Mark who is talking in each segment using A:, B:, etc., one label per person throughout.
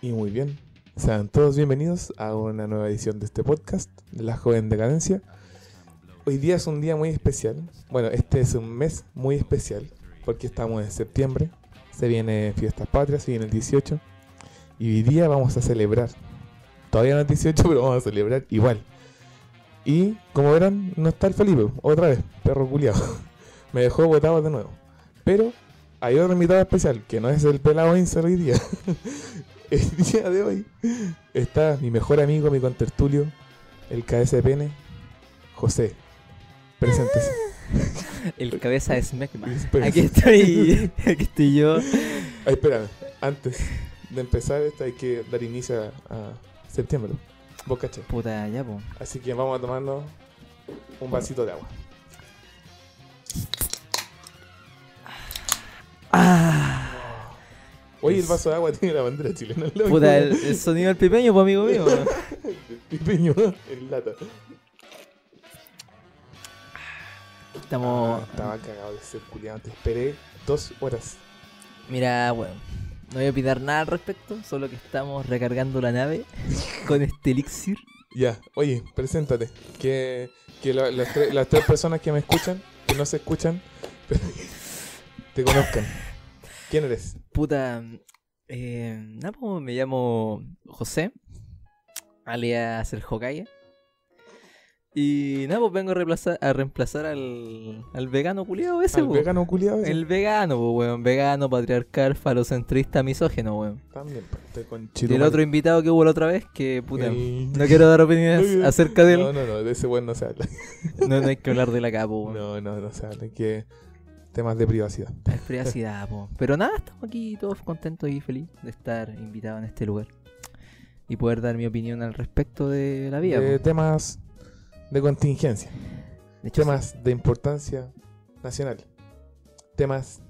A: Y muy bien. Sean todos bienvenidos a una nueva edición de este podcast, La Joven Decadencia. Hoy día es un día muy especial. Bueno, este es un mes muy especial porque estamos en septiembre. Se viene Fiestas Patrias, se viene el 18. Y hoy día vamos a celebrar. Todavía no es 18, pero vamos a celebrar igual. Y como verán, no está el Felipe, otra vez, perro culiado. Me dejó botado de nuevo. Pero hay otro invitado especial, que no es el pelado Insel hoy día. el día de hoy está mi mejor amigo, mi contertulio, el KSPN, José. Preséntese.
B: El cabeza es Smegma.
A: Espérate.
B: Aquí estoy, aquí estoy yo.
A: Ay, espérame, antes de empezar esto hay que dar inicio a, a septiembre. Vos caché.
B: Puta, ya, po.
A: Así que vamos a tomarnos un vasito de agua.
B: Ah,
A: Oye, el vaso de agua tiene la bandera chilena. al lado.
B: puta, el, el sonido del pipeño, pues, amigo mío.
A: Pipeño, en lata.
B: Estamos.
A: Ah, estaba cagado de ser culiado. Te esperé dos horas.
B: Mira, bueno. No voy a opinar nada al respecto, solo que estamos recargando la nave con este elixir.
A: Ya, oye, preséntate. Que, que la- las, tres- las tres personas que me escuchan, que no se escuchan, te conozcan. ¿Quién eres?
B: Puta. Eh, nada, po, me llamo José, alias el Hokage. Y nada, pues vengo a reemplazar, a reemplazar al, al vegano culiado ese,
A: ¿Al
B: po.
A: Ah, vegano culiado? ese?
B: El vegano, po, weón. Vegano, patriarcal, falocentrista, misógeno, weón.
A: También, pues, estoy con
B: Y
A: Chitumare.
B: el otro invitado que hubo la otra vez, que puta.
A: El-
B: No quiero dar opiniones
A: No,
B: acerca de
A: No,
B: él.
A: no, no, de ese buen no se habla.
B: No, no hay que hablar de la capo, weón.
A: No, no, no se habla. Que temas de privacidad.
B: Es privacidad, po. Pero nada, estamos aquí todos contentos y felices de estar invitados en este lugar. Y poder dar mi opinión al respecto de la vida,
A: de
B: po.
A: temas de contingencia.
B: De hecho,
A: temas de importancia nacional. Temas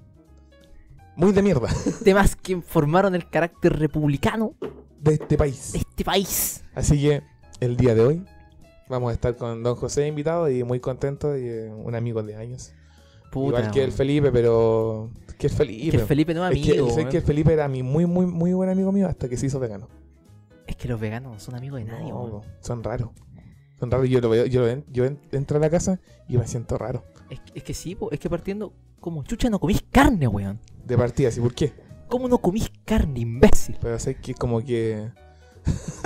A: muy de mierda
B: temas que formaron el carácter republicano
A: de este país.
B: de este país.
A: Así que el día de hoy vamos a estar con don José invitado y muy contento y eh, un amigo de años.
B: Puta,
A: Igual que el
B: weón.
A: Felipe, pero que el Felipe.
B: Que el Felipe no es
A: Es que-
B: amigo,
A: sé
B: weón.
A: que el Felipe era mi muy muy muy buen amigo mío hasta que se hizo vegano.
B: Es que los veganos no son amigos de nadie,
A: No,
B: weón.
A: son raros. Son raros. Yo lo veo, yo, lo en- yo en- entro a la casa y me siento raro.
B: Es, que- es que sí, po, es que partiendo, como chucha no comís carne, weón.
A: De partida, ¿sí? ¿Por qué?
B: ¿Cómo no comís carne, imbécil?
A: Pero sé que como que.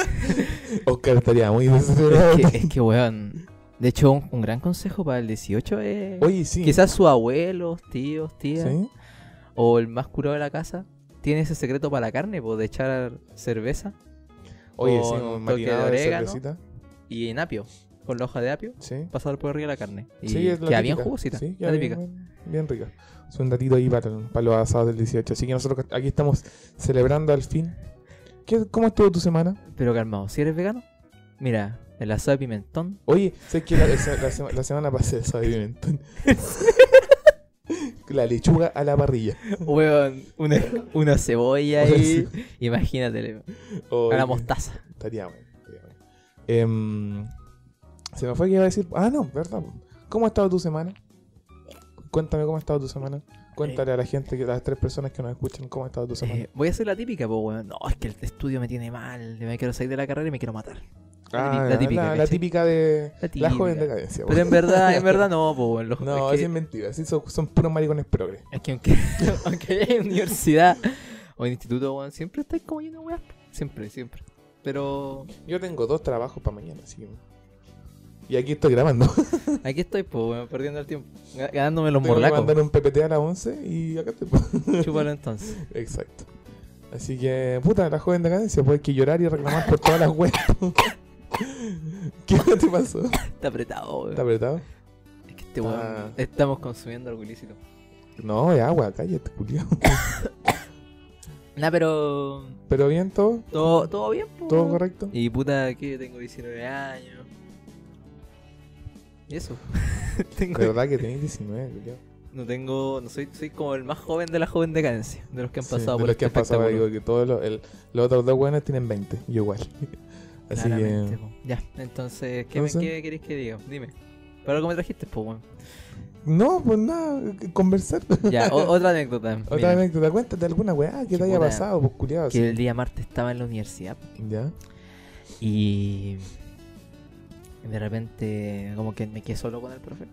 A: Oscar estaría muy desesperado.
B: Es que, es que, weón. De hecho, un, un gran consejo para el 18 es.
A: Oye, sí.
B: Quizás sus abuelos, tíos, tías,
A: ¿Sí?
B: o el más curado de la casa, tiene ese secreto para la carne, po, de echar cerveza
A: Oye, sí,
B: Con
A: un
B: toque
A: marinado
B: de
A: de
B: orégano.
A: cervecita.
B: y en apio, con la hoja de apio,
A: Sí.
B: pasar por arriba de la carne. Y
A: Sí, es la
B: queda
A: típica.
B: bien jugosita,
A: Sí,
B: la
A: queda
B: típica.
A: Bien, bien rica. Es un datito ahí para, para los asados del 18. Así que nosotros aquí estamos celebrando al fin. ¿Qué, ¿Cómo estuvo tu semana?
B: Pero calmado, si eres vegano, mira, el asado de pimentón,
A: Oye, sé que la, esa- la sema- la semana pasada sabe pimentón. la lechuga a la parrilla.
B: weón, una, una cebolla ahí, imagínate, a la
A: Oye.
B: mostaza.
A: Estaría bueno. estaría bueno. Em, se me fue que iba a decir. Ah, no, verdad. po. ¿Cómo ha estado tu semana? Cuéntame cómo ha estado tu semana. Cuéntale a la gente, que las tres personas que nos escuchan, cómo ha estado tu semana.
B: Eh, voy a hacer la típica, pues, weón. No, es que el estudio me tiene mal. Me quiero salir de la carrera y me quiero matar.
A: Ah,
B: la típica,
A: la, la
B: ¿cachai?
A: típica de
B: La
A: la
B: típica.
A: joven decadencia. po.
B: Pero en verdad, en verdad no, pues, weón. Los-
A: no,
B: es
A: eso
B: que,
A: es mentira. sí, son, son puros maricones progres.
B: es que aunque, aunque haya universidad o instituto, weón, siempre estáis como lleno, de weas, po. Siempre, siempre. Pero
A: Yo tengo dos trabajos para mañana, así que- Y aquí estoy grabando.
B: aquí estoy, pues, weón, perdiendo el tiempo. ga- Ganándome los
A: Tengo que
B: morlacos.
A: mandar un PPT a las 11 y acá estoy. po.
B: Chúpalo entonces.
A: Exacto. Así que, puta, la joven decadencia, pues hay que llorar y reclamar por todas las weas. ¿Qué te pasó?
B: Está apretado,
A: ¿Está
B: weón.
A: apretado?
B: Es que este weón.
A: Ah.
B: Estamos consumiendo algo ilícito.
A: No, es agua, cállate, culiao.
B: Nah, pero.
A: Pero bien, todo,
B: Todo, todo bien, pues.
A: todo correcto.
B: Y puta, que tengo 19 años. Y eso.
A: De
B: tengo,
A: verdad que tenés 19, culiao.
B: no tengo. No soy, soy como el más joven de la joven decadencia. De los que han
A: Sí,
B: pasado
A: de
B: por
A: los que han
B: este
A: pasado,
B: espectáculo.
A: digo que todos los, el- los otros dos weones tienen 20, yo igual. Así
B: Claramente,
A: que,
B: po. Ya, entonces, ¿qué, me-
A: Entonces-
B: qué queréis que diga? Dime. ¿Para algo me trajiste, pues, weón?
A: No, pues nada, conversar.
B: Ya, o- otra anécdota.
A: Otra
B: mira,
A: anécdota, cuéntate alguna weá que
B: Que
A: te haya
B: puta,
A: pasado, pues culiado.
B: Que el día martes estaba en la universidad
A: Ya,
B: y de repente como que me quedé solo con el profe.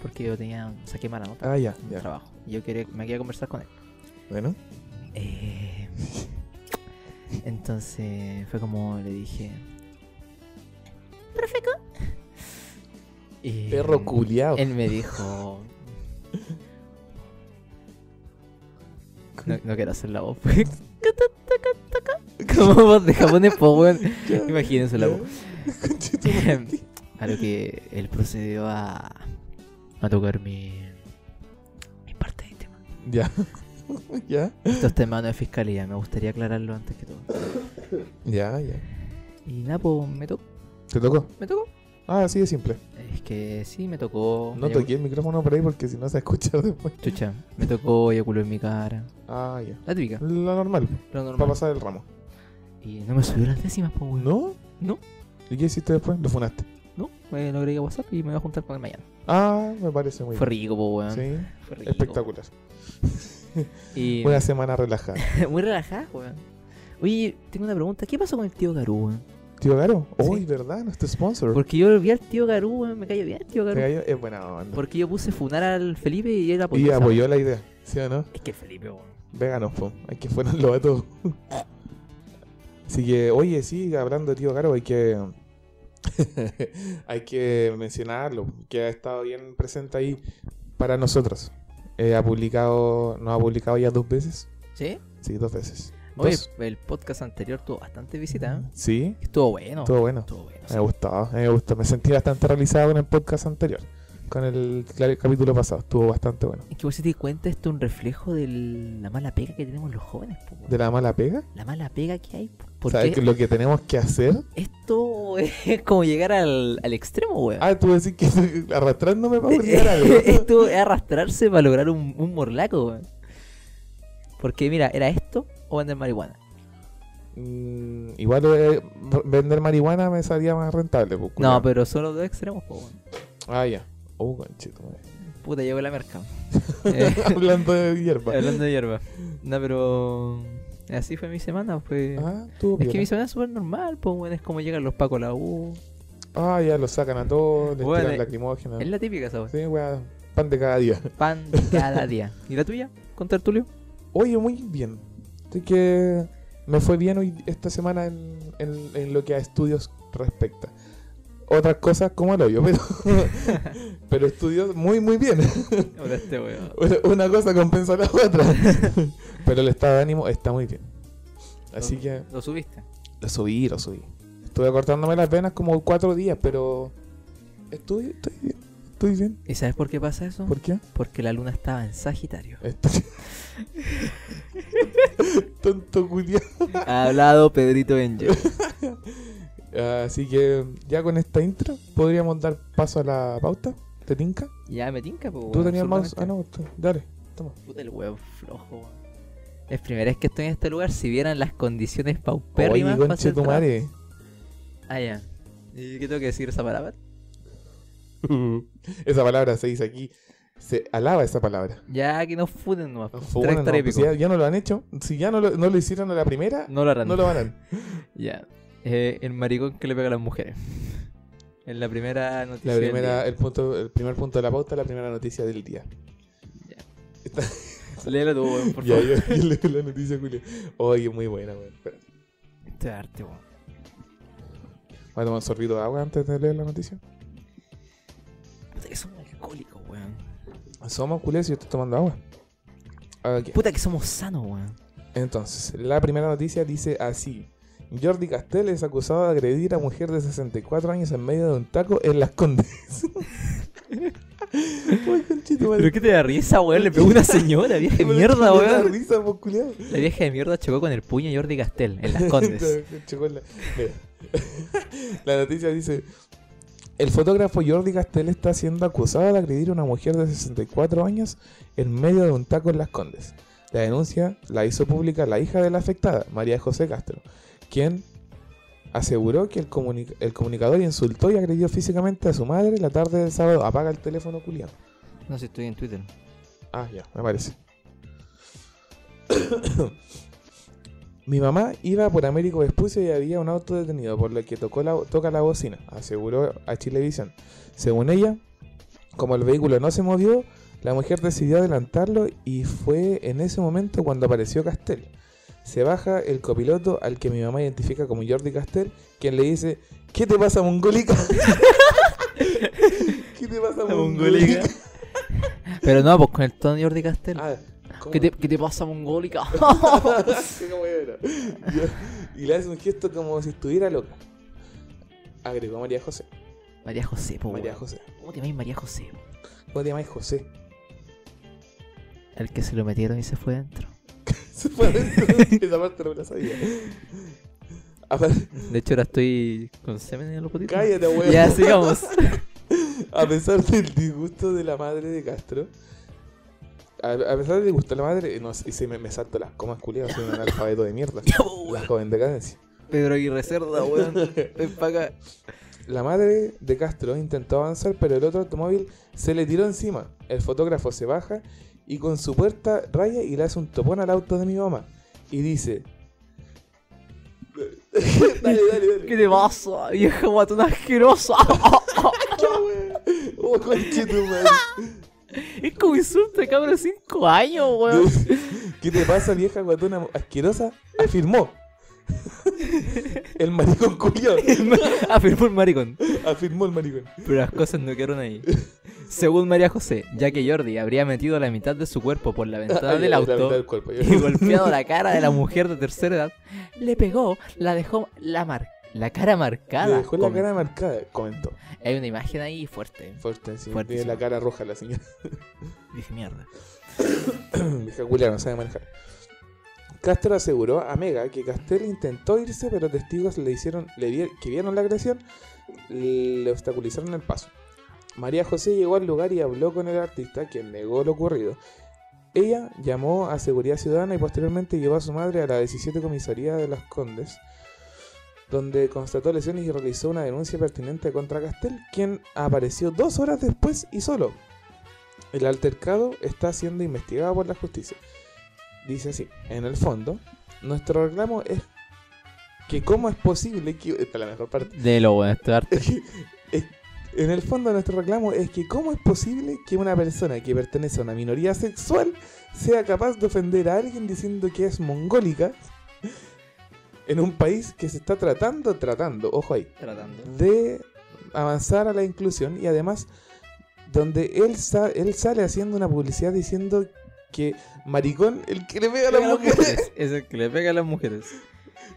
B: Porque yo tenía, saqué mala nota
A: ah, ya,
B: en el
A: ya.
B: trabajo. Y yo quería, me quería conversar con él.
A: Bueno,
B: Eh, entonces fue como le dije. Profe, ¿cu-?" Y
A: perro culiado.
B: Él me dijo. No, no quiero hacer la voz, pues. Como voz de japonés, po, weón. Imagínense la voz. A lo que él procedió a. a tocar mi. mi parte íntima.
A: Ya, ya,
B: Esto está en mano de fiscalía, me gustaría aclararlo antes que todo.
A: ya, ya.
B: Y nada, pues me tocó.
A: ¿Te tocó?
B: ¿Me tocó?
A: Ah, así de simple.
B: Es que sí, me tocó.
A: No
B: me
A: toqué el micrófono por ahí porque si no se escucha después.
B: eyacul- Chucha, me tocó, eyaculó en mi cara.
A: Ah, ya.
B: La típica,
A: Lo normal,
B: lo
A: para
B: normal.
A: pasar el ramo.
B: Y no me subió las décimas, pues, weón.
A: ¿No?
B: No.
A: ¿Y qué hiciste después? Lo funaste.
B: No, me lo agregué a WhatsApp y me voy a juntar con él mañana.
A: Ah, me parece muy
B: Fue rico, po, weón.
A: bien. Sí,
B: Fue rico.
A: espectacular.
B: Y
A: Una semana relajada.
B: muy relajada, weón. Oye, tengo una pregunta. ¿Qué pasó con el tío Garú, weón?
A: Tío Garo, hoy,
B: Sí.
A: ¿verdad? Nuestro sponsor.
B: Porque yo vi al tío Garú, weón. Me cayó bien el tío
A: Te
B: Garú.
A: cayó- Es buena onda.
B: Porque yo puse funar al Felipe y él apoyó.
A: Y
B: esa
A: apoyó la idea, ¿sí o no?
B: weá. Es que Felipe, weón.
A: Veganos, po. Hay que fueron los gatos. Así que, oye, sí, hablando de tío Garo, hay que. hay que mencionarlo, que ha estado bien presente ahí para nosotros. Eh, ha publicado, nos ha publicado ya dos veces.
B: ¿Sí?
A: Sí, dos veces.
B: Oye,
A: Dos.
B: el podcast anterior tuvo bastante visita, ¿eh?
A: Sí,
B: Estuvo bueno.
A: todo bueno.
B: Estuvo bueno.
A: Me gustó, me gustó. Me sentí bastante realizado en el podcast anterior. Con el, cla- capítulo pasado. Estuvo bastante bueno.
B: Es que vos si te das cuenta, esto es un reflejo de la mala pega que tenemos los jóvenes, po, weón.
A: ¿De la mala pega?
B: La mala pega que hay, po.
A: ¿Sabes
B: porque
A: que lo que tenemos que hacer?
B: esto es como llegar al, al extremo, weón.
A: Ah, tú decís que arrastrándome para llegar algo.
B: esto es arrastrarse para lograr un, un morlaco, weón. Porque mira, era esto o vender marihuana.
A: Mm, igual eh, vender marihuana me salía más rentable. pues,
B: No,
A: culiao.
B: pero solo dos extremos, po, weón.
A: Ah, ya. Oh, conchito. madre.
B: Puta, llegó la merca. Eh,
A: Hablando de hierba.
B: hablando de hierba. No, pero. mm, Así fue mi semana, fue.
A: Ah, tú,
B: Es que mi semana es súper normal, pues, weón. Es como llegan los pacos a la U.
A: Ah, ya lo sacan a todos, les
B: Bueno,
A: tiran
B: eh,
A: lacrimógena.
B: Es la típica, ¿sabes?
A: Sí, weá, pan de cada día.
B: Pan cada día. ¿Y la tuya? ¿Con Tertulio?
A: Oye, muy bien. Así que me fue bien hoy esta semana en, en- en lo que a estudios respecta. Otras cosas como el hoyo, pero, pero estudios muy, muy bien.
B: Ahora este weón.
A: Una- Una cosa compensa la otra. pero el estado de ánimo está muy bien. Así que
B: Lo subiste.
A: lo subí, lo subí. Estuve cortándome las venas como cuatro días, pero estoy, estoy bien. Estoy bien.
B: ¿Y sabes por qué pasa eso?
A: ¿Por qué?
B: Porque la luna estaba en Sagitario.
A: Estoy... Tonto culiao.
B: Hablado Pedrito Angel.
A: Así que ya con esta intro podríamos dar paso a la pauta. ¿Te tinca?
B: Ya me tinca, pues.
A: ¿Tú tenías mouse? Ah, no, tú- dale.
B: Puta el huevo flojo, weón. Es primera vez que estoy en este lugar. Si vieran las condiciones
A: Oye,
B: paupérrimas para
A: conche
B: hacer
A: tu
B: trabajo.
A: madre.
B: Ah, ya. ¿Y qué tengo que decir esa palabra?
A: esa palabra se dice aquí. Se alaba esa palabra.
B: Ya que no funen nomás.
A: No,
B: pues.
A: fue una,
B: Tres
A: no,
B: hectáreas y
A: pues
B: pico.
A: ya, ya no lo han hecho. Si ya no lo, no lo hicieron a la primera,
B: No lo harán.
A: no lo van a hacer.
B: Ya. Eh, el maricón que le pega a las mujeres. En la primera noticia.
A: La
B: del
A: primera,
B: día.
A: el, punto, el primer punto de la pauta, la primera noticia del día.
B: Léela tú, weón, por
A: Ya,
B: favor.
A: yo, yo leo la noticia, Julio. Oye, muy buena, weón. Espera.
B: Este arte, weón.
A: Voy a tomar un sorbito de agua antes de leer la noticia.
B: Puta que somos alcohólicos, weón.
A: Somos culés y yo estoy tomando agua. Aquí.
B: Puta que somos sanos, weón.
A: Entonces, la primera noticia dice así. Jordi Castel es acusado de agredir a mujer de 64 años en medio de un taco en Las Condes. Uy, conchito, madre.
B: ¿Pero qué te da risa, weón? Le pegó una señora, vieja de
A: Pero
B: mierda,
A: me da
B: weón.
A: risa, po, culiao.
B: La vieja de mierda chocó con el puño a Jordi Castel en las Condes.
A: Chocó en la- Mira. La noticia dice: El fotógrafo Jordi Castel está siendo acusado de agredir a una mujer de 64 años en medio de un taco en Las Condes. La denuncia la hizo pública la hija de la afectada, María José Castro, quien aseguró que el, comuni- el comunicador insultó y agredió físicamente a su madre la tarde del sábado. Apaga el teléfono, culiao.
B: No, si estoy en Twitter.
A: Ah, ya, me parece. Mi mamá iba por Américo Vespucio y había un auto detenido, por lo que tocó la, toca la bocina, aseguró a Chilevisión. Según ella, como el vehículo no se movió, la mujer decidió adelantarlo y fue en ese momento cuando apareció Castel. Se baja el copiloto al que mi mamá identifica como Jordi Castel, quien le dice, ¿qué te pasa, mongolica? ¿Qué te pasa, mongolica?
B: Pero no, pues con el tono de Jordi Castel.
A: Ah, ¿cómo?
B: ¿Qué, te, qué te pasa, mongólica?
A: Sí, como era. Y, y le hace un gesto como si estuviera loca. Agregó María José.
B: María José, po,
A: María
B: Oh, weón.
A: José.
B: ¿Cómo te llamas María José? po?
A: ¿Cómo te llamas José?
B: El que se lo metieron y se fue dentro.
A: Se fue adentro. Esa parte no me la sabía. A-
B: De hecho, ahora estoy con semen en los potitos.
A: cállate, weón.
B: Ya, sigamos.
A: A pesar del disgusto de la madre de Castro. A, a pesar del disgusto de la madre. No, sé, se me, me salto las comas culiadas. Soy un analfabeto de mierda. La joven decadencia.
B: pues, Pedro Aguirre Cerda, weón. Ven pa' acá.
A: La madre de Castro intentó avanzar, pero el otro automóvil se le tiró encima. El fotógrafo se baja y con su puerta raya y le hace un topón al auto de mi mamá. Y dice... dale, dale, dale.
B: ¿Qué te pasa, vieja guatona asquerosa?
A: No, wey. Oh, conchetumare.
B: es como insulto de cabro de 5 años, weón.
A: ¿Qué te pasa, vieja guatona asquerosa? Afirmó. El maricón culiao.
B: Afirmó el maricón.
A: Afirmó el maricón.
B: Pero las cosas no quedaron ahí. Según María José, ya que Jordi habría metido la mitad de su cuerpo por la ventana
A: Ay,
B: del
A: la mitad
B: auto
A: del cuerpo, ya.
B: y golpeado la cara de la mujer de tercera edad, le pegó, la dejó la mar la cara
A: Le
B: marcada.
A: dejó la
B: Com-
A: cara marcada, comentó.
B: Hay una imagen ahí fuerte.
A: Fuerte, sí,
B: Fuertísimo.
A: tiene la cara roja la señora.
B: Dije mierda.
A: Vieja culia no sabe manejar. Castro aseguró a Mega que Castel intentó irse, pero testigos le hicieron, le vi- que vieron la agresión le obstaculizaron el paso. María José llegó al lugar y habló con el artista, quien negó lo ocurrido. Ella llamó a Seguridad Ciudadana y posteriormente llevó a su madre a la 17 Comisaría de los Condes, donde constató lesiones y realizó una denuncia pertinente contra Castel, quien apareció dos horas después y solo, el altercado está siendo investigado por la justicia. Dice así, en el fondo, nuestro reclamo es que cómo es posible que... Esta es la mejor parte.
B: De lo bueno, esto es arte.
A: Eh, En el fondo nuestro reclamo es que cómo es posible que una persona que pertenece a una minoría sexual sea capaz de ofender a alguien diciendo que es mongólica en un país que se está tratando, tratando, ojo ahí,
B: Tratando.
A: de avanzar a la inclusión y además donde él, sa- él sale haciendo una publicidad diciendo que maricón el que le pega a las mujeres
B: Es el que le pega a las mujeres.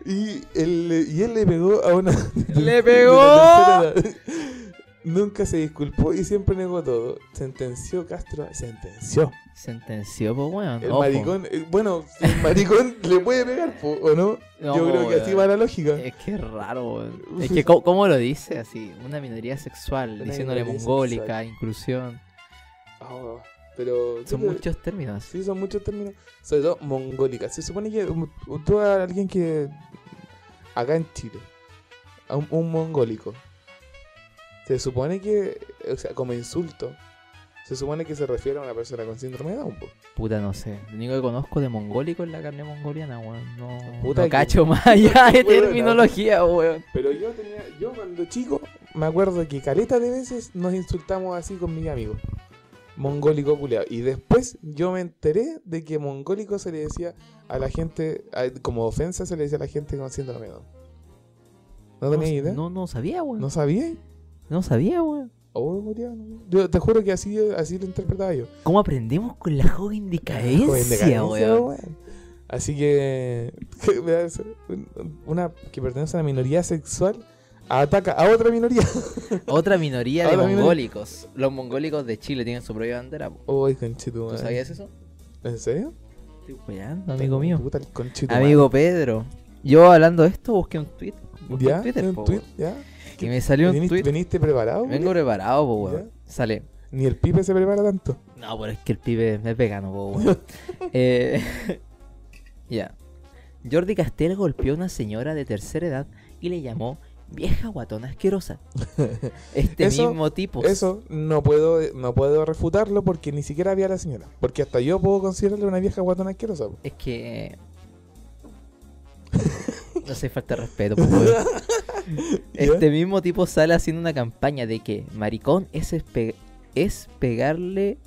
A: y él, le- y él le pegó a una de
B: ¡Le
A: la tercera
B: pegó!
A: edad. Nunca se disculpó y siempre negó todo. Sentenció Castro. Sentenció.
B: Sentenció, pues weón.
A: El
B: Ojo.
A: maricón. eh, bueno, el maricón le puede pegar, po, ¿o no?
B: No, eh,
A: Yo creo que así va la lógica.
B: Es que es raro, weón. Es que, ¿cómo, cómo lo dice así? Una minoría sexual,
A: Una
B: diciéndole
A: minoría
B: mongólica,
A: sexual.
B: inclusión.
A: Ah, pero.
B: Son
A: creo-
B: muchos términos.
A: Sí, son muchos términos. Sobre todo mongólica. Se supone que um, tú a alguien que. Acá en Chile. A un, un mongólico. Se supone que. O sea, como insulto. Se supone que se refiere a una persona con síndrome de Down. po.
B: Puta, no sé. Lo único que conozco de mongólico es la carne mongoliana, weón. No,
A: Puta
B: no
A: que-
B: cacho más allá de
A: Weón,
B: terminología, weón.
A: Pero yo tenía. Yo cuando chico. Me acuerdo que caleta de veces nos insultamos así con mis amigos. Mongólico culeado. Y después yo me enteré de que mongólico se le decía a la gente. a- como ofensa se le decía a la gente con síndrome de Down. ¿No tenía idea?
B: no, no sabía, weón.
A: ¿No
B: No,
A: sabía?
B: sabía, weón.
A: Oh, culiao, no. Yo te juro que así, así lo interpretaba yo.
B: ¿Cómo aprendemos con la joven decadencia,
A: Joven de cadencia,
B: weón?
A: weón. Así que me da eso. Un- una que pertenece a una minoría sexual ataca a otra minoría.
B: Otra minoría de
A: Ahora viene-
B: mongólicos. Los mongólicos de Chile tienen su propia bandera. po.
A: Uy, conchetumadre.
B: ¿Tú sabías eso?
A: ¿En serio?
B: Estoy weando, amigo mío.
A: Puta, el conchetumadre.
B: Amigo Pedro, yo hablando de esto busqué un tweet. Busqué
A: ¿Ya?
B: un Twitter,
A: ¿Un
B: po,
A: tweet?
B: weón.
A: ¿Ya?
B: Y me salió un
A: ¿Viniste,
B: tweet.
A: viniste preparado?
B: Vengo
A: culiao?
B: preparado, po, weón. Sale.
A: Ni el pipe se prepara tanto.
B: No, pero es que el pibe es vegano, po, weón. Eh, Ya. Jordi Castel golpeó a una señora de tercera edad y le llamó Vieja guatona asquerosa. Este
A: Eso-
B: mismo tipo.
A: Eso no puedo, no puedo refutarlo porque ni siquiera había a la señora. Porque hasta yo puedo considerarle una vieja guatona asquerosa. po.
B: Es que. No sé, falta de respeto. po, weón. Este mismo tipo sale haciendo una campaña de que maricón es, espe- es pegarle.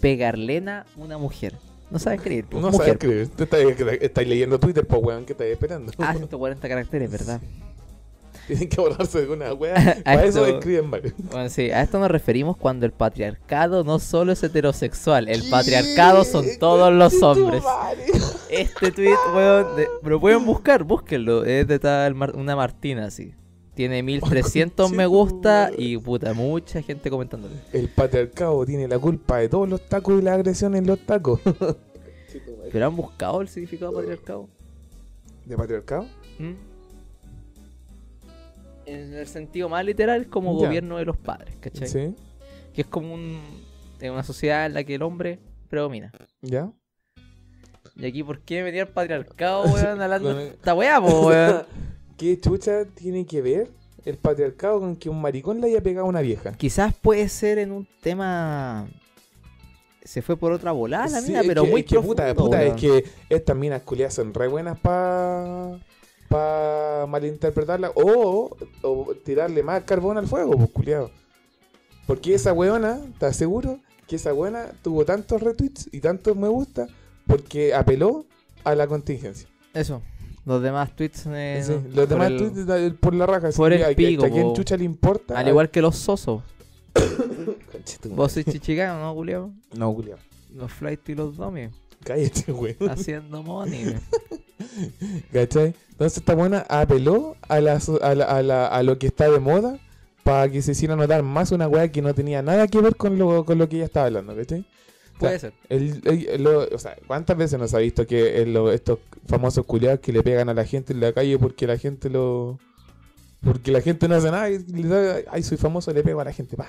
B: Pegarlena a una mujer. No sabe escribir. po,
A: No sabes
B: Pues, mujer.
A: escribir. Te estáis estáis leyendo Twitter, pues weón, que estáis esperando.
B: Ah, 140 caracteres, ¿verdad?
A: Tienen que borrarse de una weá.
B: A
A: Para eso
B: esto-
A: escriben mal.
B: Bueno, sí, a esto nos referimos cuando el patriarcado no solo es heterosexual, el
A: ¿Qué?
B: patriarcado son todos los hombres.
A: Conchetumare.
B: Este tweet, weón, de- lo pueden buscar, búsquenlo. Es de tal Mar- una Martina, así. Tiene 1300 me gusta y puta, mucha gente comentándole.
A: El patriarcado tiene la culpa de todos los tacos y la agresión en los tacos.
B: ¿Pero han buscado el significado de patriarcado?
A: ¿De patriarcado?
B: ¿Mm? En el sentido más literal, es como
A: Ya.
B: gobierno de los padres, ¿cachai?
A: Sí.
B: Que es como un, en una sociedad en la que el hombre predomina.
A: ¿Ya?
B: ¿Y aquí por qué venía el patriarcado, weón, hablando
A: Bueno,
B: de esta weá, po, weón?
A: ¿Qué chucha tiene que ver el patriarcado con que un maricón le haya pegado a una vieja?
B: Quizás puede ser en un tema. Se fue por otra volada Ah, la
A: Sí,
B: mina,
A: es
B: pero
A: que-
B: muy
A: es que puta,
B: profundo,
A: puta, es
B: weón.
A: que estas minas culiadas son re buenas para pa malinterpretarla o, o tirarle más carbón al fuego, pues culiado. Porque esa weona, te aseguro que esa weona tuvo tantos retweets y tantos me gusta porque apeló a la contingencia.
B: Eso. Los demás tweets. eh,
A: Sí,
B: no,
A: los
B: por
A: demás
B: el-
A: tweets da- por la raja. así
B: por el
A: que a-
B: pico,
A: ¿A quién
B: po.
A: chucha le importa?
B: Al igual que los sosos.
A: Conchetumare.
B: Vos sois chichicano, ¿no, Julio?
A: No, culiao.
B: Los flight y los dummies.
A: Cállate, weón.
B: Haciendo money.
A: ¿Cachai? Entonces esta buena apeló a, la so- a, la- a la- a lo que está de moda para que se hiciera notar más una weá que no tenía nada que ver con lo, con lo que ella estaba hablando, ¿cachai?
B: Puede ser.
A: El- el- lo- o sea, ¿cuántas veces nos ha visto que el- lo- estos famosos culiados que le pegan a la gente en la calle porque la gente lo... Porque la gente no hace nada y le da- ay, soy famoso, le pego a la gente, pa.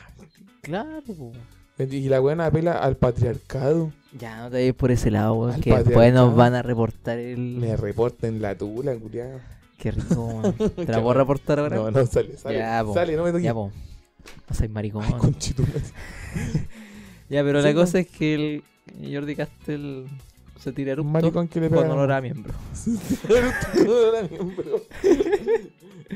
B: Claro, po.
A: Y la buena apela al patriarcado.
B: Ya, no te vayas por ese lado, weón.
A: Al
B: Que después nos
A: patriarcado.
B: van a reportar el.
A: Me reporten la tula, culiado.
B: Qué rico, weón. ¿Te la puedo reportar ahora?
A: No, no, sale, sale.
B: Ya, po.
A: sale, no me toques.
B: Ya, po. No sois maricón.
A: Ay, conchetumare.
B: Ya, pero
A: Sí,
B: la
A: po.
B: cosa es que el Jordi Castel se tira
A: Un
B: un
A: maricón que le pega.
B: con olor a miembro.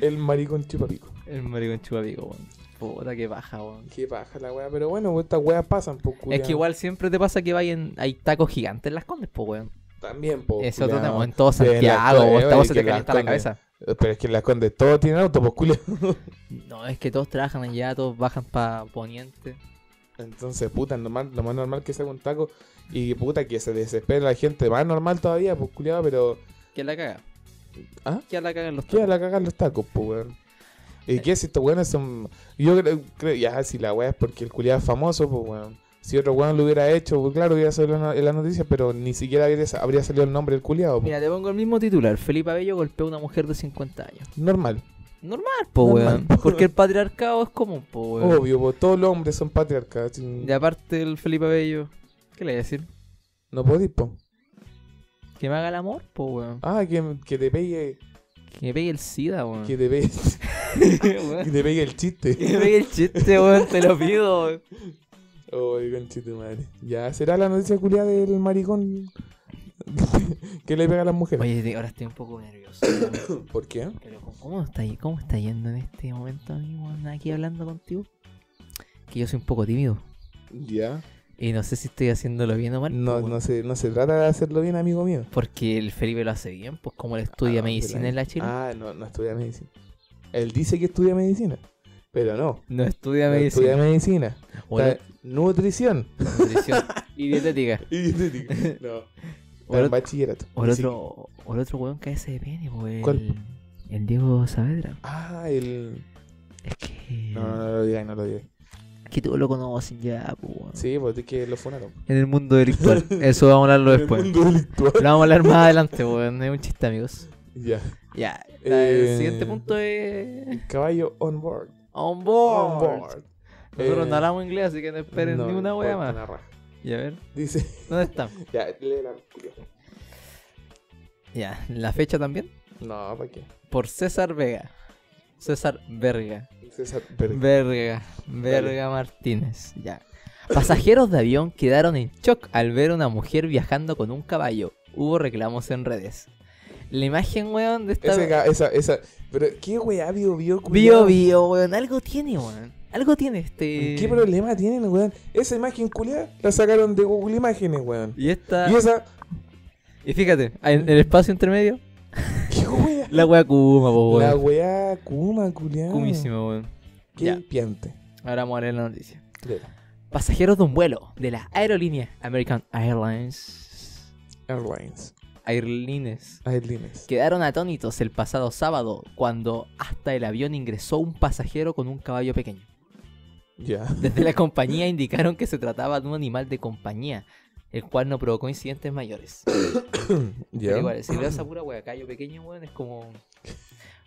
A: El maricón chupapico.
B: El maricón chupapico, weón. Puta que baja, weón.
A: Qué baja la wea, pero bueno, estas weas pasan, pues
B: Es que igual siempre te pasa que vayan, hay tacos gigantes en las condes, pues weón.
A: También, pues.
B: Eso otro tema, en todo Santiago,
A: Condes,
B: weón. Esta
A: oye,
B: cosa
A: que
B: te
A: en Las
B: calienta la
A: Condes.
B: cabeza.
A: Pero es que en las condes todo tiene auto, pues culia.
B: No, es que todos trabajan allá, todos bajan para Poniente.
A: Entonces, puta, normal, lo más normal que sea un taco. Y puta, que se desespera la gente. Más normal todavía, pues culiado, pero.
B: ¿Quién la caga?
A: ¿Ah?
B: ¿Quién la caga en los
A: ¿Qué a
B: tacos?
A: la cagar los tacos, pues, weón?
B: Eh.
A: ¿Y qué si estos weones son.? Yo creo, creo- ya si la weá es porque el culiado es famoso, pues, weón. Si otro weón lo hubiera hecho, pues claro, hubiera salido en la- en la noticia, pero ni siquiera habría, habría salido el nombre del culiado, pues.
B: Mira, te pongo el mismo titular. Felipe Abello golpeó a una mujer de 50 años.
A: Normal,
B: Normal, po,
A: Normal,
B: weón.
A: po.
B: Porque el patriarcado es común, po, weón.
A: obvio, pues todos los hombres son patriarcas. sin-
B: Y aparte el Felipe Abello, ¿qué le voy a decir?
A: No podís, pues.
B: Que me haga el amor, po, weón.
A: Ah, que, que te pegue.
B: Que me pegue el SIDA, weón.
A: Que te pegue, que
B: Weón,
A: te pegue el
B: Ah. que me
A: chiste.
B: pegue el chiste, weón, te lo pido, weón.
A: Oye, conchito madre. Ya será la noticia culiada del maricón que le pega a las mujeres.
B: Oye, te- ahora estoy un poco nervioso. weón.
A: ¿Por qué?
B: Pero ¿cómo- ¿cómo está, y- ¿cómo está yendo en este momento, amigo? Aquí hablando contigo. Que yo soy un poco tímido.
A: Ya.
B: Y no sé si estoy haciéndolo bien o mal.
A: No,
B: pues, weón.
A: no, se, no se trata de hacerlo bien, amigo mío.
B: Porque el Felipe lo hace bien, pues como él estudia
A: Ah,
B: medicina
A: pero-
B: en la Chile.
A: Ah, no, no estudia medicina. Él dice que estudia medicina, pero no.
B: no estudia
A: no
B: medicina.
A: Estudia medicina.
B: Bueno,
A: Está- nutrición.
B: nutrición y dietética.
A: Y dietética. no. Está
B: Por
A: en
B: otro,
A: bachillerato.
B: por
A: Ni
B: otro, por otro weón que hace de pene, pues,
A: ¿Cuál?
B: El, el Diego Saavedra.
A: siquiera- Ah, el.
B: Es que.
A: No, no, no lo digáis, no lo digáis.
B: Que todos lo conocen ya, pues, weón.
A: Sí, porque es que lo funaron.
B: En el mundo delictual. Eso vamos a hablarlo después.
A: El mundo delictual.
B: Lo vamos a hablar más adelante, weón. Es un chiste, amigos.
A: Ya.
B: Ya.
A: Eh,
B: El siguiente punto es.
A: Caballo on board.
B: On board.
A: On board.
B: Nosotros
A: Eh,
B: no hablamos inglés, así que no esperen
A: No,
B: ni una wea
A: importa,
B: más.
A: una raja.
B: Y a ver,
A: Dice.
B: ¿dónde está?
A: Ya, lee la.
B: Ya, la fecha también.
A: No, ¿para qué?
B: Por César Vega. César Verga.
A: César Verga.
B: Verga. Verga Martínez. Ya. Pasajeros de avión quedaron en shock al ver una mujer viajando con un caballo. Hubo reclamos en redes. La imagen, weón, de esta.
A: Ese ga- esa, esa. Pero, ¿qué weá bio bio?
B: Bio,
A: culiao?
B: bio, weón. Algo tiene, weón. Algo tiene este.
A: ¿Qué problema tienen, weón? Esa imagen culia la sacaron de Google Imágenes, weón.
B: Y esta.
A: Y esa.
B: Y fíjate, en en el espacio intermedio,
A: ¿Qué weá?
B: la wea Kuma, po,
A: La
B: weón.
A: weá Kuma, culiao.
B: Kumísima, weón.
A: Qué
B: Ya.
A: piante.
B: Ahora vamos a leer la noticia.
A: Lera.
B: Pasajeros de un vuelo de la aerolínea American Airlines.
A: Airlines. Ah,
B: Airlines.
A: Airlines.
B: Quedaron atónitos el pasado sábado cuando hasta el avión ingresó un pasajero con un caballo pequeño.
A: Ya.
B: Desde la compañía indicaron que se trataba de un animal de compañía, el cual no provocó incidentes mayores. Pero
A: Ya.
B: igual, si le das a pura wea, caballo pequeño, weón, es como.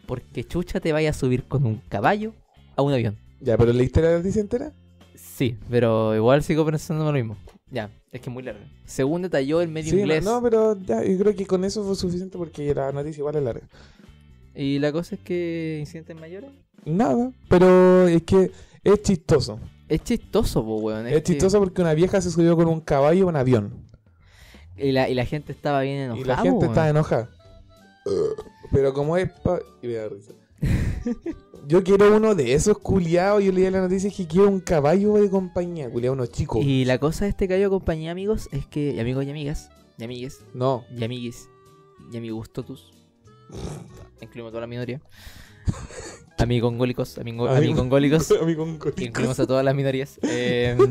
B: Porque chucha te vaya a subir con un caballo a un avión.
A: Ya, pero ¿leíste la noticia entera?
B: Sí, pero igual sigo pensando lo mismo. Ya, es que es muy largo. Según detalló el medio
A: sí, no-
B: inglés.
A: No, pero ya, yo creo que con eso fue suficiente porque la noticia igual es larga.
B: Y la cosa es que incidentes mayores.
A: Nada, pero es que es chistoso.
B: Es chistoso, po, weón.
A: Es,
B: que-
A: chistoso porque una vieja se subió con un caballo a un avión.
B: Y la, y la gente estaba bien
A: y
B: enojada.
A: la gente
B: weón.
A: está enojada. Uh, Pero como es pa... y me da risa. Yo quiero uno de esos culiados. Yo leí la noticia y dije quiero un caballo de compañía. Culiado, uno chico.
B: Y la cosa de este caballo de compañía, amigos, es que. y amigos y amigas. Y amigues.
A: No.
B: Y amiguis. Y amigustotus. Incluimos a toda la minoría. Amigongólicos. Amigo,
A: Amigo-
B: amigongólicos.
A: Amigo, un colico.
B: que Incluimos a todas las minorías. Eh,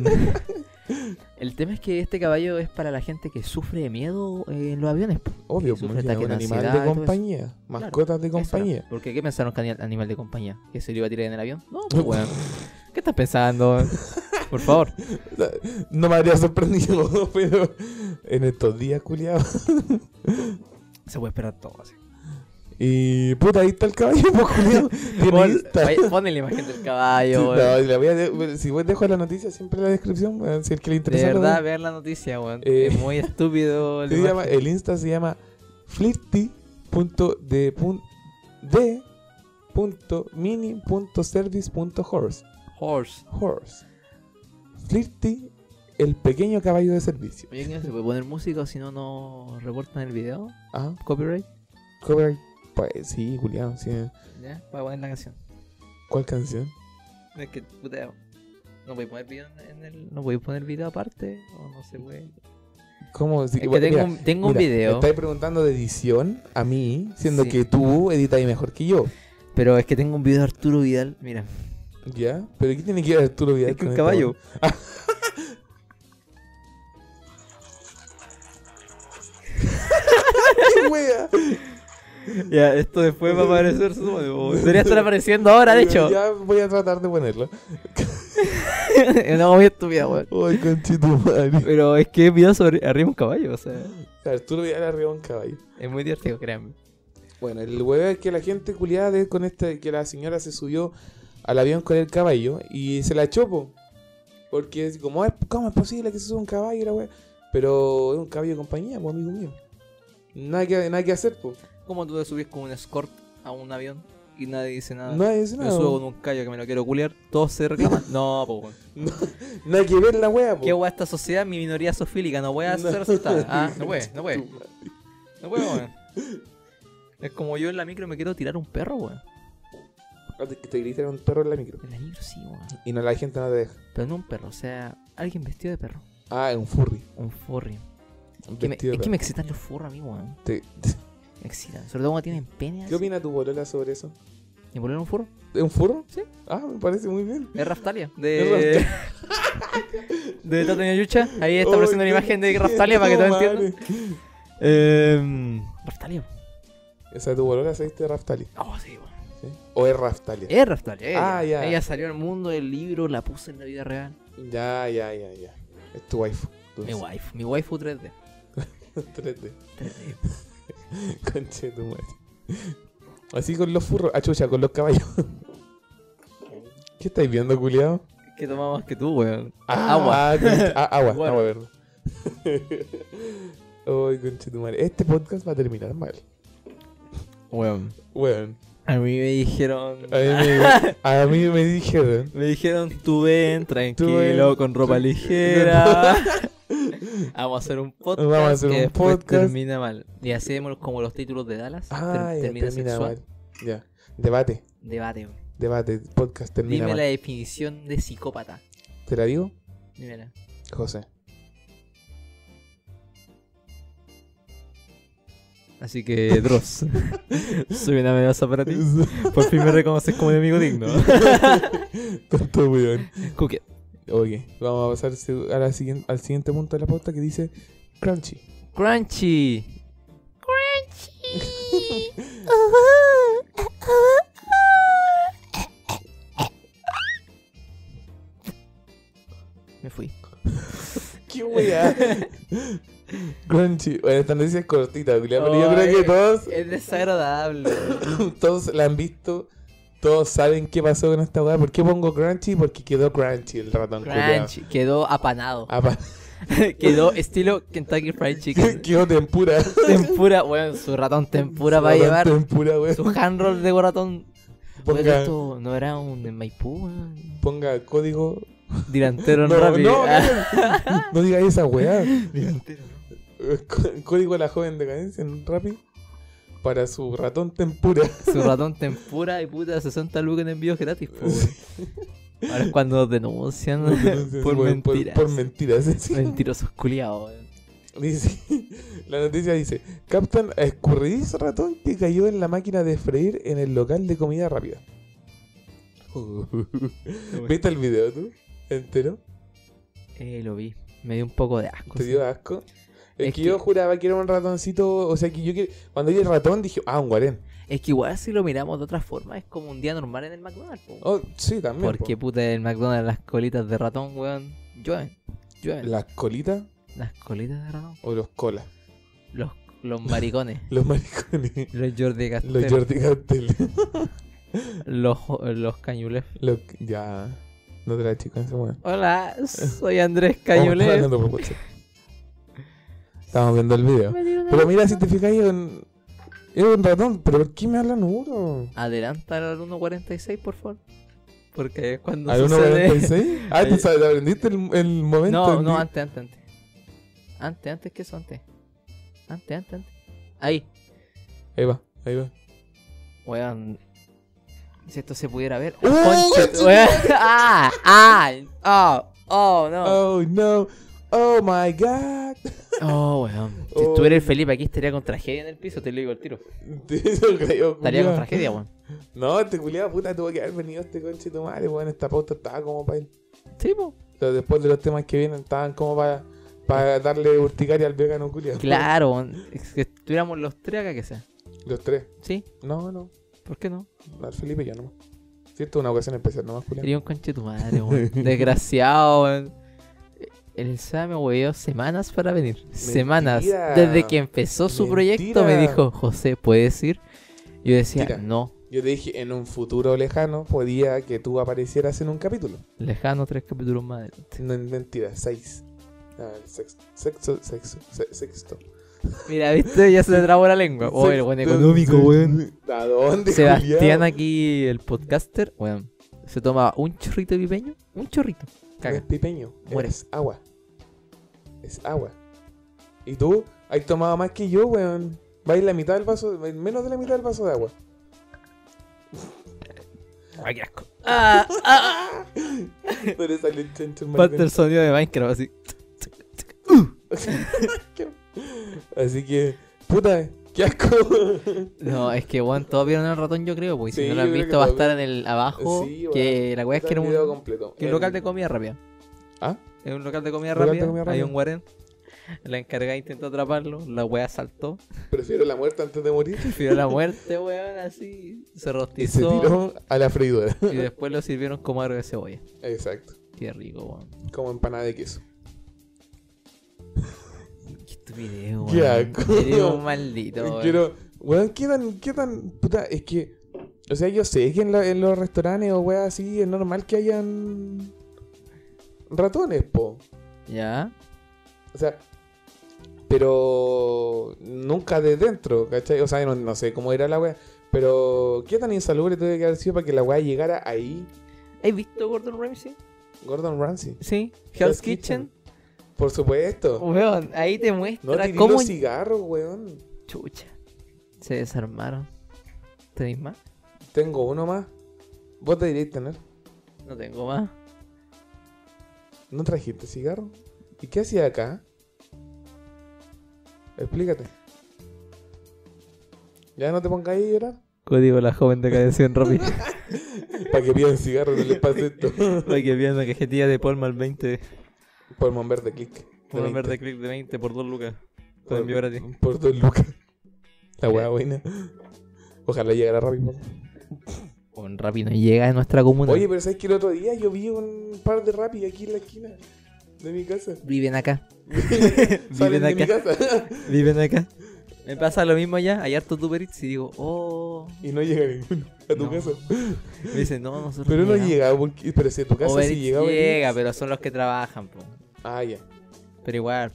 B: el tema es que este caballo es para la gente que sufre de miedo eh, en los aviones. po.
A: Obvio, porque
B: sufre
A: es
B: ataque
A: un
B: de
A: animal
B: ansiedad y
A: de
B: todo eso.
A: compañía. Mascotas de
B: Eso era.
A: compañía.
B: ¿Por qué? ¿Qué pensaron que el animal de compañía? ¿Que se lo iba a tirar en el avión? No, pues, weón. ¿Qué estás pensando? Por favor.
A: No me habría sorprendido, pero en estos días, culiado.
B: Se puede esperar todo así.
A: Y puta, ahí está el caballo, pues, culiao. Tiene
B: Pon,
A: Insta.
B: vaya- ponle la imagen del
A: Sí,
B: caballo,
A: no,
B: weón.
A: la voy a de- si vos dejo la noticia siempre en la descripción, weón, si el que le
B: De
A: interesa. lo
B: verdad,
A: ve.
B: vean la noticia, weón.
A: Eh,
B: es muy estúpido. la
A: Se
B: imagen.
A: llama- el Insta se llama flirty.d.mini.service.horse.
B: Horse.
A: Horse. Flirty, el pequeño caballo de servicio.
B: Oye, ¿quién ¿se puede poner música o si no, no reportan el video?
A: Ah,
B: ¿Copyright?
A: copyright. Pues sí, Julián, sí.
B: Ya, voy a poner la canción.
A: ¿Cuál canción?
B: Es que, puta, no voy a poner video en- en el... No voy a poner video aparte, o no se puede...
A: ¿Cómo? Sí,
B: Es que
A: bueno,
B: tengo,
A: mira,
B: un, tengo un
A: mira, Me
B: video,
A: estáis preguntando de edición a mí, siendo
B: Sí.
A: que tú editas mejor que yo.
B: pero es que tengo un video de Arturo Vidal, mira.
A: ¿Ya? ¿Pero qué tiene que ver Arturo Vidal?
B: Es que
A: con este
B: un
A: esta
B: caballo.
A: ¡Qué wea!
B: Ya, esto después va a aparecer su... Debería estar apareciendo ahora, de hecho.
A: Ya voy a tratar de ponerlo.
B: no, muy estúpida, weón.
A: Ay, conchito madre.
B: Pero es que es video sobre arriba de un caballo, o sea,
A: Arturo Vidal arriba un caballo.
B: es muy divertido, créanme.
A: Bueno, el huevo es que la gente culiada de- con este, que la señora se subió al avión con el caballo y se la chopo. Porque es como, "Ay, ¿cómo es posible que se suba un caballo la wea? Pero es un caballo de compañía, pues amigo mío. Nada que, nada que hacer, pues.
B: ¿Cómo tú te subís con un escort a un avión y nadie dice nada?
A: Nadie dice
B: Ah, Me
A: nada.
B: subo
A: po.
B: con un callo que me lo quiero culiar, todos se reclaman. no, po, weón.
A: Nada que ver la wea, po.
B: ¿Qué weá esta sociedad? Mi minoría sofílica, no voy a
A: No.
B: ser aceptada. Ah, no puede, no puede. No puede, weón. Es como yo en la micro me quiero tirar un perro, weón.
A: Antes que te gritaron un perro en la micro.
B: En la micro sí, weón.
A: Y no, la gente no te deja.
B: Pero no un perro, o sea, alguien vestido de perro.
A: Ah, es un furry.
B: Un furry.
A: Un
B: Que me-
A: vestido
B: es
A: de
B: que me excitan los furros a mí, weón.
A: perro. Te-
B: Me excitan. Sobre todo cuando tienen pene
A: ¿Qué
B: así.
A: opina tu bolola sobre eso?
B: ¿Y poner un furro?
A: ¿Es un furro?
B: Sí. Eh,
A: Ah, me parece muy bien.
B: Es Raftalia. De. de Tataña Yucha. Ahí está apareciendo la imagen de Raftalia para que todos entiendan.
A: entiendan. Em,
B: Eh, Raftalia.
A: O sea, tu bolola se viste de Raftali.
B: Oh, sí, weón.
A: ¿sí? O es Raftalia.
B: Es Raftalia. Ella.
A: Ah, ya.
B: ella salió al mundo del libro, la puse en la vida real.
A: Ya, ya, ya, ya. Es tu waifu. Tu
B: Mi waifu, mi waifu 3D.
A: 3D.
B: 3D.
A: Conche tu madre. Así con los furros. Ah, chucha, con los caballos. ¿Qué estáis viendo, culiao?
B: Que toma más que tú, weón.
A: Ah,
B: Agua.
A: ah, conche- ah, agua,
B: Bueno.
A: agua verde. Ay, conche tu madre. Este podcast va a terminar mal.
B: Weón.
A: Weón.
B: A mí me dijeron.
A: A mí me, a mí me dijeron.
B: Me dijeron, tú ven, tranquilo,
A: ven,
B: con
A: tú-
B: ropa ligera. Vamos a hacer un podcast.
A: Vamos a hacer
B: que
A: un
B: después
A: podcast.
B: Termina mal. Y hacemos como los títulos de Dallas. ter-
A: Ah, ya,
B: termina,
A: termina
B: sexual.
A: mal. Ya. Debate,
B: Debate. güey.
A: debate, podcast termina
B: Dime
A: mal.
B: la definición de psicópata.
A: ¿Te la digo?
B: Dímela.
A: José.
B: Así que, Dross. soy una amenaza para ti. Por fin me reconoces como enemigo digno.
A: Tanto weón.
B: Cookie.
A: Ok, vamos a pasar si- a la siguien- al siguiente punto de la pauta que dice Crunchy.
B: Crunchy. Me fui.
A: ¡Qué weá! Crunchy. Bueno, esta noticia es cortita, culiao, pero yo
B: Oh,
A: creo
B: eh,
A: que todos,
B: Es desagradable.
A: todos la han visto. Todos saben qué pasó con esta weá. ¿Por qué pongo Crunchy? Porque quedó Crunchy el ratón. culiao.
B: Crunchy. Quedó apanado.
A: Ah, pa-
B: Quedó estilo Kentucky Fried Chicken.
A: quedó tempura.
B: Tempura, weón, su ratón tempura va a
A: Ratón
B: llevar.
A: Tempura, weón.
B: Su hand roll de ratón. Weón,
A: Ponga,
B: esto no era un en Maipú, weón.
A: ponga código.
B: Delantero Ah, no,
A: no,
B: rápido.
A: no, no, no digas esa weá.
B: Delantero, ¿no?
A: C- Código de la joven decadencia en Rappi para su ratón tempura.
B: Su ratón tempura y puta 60 lucas en envíos gratis, po, weón. Ahora es cuando nos denuncian
A: Por-
B: por
A: por-
B: mentiras.
A: Por mentiras. sí.
B: Mentirosos culiados, weón.
A: Dice, la noticia dice, captan a escurridizo ratón que cayó en la máquina de freír en el local de comida rápida. ¿Viste el video tú? ¿Entero?
B: Eh, lo vi. Me dio un poco de asco.
A: ¿Te
B: sí.
A: dio asco? Es,
B: Es
A: que,
B: que-
A: yo juraba que era un ratoncito, o sea que yo que... cuando vi el ratón dije, ah, un guarén.
B: Es que igual si lo miramos de otra forma es como un día normal en el McDonald's, po, weón.
A: Oh, sí, también.
B: Porque
A: po.
B: puta el McDonald's las colitas de ratón, weón. Llueven. Llueven.
A: ¿Las colitas
B: Las colitas de ratón.
A: o los colas?
B: Los, los maricones.
A: Los maricones.
B: los Jordi Castell.
A: Los
B: Los,
A: Jordi Castell.
B: jo- los Cañulef.
A: Lo que- ya. No te la chicas ese weón.
B: Hola, soy Andrés
A: Vamos, estaba
B: Cañulef.
A: hablando por WhatsApp. Estamos viendo el video. Pero mira, si te fijáis, era un, era un ratón. ¿Pero por qué me hablan duro?
B: Adelanta al 1.46, por favor. Porque es cuando
A: ¿Al
B: sucede...
A: 1.46? Ah, ¿te sabes- te aprendiste el, el momento?
B: No,
A: en
B: no,
A: que-
B: antes, antes, antes. Antes, antes, que eso? Antes. Antes, antes, antes. Ahí.
A: Ahí va, ahí va.
B: Weón. Si esto se pudiera ver.
A: ¡Uh,
B: ¡Oh, Conche-
A: conche-
B: weón. ¡Ah! ¡Ah! ¡Oh! ¡Oh, no!
A: Oh, no. Oh, my God.
B: ¡Oh, weón! Si
A: Oh.
B: estuviera el Felipe aquí estaría con tragedia en el piso, te lo digo el tiro.
A: Eso creo,
B: Estaría con
A: culiao.
B: tragedia, weón.
A: No, este culiado puta tuvo que haber venido este conche de tu madre, weón. Esta pauta estaba como para él.
B: Sí, po.
A: Pero después de los temas que vienen, estaban como para, para darle urticaria al vegano culiado.
B: Claro, weón. Es que estuviéramos los tres acá que sea.
A: Los tres.
B: ¿Sí?
A: No, no.
B: ¿Por qué no?
A: Al Felipe ya nomás. Cierto, una ocasión especial nomás, Julián.
B: Sería un conche tu madre, weón. Desgraciado, weón. El SAM me huevió semanas para venir. Semanas.
A: Mentira.
B: Desde que empezó su proyecto me
A: Mentira.
B: dijo, José, ¿puedes ir? Yo decía,
A: Mentira.
B: no,
A: Yo te dije, en un futuro lejano podía que tú aparecieras en un capítulo.
B: lejano tres capítulos más adelante.
A: No, mentira, seis. Ah, el sexto, sexto, sexto, se- sexto.
B: Mira, viste, ya se le trabó la lengua. Oh, el buen
A: Sexto,
B: económico,
A: sí.
B: weón.
A: ¿A dónde,
B: Sebastián
A: culiao?
B: aquí, el podcaster, weón. Se toma un chorrito de pipeño, un chorrito.
A: No es
B: Caga.
A: pipeño,
B: Muere.
A: es agua. Es agua. Y tú has tomado más que yo, weón. Vais la mitad del vaso, vais menos de la mitad del vaso de agua.
B: Ay, qué asco. Ah, ah.
A: Tú eres el chancho, el
B: Falta
A: maricón.
B: el sonido de Minecraft, así.
A: Así que, puta, qué asco.
B: No, es que weón, todos vieron el ratón, yo creo, porque
A: Sí,
B: si no lo
A: yo
B: han
A: creo que
B: visto va a
A: todos
B: estar en el abajo.
A: Sí,
B: que
A: weón.
B: la weá es que
A: Está
B: era
A: el
B: un,
A: video completo.
B: que un
A: El-
B: local de comida rápida.
A: ¿Ah?
B: Es un local de comida
A: Local de
B: rápida,
A: comida
B: hay
A: rápida.
B: un guarén. La encargada intentó atraparlo, la weá saltó,
A: Prefiero la muerte antes de morir.
B: pidió la muerte, weón, así, se
A: Y se
B: rostizó
A: tiró a la freidora.
B: y después lo sirvieron como algo de cebolla.
A: Exacto.
B: Qué rico, weón.
A: Como empanada de queso.
B: Qué estupidez, weón.
A: Qué asco.
B: Eres un maldito, weón.
A: Quiero. Weón, ¿qué tan, qué tan. Puta, es que. O sea, yo sé que en, la- en los restaurantes o weas así es normal que hayan. ratones, po.
B: Ya,
A: O sea, Pero nunca de dentro, ¿cachai? O sea, no, no sé cómo era la weá. Pero, ¿qué tan insalubre tuve que haber sido para que la weá llegara ahí?
B: ¿Has visto Gordon Ramsay?
A: Gordon Ramsay.
B: Sí.
A: Hell's
B: Hell's Kitchen.
A: Por supuesto.
B: Weón, ahí te
A: No
B: muestra
A: tiré
B: cómo.
A: los cigarros, weón.
B: Chucha. Se desarmaron. ¿Tenéis más?
A: Tengo uno más. Vos te diréis tener.
B: No tengo más.
A: ¿No trajiste cigarro? ¿Y qué hacía acá? Explícate. Ya no te pongas ahí a llorar.
B: Código la joven decadencia en Robin.
A: Para que pidan cigarro, no les pase esto.
B: Para que vean la cajetilla de Palma al 20.
A: Por Monverde Click. de
B: Una
A: 20.
B: verde click de 20 por 2 lucas. Te
A: Por-
B: lo envío gratis.
A: Por dos lucas. La hueá buena. Ojalá llegara rápido.
B: Con Rappi no llega a nuestra comuna.
A: Oye, pero ¿sabes que el otro día yo vi un par de Rappi aquí en la esquina de mi casa?
B: Viven acá.
A: Salen
B: Viven
A: de mi
B: acá.
A: casa
B: Viven acá. Me pasa lo mismo allá. Hay harto Uber Eats y digo, oh.
A: y no llega ninguno a tu
B: No. Pues
A: casa.
B: Me dicen, no, nosotros
A: Pero no
B: llegamos".
A: llega, porque, pero si a tu casa
B: Uber
A: sí
B: Eats
A: llega. Uber
B: llega,
A: Eats.
B: pero son los que trabajan, po.
A: Ah, ya.
B: Pero igual,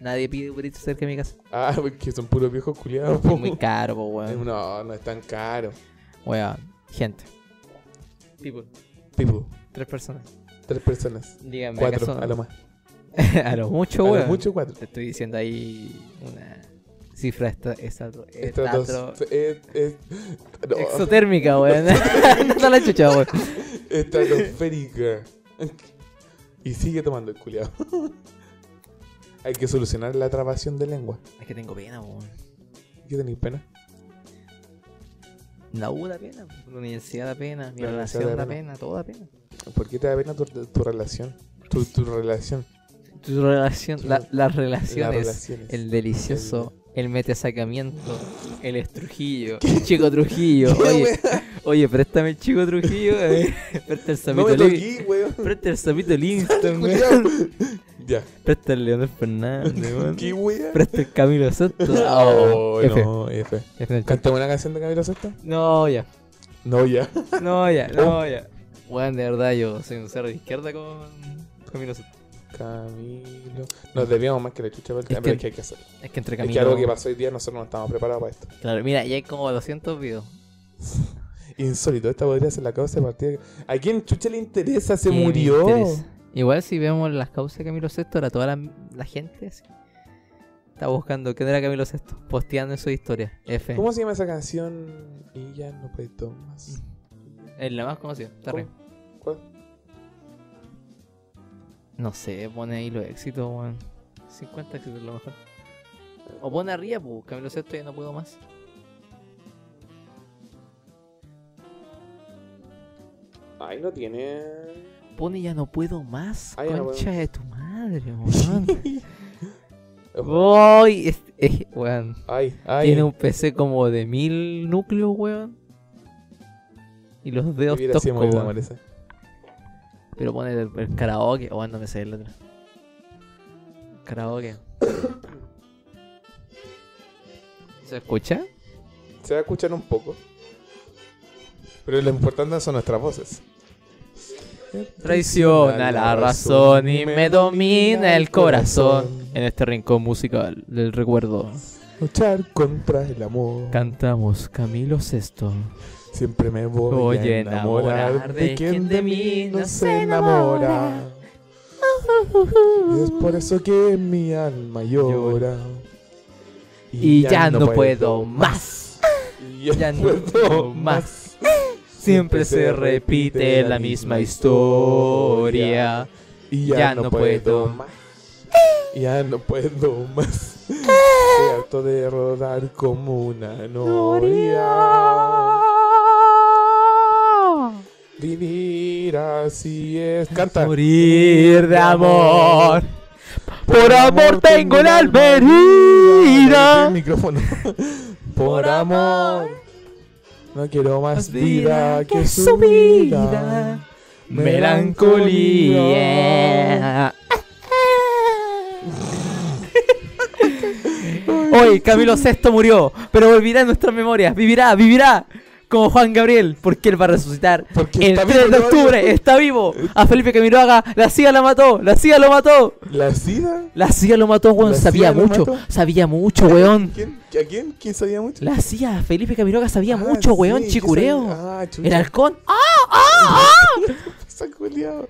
B: nadie pide Uber Eats cerca de mi casa.
A: Ah, porque son puros viejos culiados. po.
B: Es muy caro, po, weón.
A: No, no es tan caro.
B: Weón, gente. People,
A: Tipo,
B: tres personas.
A: tres personas.
B: Díganme,
A: Cuatro,
B: ¿acaso-
A: a lo más.
B: a lo mucho,
A: A
B: weón.
A: lo mucho cuatro.
B: Te estoy diciendo ahí una cifra esta, esta,
A: Estos
B: esta-
A: dos. eh, eh, no,
B: exotérmica, weón. no está la chucha, weón.
A: Estratosférica. Y sigue tomando el culiado. Hay que solucionar la trabación de lengua.
B: Es que tengo pena, weón.
A: ¿Qué tenéis pena?
B: La U da pena, po. la universidad da pena, mi
A: La universidad
B: relación
A: da
B: da pena, todo da pena.
A: ¿Por qué te da pena tu, tu relación? Tu, tu relación.
B: Tu relación, la- las relaciones,
A: relaciones.
B: el delicioso, el metesacamiento, el estrujillo, el chico Trujillo.
A: ¿Qué,
B: Oye, oye, préstame el chico Trujillo, eh, presta el
A: No me
B: sapito Livingston,
A: toquí, weón.
B: presta el sapito Livingston, weón.
A: Culiao. Ya.
B: presta el Leonel Fernández, weón.
A: ¿Qué weón?
B: presta el Camilo Soto. Ah,
A: Oh,
B: F,
A: no, F.
B: F en el chat.
A: ¿Cantemos una canción de Camilo Sesto?
B: No, ya,
A: No, ya.
B: no, ya, no, ya. Weón, de verdad, yo soy un cerro de izquierda con Camilo Soto.
A: Camilo. Nos debíamos más que la chucha para el
B: Es
A: tema, pero
B: que-
A: es que hay que hacerlo.
B: Es que entre
A: Es
B: Camilo...
A: que algo que pasó hoy día, nosotros no estábamos preparados para esto.
B: Claro, mira, ya hay como 200 videos.
A: Insólito, esta podría ser la causa de partida. ¿A quién chucha le interesa? Se
B: ¿Qué me
A: murió.
B: interesa? Igual si vemos las causas de Camilo VI, ahora toda la, la gente así, está buscando quién era Camilo VI, posteando en su historia. F.
A: ¿Cómo se llama esa canción? Y ya no puede más.
B: Es la más conocida, está
A: ¿Cómo?
B: arriba.
A: ¿Cuál?
B: No sé, pone ahí los éxitos, weón. 50 éxitos a lo mejor. O pone arriba, pues Camilo VI ya no puedo más.
A: Ay, no tiene.
B: Pone ya no puedo más,
A: Ah, ya no puedo
B: concha
A: más.
B: de tu madre, weón. Voy, es- es- weón.
A: Ay, ay.
B: Tiene un PC como de mil núcleos, weón. Y los dedos
A: Hubiera sido
B: toscos,
A: muy buena,
B: weón.
A: parece.
B: Pero pone el, el karaoke. O no me sé el otro. Karaoke. ¿Se escucha?
A: Se va a escuchar un poco. Pero lo importante son nuestras voces.
B: Traiciona la razón y me domina el corazón. En este rincón musical del recuerdo.
A: Luchar contra el amor.
B: Cantamos Camilo Sesto.
A: Siempre me voy,
B: Voy
A: a enamorar, de quien de mí no se enamora. Y es por eso que mi alma llora.
B: Y ya no puedo más.
A: Y ya,
B: Ya
A: no
B: no
A: puedo
B: puedo
A: más.
B: Siempre se repite la misma historia.
A: Y ya,
B: Ya
A: no,
B: no
A: puedo
B: puedo.
A: más. Ya no puedo más. Estoy harto de rodar como una noria. Vivir así es. Canta.
B: Morir de amor. Por amor tengo el alma herida.
A: El micrófono. Por amor. No quiero más
B: Más
A: vida
B: vida
A: que
B: que
A: su
B: su
A: vida.
B: vida. Melancolía. Hoy Camilo VI murió, pero volverá en nuestras memorias. Vivirá, vivirá. como Juan Gabriel, porque él va a resucitar.
A: Porque
B: El
A: está
B: 3
A: vivo
B: de
A: todavía.
B: octubre está vivo. A Felipe Camiroaga, la CIA la mató, la CIA lo mató.
A: ¿La SIDA?
B: La CIA lo mató, weón.
A: ¿La
B: Sabía
A: CIA lo
B: mucho,
A: mató?
B: sabía mucho, weón.
A: ¿Quién? ¿A quién? ¿Quién sabía mucho?
B: La CIA, Felipe Camiroaga sabía
A: Ah,
B: mucho, weón.
A: sí, ¿quién
B: Chicureo.
A: sabía? Ah, chucha.
B: El halcón. ¡Ah!
A: Está culiao.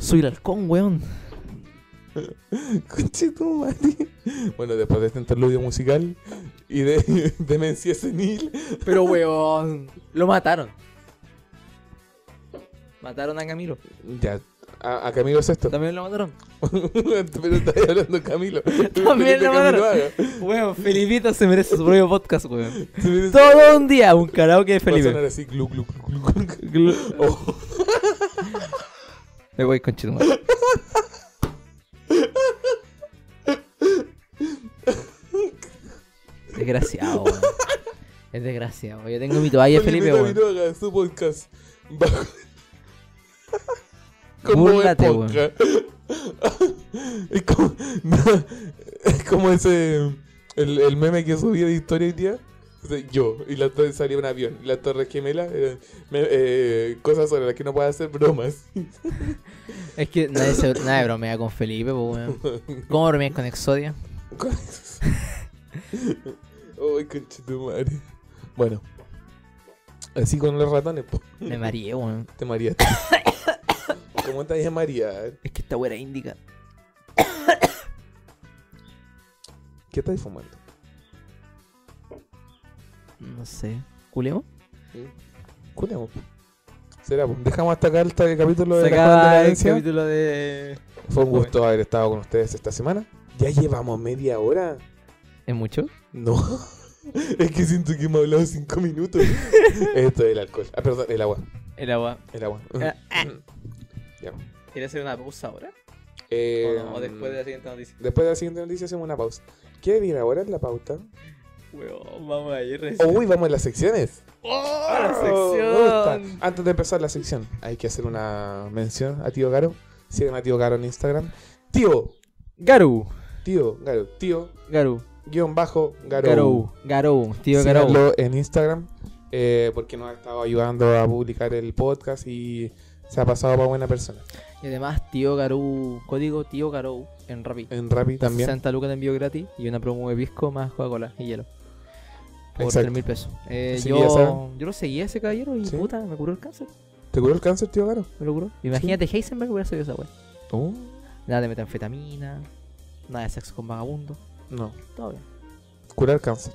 B: Soy el halcón, weón.
A: Conchetumare. Bueno, después de este interludio musical y de demencia senil,
B: Pero weón. Lo mataron. Mataron a Camilo.
A: ya. A, a Camilo Sexto.
B: También lo mataron.
A: Pero estás hablando de Camilo.
B: También lo
A: Camilo
B: mataron.
A: haga.
B: Weón, Felipito se merece su propio podcast, weón.
A: Se merece-
B: Todo un día un karaoke de
A: Va a
B: Felipe.
A: sonar así, glu, glu, glu, glu, glu.
B: Glu-
A: Oh,
B: Me voy con chino. Desgraciado, weón. Es desgraciado. Yo tengo mi toalla, Felipe, weón.
A: Camiroaga, su podcast. Bajo-
B: Búrlate,
A: Bob Esponja. es como, es como ese el, el meme que subí de historia hoy día. O sea, Yo, y la torre salía un avión, y la torre gemela, eh, me- eh, cosas sobre las que no puedo hacer bromas.
B: Es que nadie, se, nadie bromea con Felipe, po, weón. ¿Cómo bromeas con Exodia?
A: Ay, conchetumare. Bueno, así con los ratones, po.
B: Me mareé, weón.
A: Te mareaste. ¿Cómo te dije marear?
B: Es que esta weá era índica.
A: ¿Qué estás fumando?
B: No sé. ¿Culeo?
A: Culeamos. Será, pues. Dejamos hasta acá el ta- capítulo de
B: Se
A: la Joven
B: acaba el
A: Decadencia.
B: capítulo de...
A: Fue un gusto haber estado con ustedes esta semana. Ya llevamos media hora.
B: ¿Es mucho?
A: No. Es que siento que hemos hablado cinco minutos. Esto es el alcohol. Ah, perdón, el agua.
B: El agua.
A: El agua.
B: Ah,
A: Ya.
B: ¿Quieres hacer una pausa ahora?
A: Eh,
B: ¿O, no? ¿O después de la siguiente noticia?
A: después de la siguiente noticia hacemos una pausa. ¿Qué dirá ahora en la pauta?
B: Weón, vamos a ir recién.
A: Oh, Uy, vamos a las secciones.
B: ¡Oh,
A: Oh,
B: la
A: me
B: sección!
A: gusta. Antes de empezar la sección, hay que hacer una mención a Tío Garo. Sígueme a Tío Garo en Instagram. Tío,
B: Garu.
A: Tío Garo, Tío,
B: Garu.
A: guión bajo, Garo.
B: Garu. Garu. Tío Garu.
A: Síganlo en Instagram eh, porque nos ha estado ayudando a publicar el podcast y se ha pasado para buena persona.
B: Y además, tío Garu. Código tío Garu en Rappi.
A: En Rappi también.
B: 60 lucas de envío gratis y una promo de pisco más Coca-Cola y hielo. Por
A: Exacto.
B: 3 mil pesos. Eh,
A: Así que ya
B: yo,
A: saben.
B: yo lo seguía a ese caballero y
A: Sí.
B: puta, me curó el cáncer.
A: ¿Te curó el cáncer, Tío Garo?
B: Me lo curó. Imagínate, Heisenberg hubiera sabido esa wea.
A: Uh.
B: Nada de metanfetamina, nada de sexo con vagabundo.
A: no.
B: Todo bien.
A: Curar cáncer.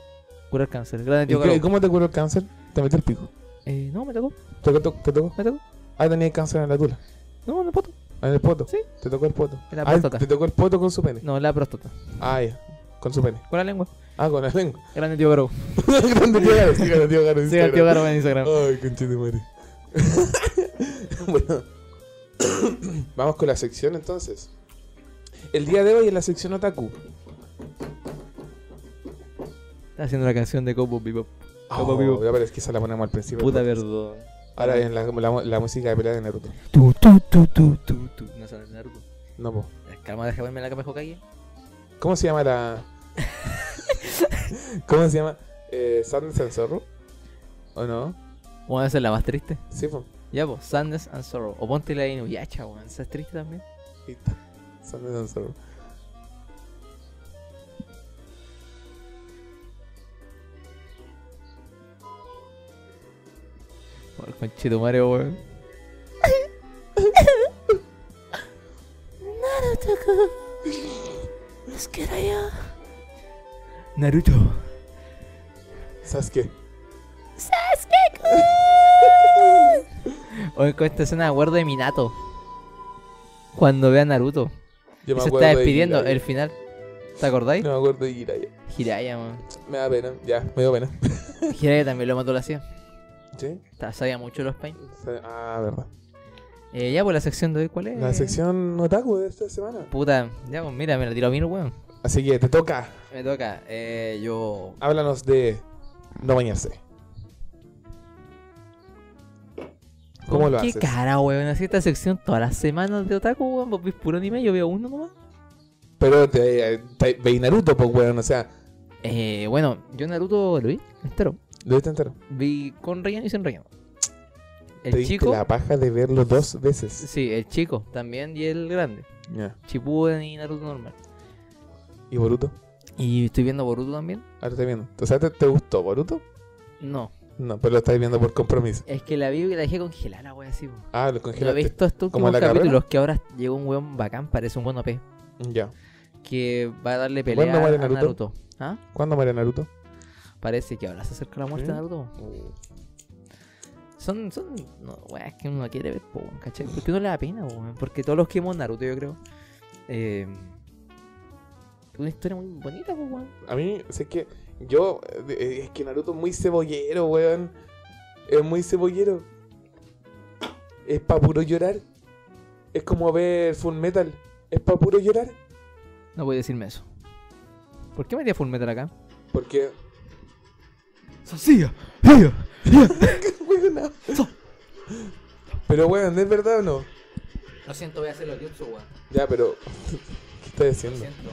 B: Curar cáncer. Grande
A: ¿Y
B: tío
A: qué-
B: Garo.
A: cómo te curó el cáncer? Te metió el pico.
B: Eh, no, me tocó,
A: ¿Te, tocó- te tocó?
B: me tocó.
A: Ah, tenía cáncer en la tula.
B: No, me poto.
A: En el poto.
B: Sí.
A: Te tocó el poto.
B: En la
A: Ah,
B: próstata.
A: te tocó el poto con su pene.
B: No, la próstata.
A: Ah, ya. Con su pene.
B: Con la lengua.
A: Ah, con la lengua.
B: Grande tío Garo.
A: Grande tío Garo. Sí, grande tío Garo. en
B: Siga al tío
A: Instagram.
B: Garo en Instagram.
A: Ay, conchetumare. bueno. Vamos con la sección entonces. El día de hoy en la sección Otaku.
B: Está haciendo la canción de Copo Bebop.
A: Oh,
B: Otaku vivo.
A: ya, pero es que esa la ponemos al principio.
B: Puta perdón.
A: Ahora en la, la- la música de pelea de Naruto.
B: Tu, tu, tu, tu, tu, tu. No sale Naruto.
A: No, po.
B: Calma, deja verme la capa de Hokage.
A: ¿Cómo se llama la. ¿Cómo se llama? Eh, ¿Sand Sanzorro? ¿O no?
B: Bueno, esa es la más triste.
A: Sí, po.
B: Ya, pues, Sadness and Sorrow. O ponte la de Inuyasha, weón. Esa es triste también.
A: Sand Sanzorro.
B: O el conchito Mario, weón. Naruto.
A: Sasuke.
B: O con esta escena me acuerdo de Minato. Cuando ve a Naruto.
A: Yo
B: Y se está
A: acuerdo de
B: despidiendo.
A: Jiraiya.
B: El final. ¿Te acordáis?
A: No me acuerdo de Jiraiya.
B: Hiraya, weón.
A: Me da pena. Ya, me dio pena.
B: Hiraya también lo mató la CIA.
A: ¿Sí?
B: Ta- Sabía mucho los pain.
A: Ah, verdad.
B: Eh, ya, pues, la sección de hoy, ¿cuál es?
A: La sección otaku de esta semana.
B: Puta, ya, pues, mira, me la tiro a mí, weón.
A: Así que te toca.
B: Me toca. Eh, yo.
A: Háblanos de no bañarse. ¿Cómo
B: ¿Con
A: lo
B: qué
A: haces?
B: cara, weón? Así esta sección todas las semanas de otaku, weón. Vos ves puro anime, yo veo uno nomás.
A: Pero eh, te, te- veí Naruto, pues, weón. O sea,
B: Eh, bueno, yo Naruto lo vi entero.
A: Lo viste entero.
B: Vi con relleno y sin relleno.
A: Te
B: El
A: diste
B: chico,
A: la paja de verlo dos veces.
B: sí, el chico también y el grande.
A: Ya.
B: Chipuden y Naruto normal.
A: ¿Y Boruto?
B: Y estoy viendo Boruto también.
A: Ahora estoy viendo. O sea, ¿te, te gustó Boruto?
B: No,
A: No, pero lo estáis viendo por compromiso.
B: es que la vi y la dejé congelada, la wea así. po.
A: Ah, lo
B: Lo he
A: congelaste.
B: visto estos
A: ¿Como
B: últimos
A: la
B: capítulos
A: carrera?
B: que ahora llegó un weón bacán, parece un buen OP.
A: Ya.
B: Que va a darle pelea
A: ¿Cuándo muere
B: a
A: Naruto?
B: Naruto. ¿Ah?
A: ¿Cuándo muere Naruto?
B: Parece que ahora se acerca la muerte
A: ¿Sí?
B: de Naruto.
A: Mm,
B: Son, son no, weas que uno quiere ver, po, weón, ¿cachai? Porque no le da pena, po, weón, porque todos los que hemos Naruto, yo creo. Eh, es una historia muy bonita, po, weón.
A: A mí, sé que yo. eh, Es que Naruto es muy cebollero, weón. Es muy cebollero. Es pa' puro llorar. Es como ver Full Metal. Es pa' puro llorar.
B: No voy a decirme eso. ¿Por qué metía Full Metal acá?
A: Porque.
B: ¡Sosía! ¡Ella!
A: Weón, no. Pero, weón, ¿es verdad o no?
B: Lo siento, voy a hacer los jutsu, weón.
A: Ya, pero. ¿Qué estás
B: Lo
A: diciendo?
B: siento.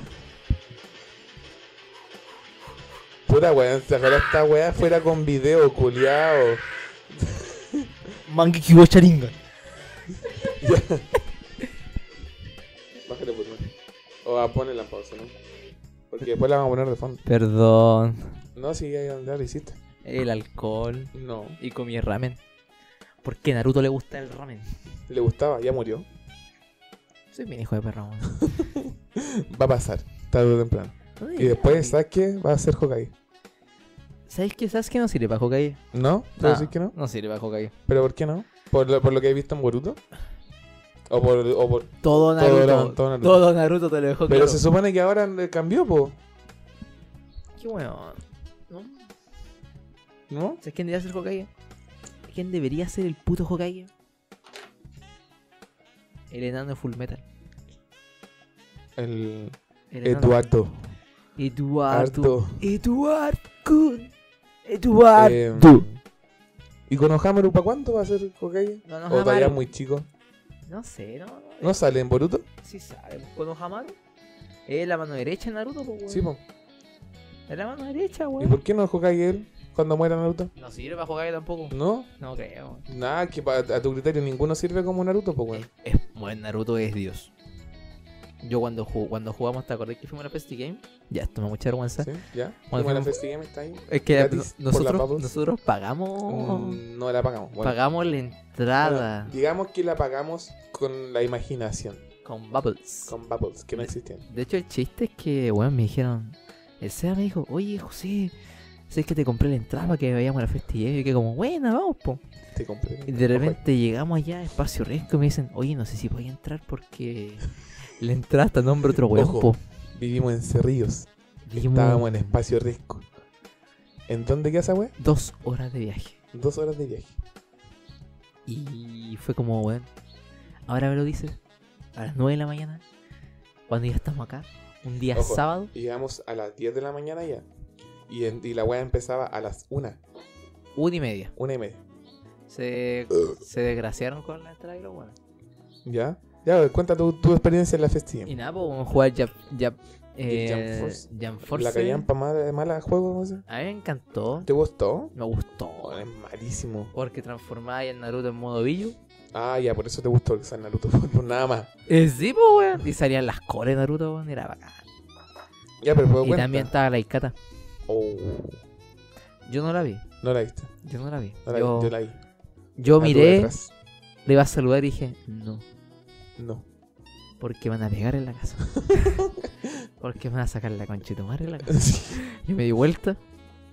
A: Pura weón, si ahora esta weá fuera con video, culiao.
B: Mangeki wo Sharingan.
A: Bájale por más. O a ponerla en pausa, ¿no? Porque después la vamos a poner de fondo.
B: Perdón.
A: No, si ya, ya la hiciste.
B: El alcohol.
A: No.
B: Y comí ramen. ¿Por qué a Naruto le gusta el ramen?
A: Le gustaba, ya murió.
B: Soy bien hijo de perra, weón.
A: Va a pasar, tarde o temprano. Y después, ¿sabes qué? Va a ser Hokage.
B: ¿Sabes qué? ¿Sabes qué no sirve para Hokage?
A: ¿No?
B: Ah.
A: ¿Tú decís que no?
B: No sirve para Hokage.
A: ¿Pero por qué no? ¿Por lo, por lo que he visto en Boruto? ¿O por...? O por...
B: Todo Naruto. Todo
A: Naruto,
B: Naruto,
A: todo Naruto. todo
B: te lo dejó
A: Pero se supone que ahora le cambió, po.
B: Qué weón. ¿No?
A: ¿No?
B: ¿Sabes quién debería ser Hokage? ¿Quién debería ser el puto Hokage? El enano de Full Metal.
A: El...
B: El enano.
A: Eduardo.
B: Eduardo.
A: Eduardo.
B: Eduardo. Kun. Eduardo.
A: Em, Eh, ¿Y con Ohamaru para cuánto va a ser Hokage?
B: No, no,
A: ¿O todavía es
B: Hamaru.
A: muy chico?
B: No sé, no. no,
A: ¿No sale en Boruto?
B: Sí sabe, pues, con Ohamaru. Es la mano derecha de Naruto, pues, weón.
A: Sí, po.
B: Es la mano derecha,
A: ¿Y
B: weón.
A: por qué no Hokage él cuando muera Naruto?
B: No sirve para Hokage tampoco.
A: ¿No?
B: No creo.
A: Nada, que pa- a tu criterio ninguno sirve como Naruto, po, weón.
B: Es, bueno, Naruto es Dios. Yo cuando, ju- cuando jugamos, ¿te acordás que fuimos a la Festi Game? Ya, esto me da mucha vergüenza.
A: ¿Sí? ¿Ya?
B: Bueno,
A: Como la
B: fuimos-
A: Festi Game está ahí?
B: Es que
A: Gratis,
B: no-
A: por la
B: nosotros,
A: Bubbles.
B: nosotros pagamos
A: Mm, No la pagamos. Bueno,
B: pagamos la entrada
A: Bueno, digamos que la pagamos con la imaginación,
B: con Bubbles.
A: con bubbles que no existían.
B: De hecho, el chiste es que, weón, me dijeron... El SEA me dijo, oye, José, sé que te compré la entrada para que vayamos a la Festi Game. Y que como, buena, vamos, po.
A: Te compré.
B: Y de repente llegamos allá a Espacio Riesgo y me dicen, oye, no sé si voy a entrar porque le entrada hasta nombre otro
A: Ojo.
B: hueón, po.
A: Ojo, Vivimos en Cerrillos.
B: Dijimos,
A: Estábamos en espacio riesgo. ¿En dónde queda esa weá?
B: dos horas de viaje.
A: Dos horas de viaje.
B: Y fue como, weón, ahora me lo dices, a las 9 de la mañana, cuando ya estamos acá, un día
A: Ojo.
B: sábado,
A: Llegamos a las 10 de la mañana ya. Y, en- y la weá empezaba a las 1,
B: una y media.
A: 1 y media.
B: Se, se desgraciaron con la entrada y los weones.
A: ¿Ya? Ya, cuenta tu, tu experiencia en la festiva.
B: Y nada, pues vamos a jugar Jam, Jam, eh,
A: Jam Force.
B: Jam Force.
A: La callan para mala, mala juego, no sé.
B: A mí me encantó,
A: ¿Te gustó?
B: me gustó.
A: Oh, es malísimo.
B: Porque transformaba a Naruto en modo billo.
A: Ah, ya, por eso te gustó que sea Naruto, por nada más.
B: Eh, sí, pues, weón. Y salían las cores de Naruto, weón. Era bacán.
A: Ya, pero puedo
B: Y también estaba la Ikata.
A: Oh,
B: Yo no la vi.
A: no la viste.
B: Yo no la vi.
A: No la
B: yo,
A: vi, yo la vi.
B: yo
A: La tuve
B: miré,
A: atrás.
B: le iba a saludar y dije, no.
A: No.
B: Porque van a pegar en la casa. porque van a sacar la conchita madre en la casa. Yo me di vuelta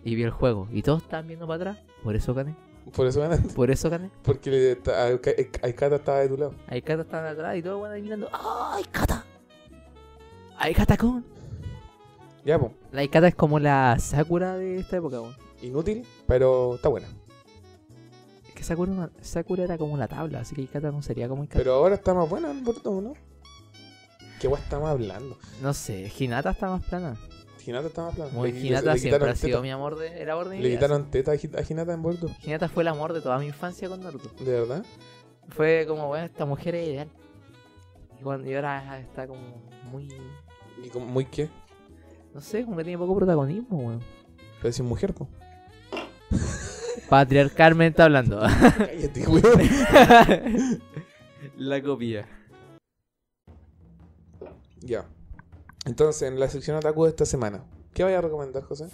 B: y vi el juego. Y todos estaban viendo para atrás. Por eso gané.
A: Por eso ganaste.
B: Por eso gané.
A: Porque le- ta- a- eh, a- Aikata estaba de tu lado.
B: A Ikata estaban atrás y todos van ahí mirando. ¡Ah, Ikata! Aikata con.
A: Ya, pues.
B: La Ikata es como la Sakura de esta época, weón.
A: Inútil, pero está buena.
B: Es que Sakura, no- Sakura era como la tabla, así que Ikata no sería como Ikata.
A: Pero ahora está más buena, Boruto, ¿no? ¿Qué guay estamos hablando?
B: No sé, Hinata está más plana.
A: Hinata está más plana.
B: Muy
A: Le- le-
B: Hinata
A: le
B: siempre ha
A: quitaron
B: sido
A: teta.
B: mi amor de. Era amor de mi
A: Le
B: vida.
A: quitaron teta a Hi- a Hinata en Boruto.
B: Hinata fue el amor de toda mi infancia con Naruto.
A: ¿De verdad?
B: Fue como, bueno, esta mujer es ideal. Y, cuando, y ahora está como muy.
A: ¿Y como, muy qué?
B: No sé, como que tiene poco protagonismo, weón.
A: Pero sin mujer, po.
B: Patriarcalmente está hablando.
A: Cállate, weón.
C: La copia.
A: Ya. Entonces, en la sección Otaku de esta semana, ¿qué vaya a recomendar, José?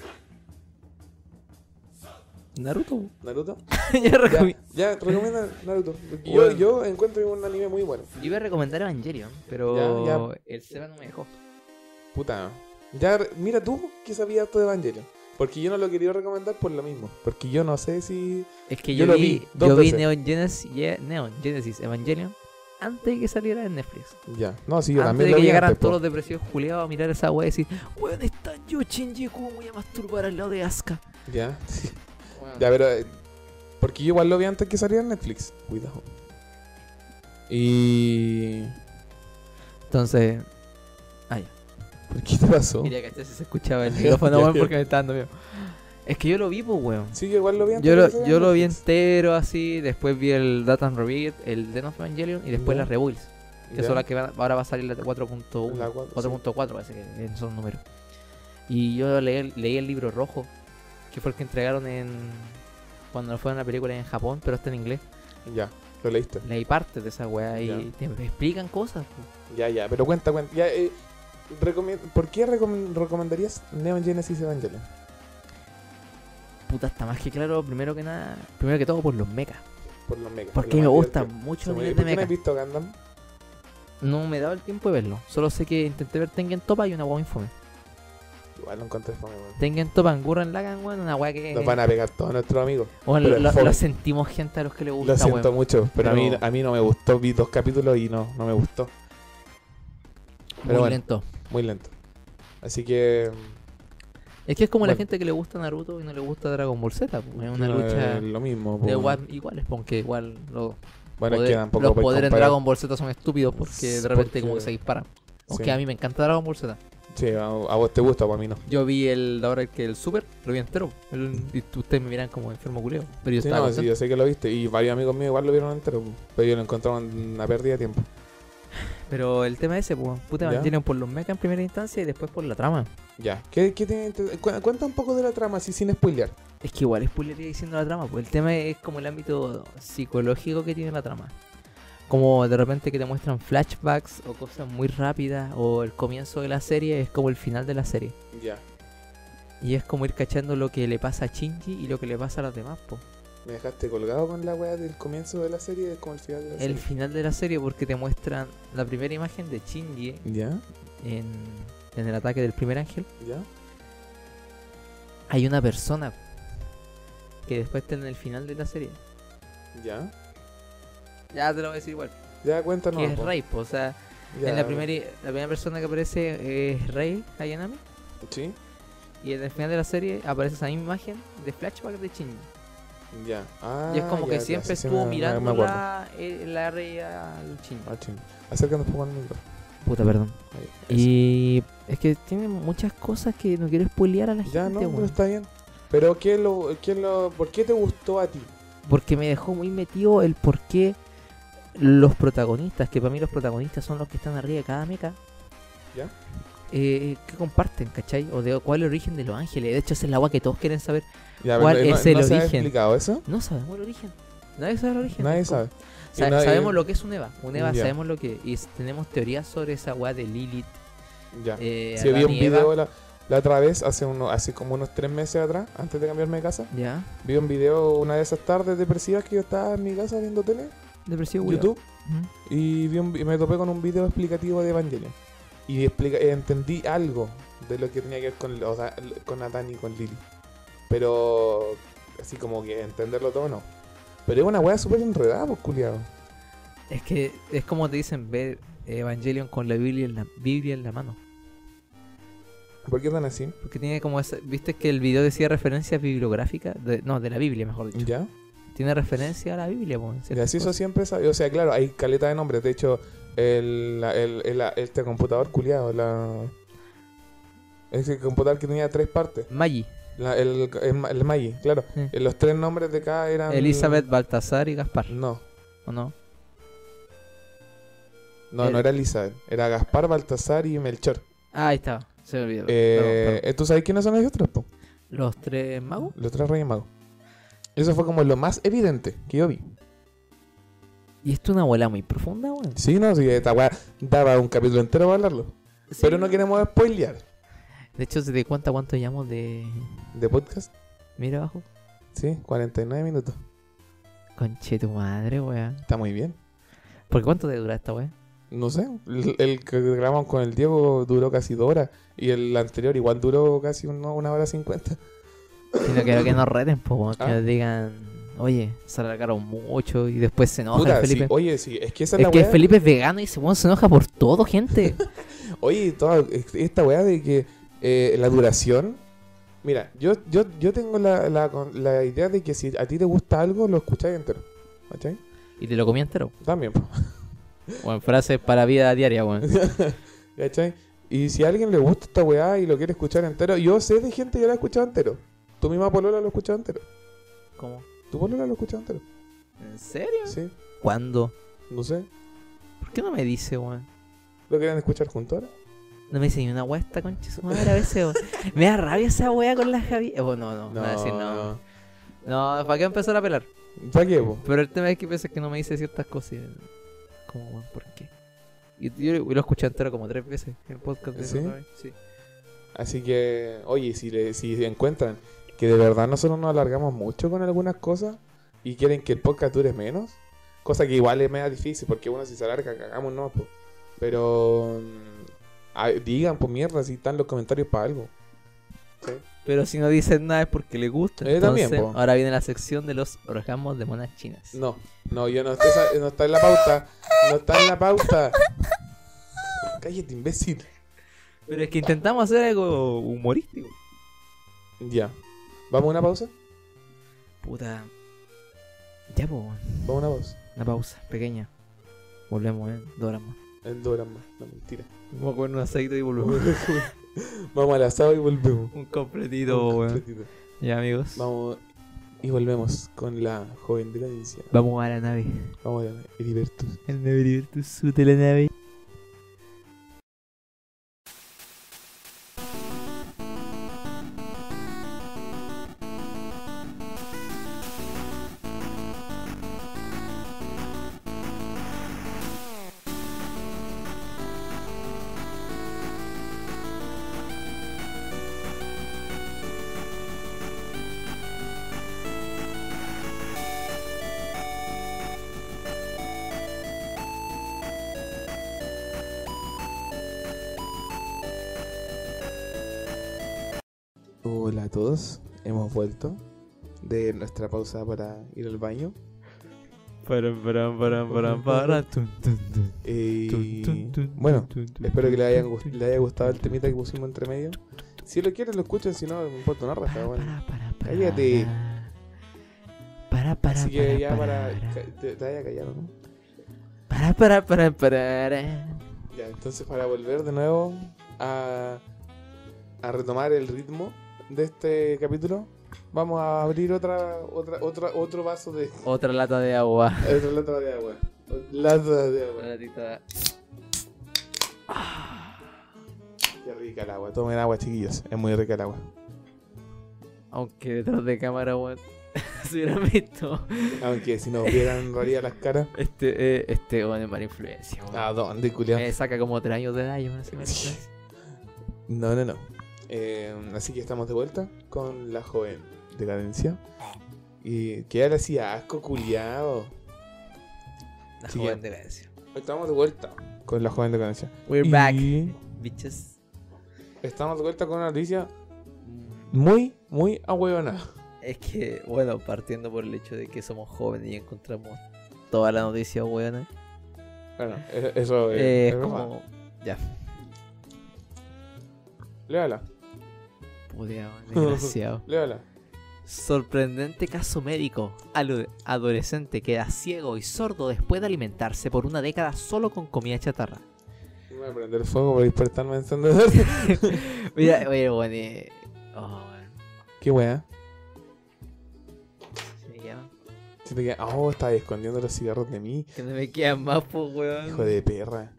C: Naruto.
A: ¿Naruto?
C: ya
A: Ya,
C: recomí-
A: ya, recomienda Naruto. Yo,
C: Bueno.
A: yo encuentro un anime muy bueno.
B: Yo iba a recomendar Evangelion, pero
A: Ya,
B: el Seba no me dejó.
A: Puta. Ya, re- mira tú que sabías harto de Evangelion. Porque yo no lo quería recomendar por lo mismo. Porque yo no sé si.
B: Es que
A: Yo
B: yo,
A: lo
B: vi,
A: vi dos
B: yo vi
A: veces.
B: Neon Genesis, Ye- Neon Genesis Evangelion antes de que saliera en Netflix.
A: Ya. No, sí, yo
B: antes
A: también
B: de
A: lo
B: que
A: vi.
B: llegaran
A: antes, po.
B: todos los depresivos juliados a mirar esa wea y decir, weón, está yo, Shinji, ¿cómo voy a masturbar al lado de Asuka?
A: Ya. Ya, pero. eh, Porque yo igual lo vi antes que saliera en Netflix. Cuidado. Y.
B: Entonces,
A: ¿Por qué te pasó?
B: quería cachar si se escuchaba el micrófono, weón, porque me está dando miedo. Es que yo lo vi, pues, weón.
A: Sí, yo igual lo vi antes
B: Yo
A: que
B: lo,
A: saliera
B: yo
A: en
B: lo vi
A: Netflix.
B: entero así, después vi el Datan Revealed, el Den of Evangelion y después
A: Ya.
B: las Rebuilds, que
A: Ya.
B: son las que van- ahora va a salir la 4.1.
A: La cuatro,
B: 4.4 parece que en esos números. Y yo leí, leí el libro rojo, que fue el que entregaron en cuando fue una película en Japón, pero está en inglés.
A: Ya, lo leíste.
B: Leí partes de esa weá y
A: Ya.
B: te explican cosas. po.
A: Ya, ya, pero cuenta, cuenta. Ya, eh, recomie- ¿Por qué recom- recomendarías Neon Genesis Evangelion?
B: Puta, está más que claro, primero que nada, primero que todo por los mechas.
A: Por los megas.
B: Porque me gustan mucho los
A: ¿Por
B: animes
A: qué
B: de
A: no has
B: mechas.
A: visto Gundam?
B: No me he dado el tiempo de verlo. Solo sé que intenté ver Tengen Topa y una weá infame.
A: Igual lo encontré fome, weón.
B: Tengen Topa en Gurren Lagann, weón, una weá que...
A: Nos van a pegar todos nuestros amigos.
B: Bueno,
A: pero
B: lo,
A: fome.
B: lo sentimos gente a los que le gusta,
A: Lo siento
B: weón.
A: mucho, pero, A, mí,
B: pero-
A: a mí no me gustó. Vi dos capítulos y no, no me gustó.
B: Muy
A: bueno.
B: lento.
A: Muy lento. Así que.
B: Es que es como
A: Bueno.
B: la gente que le gusta Naruto y no le gusta Dragon Ball Z, po. es una
A: no
B: lucha...
A: es eh, lo mismo.
B: De
A: po.
B: igual, iguales, aunque igual los
A: bueno, es
B: poder-
A: que tampoco
B: los
A: podéis
B: poderes en
A: comparar.
B: Dragon Ball Z son estúpidos porque
A: Sí,
B: de repente
A: porque-
B: como que se disparan. Aunque
A: Sí.
B: a mí me encanta Dragon Ball Z.
A: Sí, a, a vos te gusta, para mí no.
B: Yo vi el ahora que el Super, lo vi entero. El- y tú- ustedes me miran como enfermo culeo. Pero yo
A: Sí,
B: estaba
A: no, sí,
B: contento.
A: yo sé que lo viste. Y varios amigos míos igual lo vieron entero. po. Pero yo lo encontré una pérdida de tiempo.
B: Pero el tema ese, pues, puta
A: Ya.
B: Evangelion por los mechas en primera instancia y después por la trama.
A: Ya, ¿qué, qué tiene inter- cu- Cuenta un poco de la trama, así sin spoilear.
B: Es que igual spoilería diciendo la trama, pues el tema es como el ámbito psicológico que tiene la trama. Como de repente que te muestran flashbacks o cosas muy rápidas o el comienzo de la serie es como el final de la serie.
A: Ya,
B: Y es como ir cachando lo que le pasa a Shinji y lo que le pasa a los demás, po.
A: me dejaste colgado con la weá del comienzo de la serie, como el final de la
B: El
A: serie.
B: final de la serie porque te muestran la primera imagen de Shinji
A: Ya,
B: en, en el ataque del primer ángel.
A: ya,
B: Hay una persona que después está en el final de la serie.
A: ya.
B: Ya te lo voy a decir igual.
A: Ya, cuéntanos.
B: que es
A: po.
B: Rey, po, o sea,
A: Ya,
B: en la primera, la primera persona que aparece es Rey Ayanami.
A: Sí,
B: Y en el final de la serie aparece esa misma imagen de flashback de Shinji.
A: ya. Ah,
B: y es como
A: ya,
B: que
A: ya,
B: siempre
A: sí, sí,
B: estuvo
A: me- me-
B: mirando
A: me acuerdo.
B: la, el- la Rey al Shinji.
A: Ah, ching. Acércanos un poco al micro.
B: Puta, perdón.
A: Ahí, eso.
B: Y es que tiene muchas cosas que no quiero spoilear a la
A: Ya, no,
B: gente,
A: pero
B: weón.
A: está bien. Pero, ¿qué lo, qué lo, ¿por qué te gustó a ti?
B: Porque me dejó muy metido el por qué los protagonistas, que para mí los protagonistas son los que están arriba de cada meca.
A: Ya.
B: Eh, ¿Qué comparten, cachai? O de cuál es el origen de los ángeles. De hecho, esa es la agua que todos quieren saber.
A: Ya,
B: ¿Cuál
A: pero, eh, ¿no-
B: es el
A: ¿no se ha
B: origen?
A: explicado eso?
B: No sabemos el origen. Nadie sabe el origen.
A: Nadie
B: Es como-
A: sabe.
B: Sa-
A: Y nadie-
B: sabemos lo que es un Eva. Un Eva
A: Ya.
B: sabemos lo que y s- tenemos teorías sobre esa weá de Lilith.
A: Ya.
B: Eh,
A: Ah, Sí, vi
B: Adán
A: un
B: y Eva.
A: video la, la otra vez, hace, uno, hace como unos tres meses atrás, antes de cambiarme de casa.
B: Ya.
A: Vi un video una de esas tardes depresivas que yo estaba en mi casa viendo tele,
B: Depresivo, weón.
A: YouTube,
B: Ujú.
A: y, vi un- y me topé con un video explicativo de Evangelion. Y explica- eh, entendí algo de lo que tenía que ver con, o sea, l- con Nathan y con Lily. Pero así como que entenderlo todo no. Pero es una wea súper enredada, pues, culiado.
B: Es que es como te dicen ver Evangelion con la Biblia en la, Biblia en la mano.
A: ¿Por qué tan así?
B: Porque tiene como esa, viste que el video decía referencias bibliográficas, de- no, de la Biblia mejor dicho.
A: ¿Ya?
B: Tiene referencia a la Biblia, po, en
A: Mm. Y
B: ciertas
A: así eso
B: cosas.
A: siempre sabe. O sea, claro, hay caleta de nombres. De hecho, el, la- el- el- la- este computador culiado, la. Ese computador que tenía tres partes.
B: Maggi,
A: La- el, el, el Magi, claro.
B: Sí.
A: Eh, Los tres nombres de cada eran.
B: Mm.
A: mm.
B: Elizabeth, Baltasar y Gaspar,
A: No.
B: ¿o no?
A: No,
B: El-
A: no era Elizabeth. Era Gaspar, Baltasar y Melchor.
B: Ah, ahí estaba, se me olvidó.
A: Eh,
B: perdón, perdón.
A: ¿Tú sabes quiénes son ellos tres, po?
B: Los tres magos,
A: Los tres reyes magos. Eso fue como lo más evidente que yo vi.
B: Y esto es una bola muy profunda, weón.
A: Sí, no, sí, esta weá daba un capítulo entero para hablarlo.
B: Sí.
A: Pero no queremos spoilear
B: De hecho, ¿se te cuenta cuánto llevamos de.
A: de podcast.
B: Mira abajo?
A: Sí, 49 minutos.
B: Conche tu madre, weón.
A: Está muy bien.
B: ¿Por cuánto te dura esta weón?
A: No sé, el, el que grabamos con el Diego duró casi dos horas y el anterior igual duró casi uno- una hora cincuenta.
B: Si no quiero que nos reten, pues, weón. Que
A: Ah.
B: nos digan, oye, se alargaron mucho y después se enoja
A: Puta,
B: el
A: sí,
B: Felipe.
A: oye, sí, es que esa es,
B: es
A: la
B: que
A: weá.
B: Felipe es vegano y ese weón se enoja por todo, gente.
A: Oye, toda esta weá de que eh, la duración. Mira, yo, yo, yo tengo la, la, la idea de que si a ti te gusta algo, lo escucháis entero. ¿Cachai?
B: y te lo comí entero.
A: También, po.
B: Bueno, frases para vida diaria, weón.
A: ¿Cachai? Y si a alguien le gusta esta weá y lo quiere escuchar entero, yo sé de gente que la ha escuchado entero. Tu misma Polola lo escuchado entero.
B: ¿Cómo?
A: Tu Polola lo escuchado entero.
B: ¿En serio?
A: Sí,
B: ¿Cuándo?
A: no sé.
B: ¿Por qué no me dice, weón?
A: ¿Lo quieren escuchar juntos ahora?
B: No me dice ni una weá esta concha de su madre a veces, weón. Me da rabia esa weá con la Javi. Eh, bueno, no, no, me va a decir no. No, ¿para qué empezar a pelar?
A: ¿Para qué, po?
B: Pero el tema es que piensas que no me dice ciertas cosas. y- eh, Como, weón, ¿por qué? Y yo lo escuché entero como tres veces en el podcast. de
A: ¿Sí?
B: otra vez, sí.
A: Así que, oye, si, le, si encuentran que de verdad nosotros nos alargamos mucho con algunas cosas y quieren que el podcast dure menos, cosa que igual es media difícil porque uno si se alarga, cagamos no, po. Pero mm, ah, digan, pues mierda, si están los comentarios para algo.
B: Pero si no dicen nada es porque le gusta.
A: Eh, también,
B: Entonces,
A: po.
B: ahora viene la sección de los orgasmos de monas chinas.
A: No, no, yo no estoy, sa- no está en la pauta, no está en la pauta. Cállate, imbécil.
B: Pero es que intentamos hacer algo humorístico.
A: Ya, vamos a una pausa,
B: Puta. Ya, pues, weón.
A: vamos a una pausa.
B: una pausa pequeña. Volvemos, eh. Dos horas más.
A: En dos horas más, no mentira.
B: Vamos a comer un aceite y volvemos.
A: vamos al asado y volvemos.
B: Un completito, weón. Ya, amigos.
A: Vamos y volvemos con la joven de la ciencia.
B: Vamos a la nave.
A: Vamos a ver, Heribertus.
B: El nave Virtus de la nave.
A: Hola a todos, hemos vuelto de nuestra pausa para ir al baño.
C: Param, param, param, param, param, tun, tun, tun, tun,
A: Y
C: tun, tun,
A: Eh, bueno,
C: tun, tun,
A: espero que les haya,
C: tun,
A: gust-
C: tun,
A: les haya gustado el temita que pusimos entre medio. Si lo quieren, lo escuchen, si no, me importa una raja. Bueno.
B: Para, para, para.
A: Cállate.
B: Para, para,
A: Así que
B: para,
A: ya para.
B: para.
A: ca- Te, te vaya callado, ¿no?
B: Para, para, para, para.
A: Ya, entonces para volver de nuevo a, a retomar el ritmo de este capítulo, vamos a abrir otra, otra, otra, otro vaso de
B: Otra lata de agua.
A: otra lata de agua. Lata de agua.
B: latita.
A: Qué rica el agua. Tomen agua, chiquillos. Es muy rica el agua.
B: Aunque detrás de cámara, weón. Si hubieran visto.
A: Aunque si nos vieran en realidad las caras.
B: Este, eh, este, weón es mala influencia, weón.
A: ¿A Ah, dónde, culiao?
B: Me saca como tres años de edad, yo no sé mala influencia.
A: No, no, no. Eh, así que estamos de vuelta con la joven decadencia. Y que ahora sí, asco, culiao.
B: La
A: Sí,
B: joven
A: ya.
B: decadencia.
A: Estamos de vuelta con la joven decadencia.
B: We're
A: Y-
B: back, bitches.
A: Estamos de vuelta con una noticia muy, muy ahueonada.
B: Es que, bueno, partiendo por el hecho de que somos jóvenes y encontramos toda la noticia, weón.
A: Bueno, e- eso es.
B: eh,
A: es
B: es
A: broma.
B: como. Ya,
A: Léala,
B: putea, weón, desgraciado.
A: léala.
B: Sorprendente caso médico. Alu- adolescente queda ciego y sordo después de alimentarse por una década solo con comida chatarra.
A: Me voy a prender fuego por despertarme a encendedor.
B: Mira, mira, weón. eh, oh, weón.
A: Qué wea.
B: Se me quedan-
A: Siento que. Oh, estaba escondiendo los cigarros de mí.
B: Que no me quedan más, pues, weón.
A: Hijo de perra.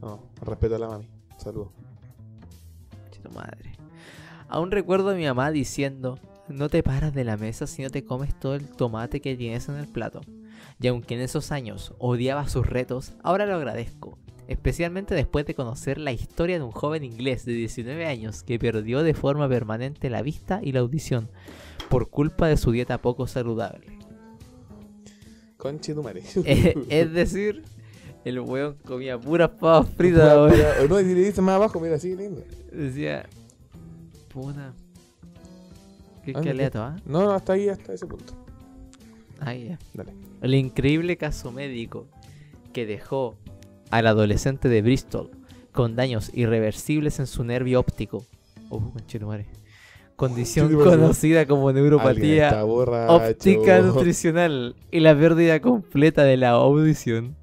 A: No, respeto a la mami. Saludos.
B: Conche tu madre. Aún recuerdo a mi mamá diciendo, No te paras de la mesa si no te comes todo el tomate que tienes en el plato. Y aunque en esos años odiaba sus retos, ahora lo agradezco. Especialmente después de conocer la historia de un joven inglés de 19 años que perdió de forma permanente la vista y la audición por culpa de su dieta poco saludable.
A: Conche tu madre.
B: Eh, es decir, el weón comía puras papas fritas,
A: Pura-
B: weón.
A: pura- No, y si le dices más abajo, mira, sigue leyendo.
B: Decía, puta. Qué,
A: Ah,
B: qué
A: mira.
B: aleato, ¿ah?
A: No, no, hasta ahí, hasta ese punto.
B: Ah, ya.
A: Dale.
B: El increíble caso médico que dejó al adolescente de Bristol con daños irreversibles en su nervio óptico. Oh, conchetumare. Condición
A: Conchetumare.
B: conocida como
A: Alguien está
B: neuropatía
A: borracho.
B: óptica nutricional y la pérdida completa de la audición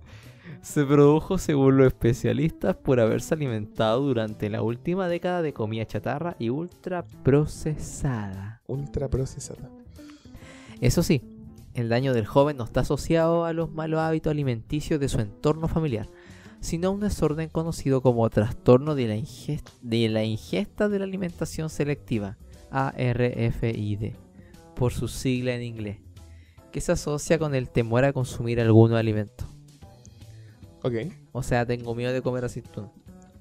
B: se produjo según los especialistas por haberse alimentado durante la última década de comida chatarra y ultra procesada.
A: Ultra procesada.
B: Eso sí, el daño del joven no está asociado a los malos hábitos alimenticios de su entorno familiar, sino a un desorden conocido como trastorno de la, inges- de la ingesta de la alimentación selectiva, ARFID, por su sigla en inglés, que se asocia con el temor a consumir algunos alimentos.
A: Ok,
B: O sea, tengo miedo de comer aceituna.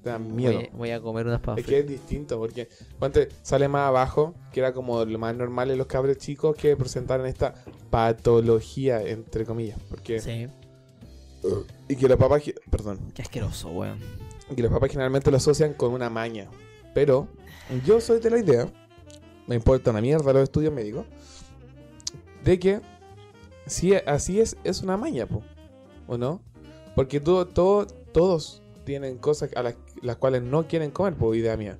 A: te da
B: Voy,
A: miedo.
B: a- voy a comer unas papas
A: Es que es distinto porque antes sale más abajo, que era como lo más normal en los cabros chicos que presentaron esta patología, entre comillas. Porque,
B: fritas. Sí,
A: Y que los papás, ge- perdón,
B: qué asqueroso, weón.
A: y que los papás generalmente lo asocian con una maña. Pero yo soy de la idea, me importa una mierda los estudios médicos, de que si así es, es una maña, po, ¿o no? Porque todo, todo- todos tienen cosas a las, las cuales no quieren comer, po, idea mía.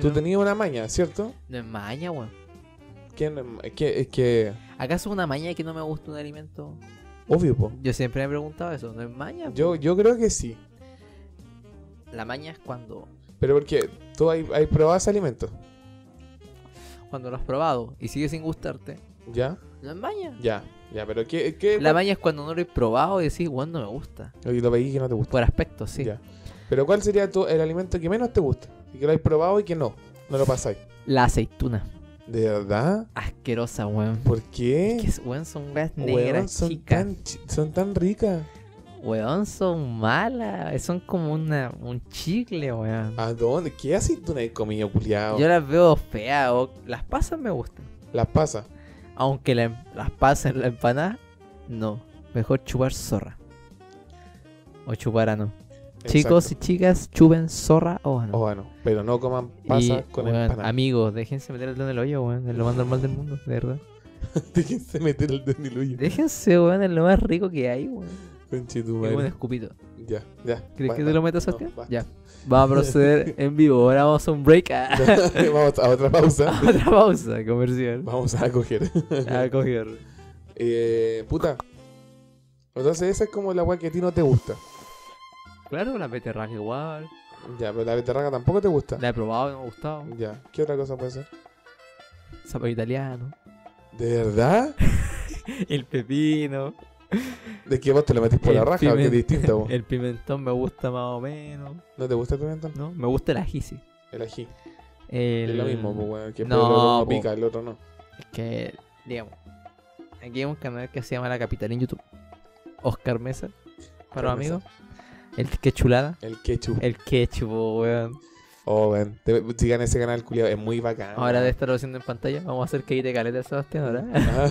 A: Tú tenías una maña, ¿cierto?
B: No es maña, weón.
A: ¿Quién, es que, es que,
B: ¿Acaso es una maña que no me gusta un alimento?
A: obvio, po.
B: Yo siempre me he preguntado eso, ¿no es maña?
A: Yo, yo creo que sí.
B: La maña es cuando,
A: Pero porque tú hay, hay probadas alimentos,
B: cuando lo has probado y sigue sin gustarte.
A: ¿ya?
B: No es maña.
A: Ya, ya, pero ¿qué? qué
B: La maña es cuando no lo he probado y decís, bueno, no me gusta.
A: Y lo veis que no te gusta.
B: Por aspecto, sí.
A: Ya. Pero ¿cuál sería tu- el alimento que menos te gusta? Y que lo has probado y que no, no lo pasáis.
B: La aceituna.
A: ¿De verdad?
B: Asquerosa, weón.
A: ¿Por qué?
B: Es que, es- weón, son weas
A: Weón,
B: negras
A: son
B: chicas.
A: tan chi- son tan ricas.
B: Weón, son malas. Son como una, un chicle, weón.
A: ¿A dónde? ¿Qué aceituna has comido, culiao?
B: Yo las veo feas. o- Las pasas me gustan.
A: Las pasas.
B: Aunque la em- las pasas en la empanada, no. Mejor chupar zorra. O chupar ano. Chicos y chicas, chupen zorra o ano.
A: O Oh, bueno, pero no coman pasas
B: Y,
A: con
B: weón,
A: empanada.
B: Amigos, déjense meter el dedo en el hoyo, weón. Es lo más normal del mundo, de verdad.
A: Déjense meter el desniluyo.
B: Déjense, weón, es lo más rico que hay, weón. Es
A: Conchetumare.
B: un escupito.
A: Ya, ya.
B: ¿Crees que
A: basta.
B: te lo metas,
A: No,
B: Sebastián?
A: basta.
B: ya. Vamos a proceder en vivo. Ahora vamos a un break. A
A: Vamos a otra pausa.
B: otra pausa comercial. Ah,
A: Vamos a coger.
B: A coger.
A: Eh, puta. Entonces esa es como la weá que a ti no te gusta.
B: Claro, la beterraga igual.
A: Ya, pero la beterraga tampoco te gusta.
B: La he probado, no me ha gustado.
A: Ya, ¿qué otra cosa puede ser?
B: Zapallo italiano.
A: ¿De verdad?
B: El pepino.
A: De que vos te lo metís por la
B: El
A: raja, que es
B: pimen-
A: distinto. vos.
B: El pimentón me gusta más o menos.
A: ¿No te gusta el pimentón?
B: ¿No? Me gusta el ají, sí.
A: El ají.
B: El...
A: Es lo mismo, pues, weón. Que
B: No,
A: no, uno
B: po.
A: pica, el otro no.
B: Es que, digamos, aquí hay un canal que se llama La Capital en YouTube. Oscar Mesa, para los
A: Oscar Mesa.
B: amigos. El que chulada.
A: El ketchup.
B: El ketchup, weón.
A: Oh, weón. Te- Sigan ese canal, culiado. Es muy bacán.
B: Ahora de
A: weón.
B: estarlo haciendo en pantalla, vamos a hacer que edite caleta el Sebastián ahora.
A: Ah,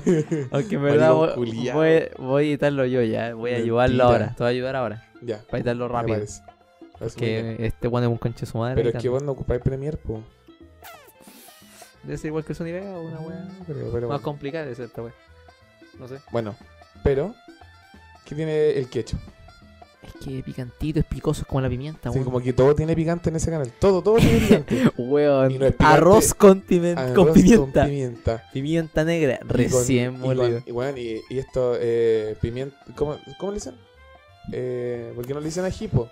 B: Aunque en verdad
A: Maricón
B: voy,
A: culiao.
B: voy- voy a editarlo yo ya. Voy a ayudarlo
A: Mentira.
B: ahora. Te voy a ayudar ahora.
A: ya,
B: Para editarlo
A: me
B: rápido.
A: parece. Parece muy bien.
B: Que este weón es un conche su madre.
A: Pero es que
B: editando.
A: vos no ocupáis Premiere, po.
B: Debe ser igual que el Sony Vega o una weá.
A: Pero, pero
B: Más
A: Mm, bueno.
B: complicada de ser esta weá. No sé.
A: Bueno, pero. ¿Qué tiene el ketchup?
B: Es que picantito, es picoso, es como la pimienta,
A: Así
B: weón.
A: como que todo tiene picante en ese canal. Todo, todo tiene picante.
B: Weón,
A: Y no es picante.
B: arroz con, pimen-
A: Arroz
B: con pimienta.
A: Con pimienta.
B: Pimienta negra,
A: Y con-
B: recién
A: y con-
B: molida.
A: Y, bueno, y, y esto, eh, pimienta. ¿cómo, ¿Cómo le dicen? Eh, ¿Por qué no le dicen ají, po?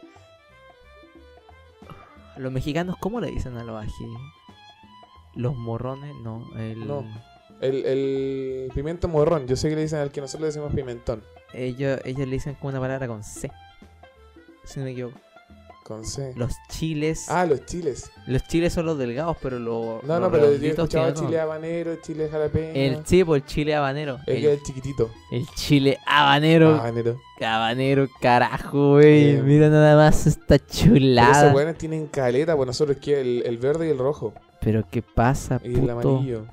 B: Los mexicanos, ¿cómo le dicen a los ají? Los morrones, no. El...
A: No. El, el pimiento morrón. Yo sé que le dicen al que nosotros le decimos pimentón.
B: Ellos, ellos le dicen como una palabra con C. Si no me equivoco.
A: Con C.
B: Los chiles.
A: Ah, los chiles.
B: Los chiles son los delgados, pero los.
A: No,
B: los
A: no, pero yo he
B: redonditos
A: escuchado
B: tienen
A: chile
B: otro
A: habanero, chile jalapeño.
B: nombre. El tipo, el chile habanero.
A: Es
B: El,
A: que es el chiquitito. Ah,
B: el chile habanero.
A: habanero.
B: Habanero, carajo, güey.
A: Bien.
B: Mira nada más esta
A: Pero
B: chulada.
A: esos
B: Pero,
A: buenos tienen caleta, pues nosotros que el, el verde y el rojo.
B: qué pasa,
A: Y el
B: puto.
A: amarillo.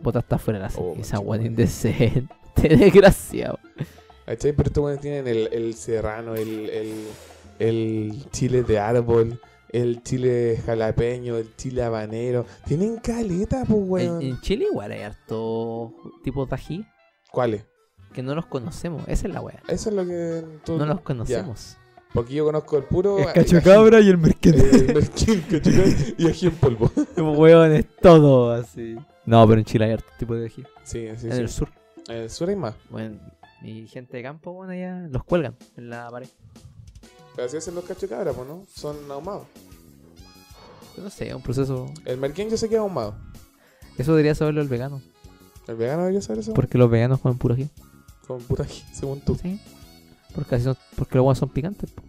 B: Bota está afuera de la
A: Oh, chico,
B: esa weón
A: madre.
B: indecente. Desgraciado.
A: ¿Cachai? Pero estos buenos tienen el, el serrano, el, el, el chile de árbol, el chile jalapeño, el chile habanero. Tienen caleta, pues,
B: En,
A: weón.
B: en Chile igual hay harto tipo de ají
A: ¿Cuáles?
B: que no los conocemos. Esa es la wea.
A: Eso es lo que tú...
B: No los conocemos.
A: Porque yo conozco el puro...
B: El
A: ají-
B: cachocabra y el
A: Oh,
B: merquete.
A: eh, el chile cachocabra y ají en polvo.
B: Weón, es todo así. No, pero en Chile hay harto tipo de ají.
A: Sí, sí,
B: en
A: sí.
B: el sur.
A: En el sur hay más.
B: Bueno, mi gente de campo, bueno, allá los cuelgan en la pared.
A: Pero así hacen los cachocabras, pues, ¿no? Son ahumados.
B: Yo no sé, es un proceso.
A: El merquén yo sé que es ahumado.
B: Eso debería saberlo el vegano.
A: El vegano debería saber eso.
B: Porque los veganos comen puro ají.
A: Con pura ají, según tú.
B: Sí. Porque, así son, porque los guanes son picantes. po.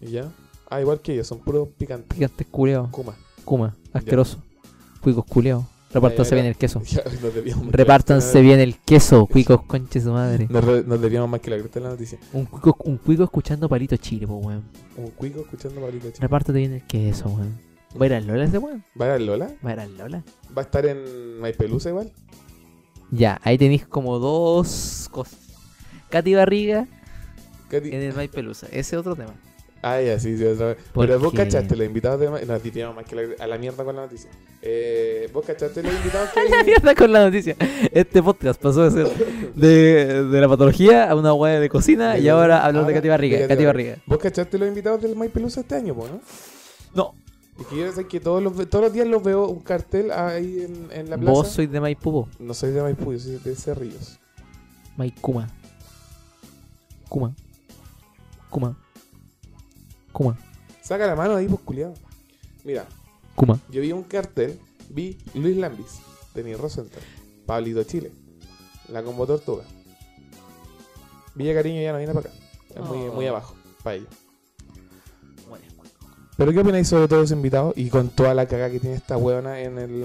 A: Y ya. Ah, igual que ellos, son puros picantes.
B: Picantes culeados.
A: Kuma.
B: Kuma, asqueroso. Cuicos culeados.
A: Ya,
B: Repártanse
A: ya,
B: bien el queso.
A: Ya, nos debíamos más que la
B: Repártanse
A: cresta
B: bien el queso, cuicos conche su madre.
A: de la- Nos, re- nos debíamos más que la cresta de la noticia.
B: Un cuico, un cuico escuchando palito chile, po, weón.
A: Un cuico escuchando Pablito Chile.
B: Repártate bien el queso, weón. ¿Va a ir al Lola ese weón?
A: ¿Va a ir al Lola?
B: ¿Va a ir al Lola?
A: ¿Va a estar en Maipelusa igual?
B: Ya, ahí tenéis como dos cosas. Katy Barriga
A: Katy-
B: en el Mike Pelusa. Ese otro tema.
A: Ah, ya, sí, sí, otra vez.
B: ¿Por
A: Pero vos
B: qué?
A: cachaste los invitados de Ma- Nos desviamos más que la- a la mierda con la noticia. Eh, vos cachaste los invitados que...
B: La mierda con la noticia. Este podcast pasó de ser de, de la patología a una weá de cocina
A: De
B: y
A: la-
B: ahora hablar de
A: ahora
B: Katy Barriga.
A: de Katy
B: Katy Barriga.
A: Vos cachaste los invitados del Maipelusa este año, po, ¿no?
B: No,
A: Es que yo sé que todos los, ve- todos los días los veo un cartel ahí en, en la plaza.
B: vos sois de Maipú, po.
A: No soy de Maipú, yo soy de Cerrillos.
B: Maikuma. Kuma. Kuma. Kuma.
A: Saca la mano ahí, pues, culiado. Mira,
B: Kuma.
A: yo vi un cartel, vi Luis Lambis, Denis Rosenthal, Pablito Chile, la Combo Tortuga. Villa Cariño ya no viene para acá. Es muy,
B: Oh.
A: muy abajo, para ellos. ¿Pero qué opináis sobre todos los invitados y con toda la cagada que tiene esta huevona en el...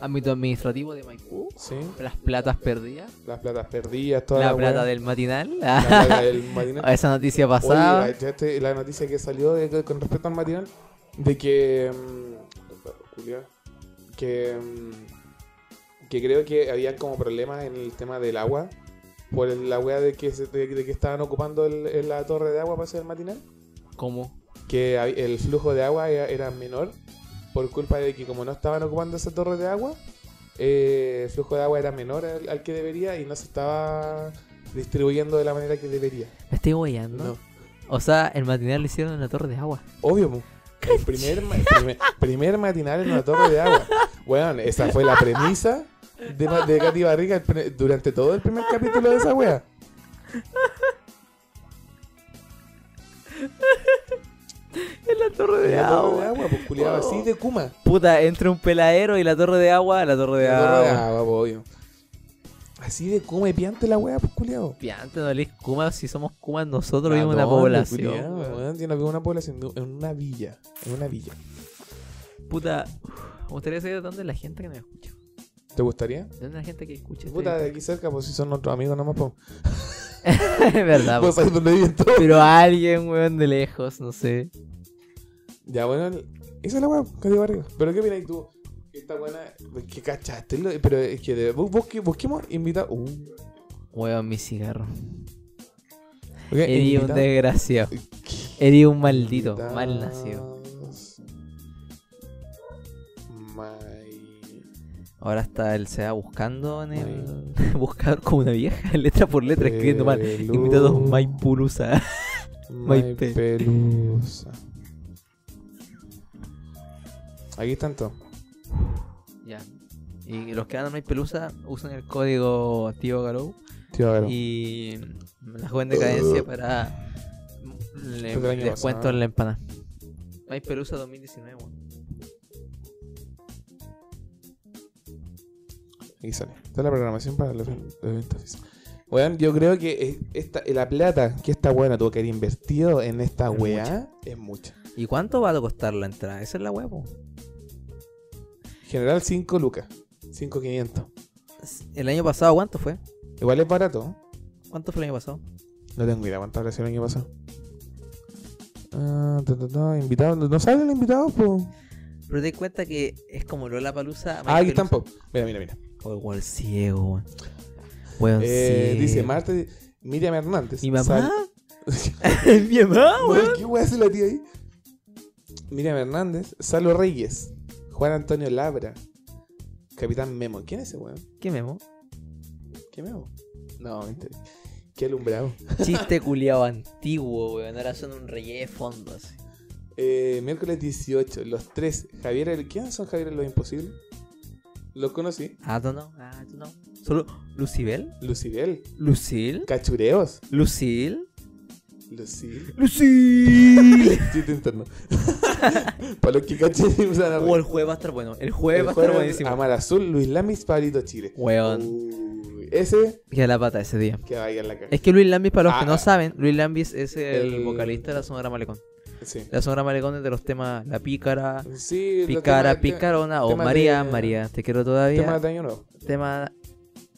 B: Ámbito administrativo de Maipú.
A: ¿Sí?
B: Las platas perdidas.
A: Uh. Las platas perdidas, toda la,
B: La plata
A: hueá.
B: del matinal.
A: La plata del matinal.
B: Esa noticia
A: Oye,
B: pasada.
A: ¿cachaste la noticia que salió de- de- con respecto al matinal de que. mm, Julia, que. mm, que creo que habían como problemas en el tema del agua. Por el- la weá de que, se- de, de que estaban ocupando el- el- la torre de agua para hacer el matinal.
B: ¿Cómo?
A: Que hab- el flujo de agua era, era menor. Por culpa de que, como no estaban ocupando esa torre de agua, eh, el flujo de agua era menor al, al que debería y no se estaba distribuyendo de la manera que debería.
B: Me estoy guayando.
A: No.
B: O sea, el matinal lo hicieron en la torre de agua.
A: Obvio, po. el primer, ma- el primer, primer matinal en una torre de agua. Weón, esa fue la premisa de, ma- de Katy Barriga el pre- durante todo el primer capítulo de esa wea.
B: En
A: En la
B: la torre Oh.
A: torre de agua, pues culiado así de Kuma.
B: Puta, entre un peladero y la torre de agua, la torre de
A: En la torre de
B: agua.
A: agua, po, obvio. Así de Kuma y piante la wea, pues culiado.
B: Piante, no lees Kuma, si somos Kuma nosotros vivimos en una población. weón.
A: Yo no vivo en una población, vivo en una villa. En una villa.
B: Puta, me gustaría saber de dónde es la gente que nos escucha.
A: ¿Te gustaría?
B: ¿De dónde es la gente que escucha? este-
A: Puta, de aquí cerca, pues si son nuestros amigos nomás, pues.
B: es verdad.
A: Pues ahí donde viven todos.
B: Pero alguien, weón, de lejos, no sé.
A: Ya, bueno, el- esa es la weá, Cati Barriga. Pero ¿qué opináis tú? Esta buena, que cachaste, lo- pero es que de, bus- busque- busquemos invitados. Uh,
B: Weón, mi cigarro.
A: ok,
B: Eri un
A: invitados.
B: desgraciado. Eri un Eh, maldito, mal nacido.
A: Invitados. Mai-
B: Ahora está el SEA buscando en
A: el
B: el buscador como una vieja, letra por letra, escribiendo mal.
A: Pelu-
B: Invitados Maipulusa. Maipe.
A: Maipelusa. Aquí están todos.
B: Ya. Y los que van a Maipelusa usan el código Tío Garou
A: Tío, a ver.
B: y la joven decadencia para le-
A: Fue el año
B: descuento
A: pasado.
B: en la empanada. Maipelusa 2019, weón.
A: Aquí sale. Esta es la programación para los eventos. Weón, yo creo que es- esta, la plata que esta weona tuvo que haber invertido en esta
B: Es
A: weá es mucha.
B: ¿Y cuánto va a costar la entrada? Esa es la hueá, po.
A: General 5 lucas, 5.500.
B: ¿El año pasado cuánto fue?
A: Igual es barato.
B: ¿Cuánto fue el año pasado?
A: No tengo idea cuánto habrá sido el año pasado. Ah, ta, ta, ta, invitado, no sale el invitado, po.
B: Pero te das cuenta que es como Lola Palusa.
A: Ah, aquí tampoco. Mira, mira, mira.
B: O igual ciego, weón. Weón
A: Eh,
B: ciego.
A: dice Marta Miriam Hernández.
B: Ah, ¿Mi mamá?
A: Sal-
B: ¿Mi mamá,
A: Weón,
B: weón?
A: ¿Qué weá hace la tía ahí? Miriam Hernández, Salo Reyes, Juan Antonio Labra, Capitán Memo. ¿Quién es ese weón?
B: ¿Qué memo?
A: ¿Qué Memo? No, viste. Qué alumbrado.
B: Chiste culiado antiguo, weón. Ahora son un relleno de fondo así.
A: Eh, miércoles 18, los tres. Javier, el- ¿quién son Javier los Imposibles? Los conocí.
B: Ah, tú no, ah, tú no. Solo. ¿Lucibel?
A: Lucibel,
B: ¿Lucil?
A: Cachureos,
B: ¿Lucil?
A: Lucil,
B: ¡Lucil!
A: chiste interno. Para los que cachen, se van a reír.
B: o Oh, el jueves va a estar bueno. El jueves
A: El
B: va a estar
A: jueves, ah, uh.
B: buenísimo.
A: Amar Azul, Luis Lamis, Pablito Chile.
B: Weón.
A: Uy, ese
B: Queda la pata ese día.
A: que vaya en la caja.
B: Es que Luis Lambis, para los que
A: Ah,
B: no saben, Luis Lambis es el,
A: el-
B: vocalista de la Sonora Malecón.
A: Sí.
B: La Sonora Malecón es de los temas La Pícara,
A: Sí, los
B: Picara,
A: temas-
B: Picarona o
A: temas
B: María,
A: de-
B: María, te quiero todavía.
A: Temas
B: Tema.
A: de año nuevo.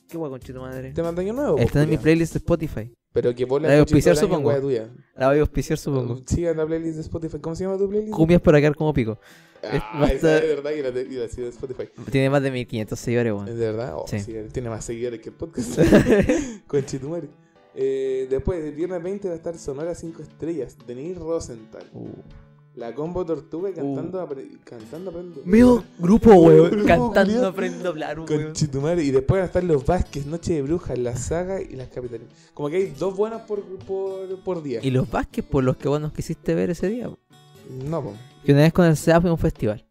B: Qué guay, conchito madre.
A: Temas de año nuevo.
B: Está en mi
A: culiao.
B: playlist de Spotify.
A: Pero que vos la
B: La de
A: escuches todo el
B: auspiciar,
A: año,
B: supongo.
A: wea tuya.
B: La voy a auspiciar, supongo.
A: Siga la playlist de Spotify. ¿Cómo se llama tu playlist?
B: Cumbias para quedar como pico.
A: Ah,
B: basta-
A: esa es de verdad que la, y la sigo de Spotify.
B: Tiene más de 1500 seguidores,
A: ¿Es
B: weón.
A: de verdad? Oh,
B: Ah. Sí.
A: sí, tiene más seguidores que el podcast. Conchetumare. Eh, después, el viernes 20 va a estar Sonora 5 Estrellas. Denis Rosenthal.
B: Uh.
A: La combo Tortuga cantando,
B: Uh.
A: apre- cantando aprendo.
B: Medio grupo, weón.
A: Grupo,
B: Cantando
A: culiao.
B: aprendo a hablar, weón.
A: Conchetumare. Y después van a estar los Vázquez, Noche de Brujas, La Saga y Las Capitalinas. Como que hay dos buenas por, por, por día.
B: Y los Vázquez, por los que vos nos quisiste ver ese día. po.
A: No, po.
B: Que una vez con el SEA fue a un festival.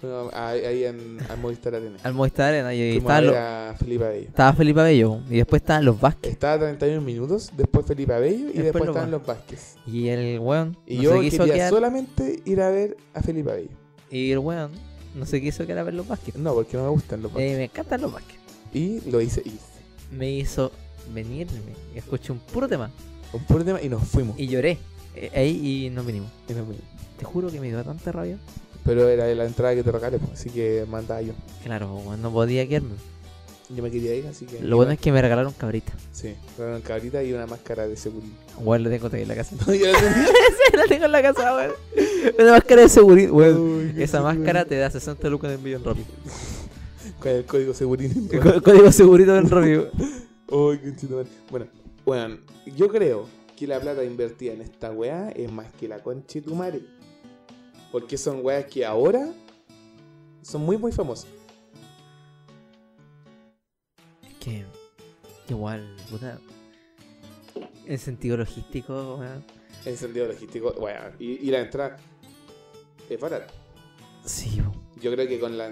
A: No, ahí, ahí en al Movistar Arena.
B: Al Movistar Arena y
A: Fuimos a
B: estaban
A: ver
B: los-
A: a Felipe Abello.
B: Estaba Felipe Abello po, y después estaban los Vázquez.
A: Estaba 31 minutos, después Felipe Abello y
B: Después
A: después,
B: los
A: estaban los Vázquez.
B: Y el weón
A: Y
B: no
A: yo
B: se quiso
A: quería
B: quedar.
A: solamente ir a ver a Felipe Abello.
B: Y el weón no se quiso quedar a ver los Vázquez.
A: No, porque no me gustan los Vázquez.
B: Eh, me encantan los Vázquez.
A: Y lo hice y
B: Me hizo venirme. y Escuché un puro tema.
A: un puro tema y nos fuimos.
B: Y lloré. Eh, ahí y nos vinimos.
A: Y nos fuimos.
B: Te juro que me dio tanta rabia.
A: Pero era la entrada que te regalé, pues, así que mandaba yo.
B: Claro, weón, no podía quedarme.
A: Yo me quería ir, así que.
B: Lo bueno es que me regalaron cabrita.
A: Sí, regalaron cabrita y una máscara de seguridad.
B: Weón, la tengo todavía en la casa.
A: No, yo la tenía.
B: la tengo en la casa, weón. Una máscara de seguridad, weón.
A: Uy, qué
B: Esa máscara
A: seguridad.
B: te da 60 lucas en envío en Rappi.
A: Con el código seguridad.
B: El co- Código segurito en Rappi. weón.
A: Ay, qué chito, man. Bueno, bueno, yo creo que la plata invertida en esta weá es más que la concha de tu madre. Porque son weas que ahora son muy, muy famosas.
B: que igual, puta. En sentido logístico, weón.
A: En sentido logístico, weá. Y, y la entrada es barata.
B: Sí, weón.
A: Yo creo que con la.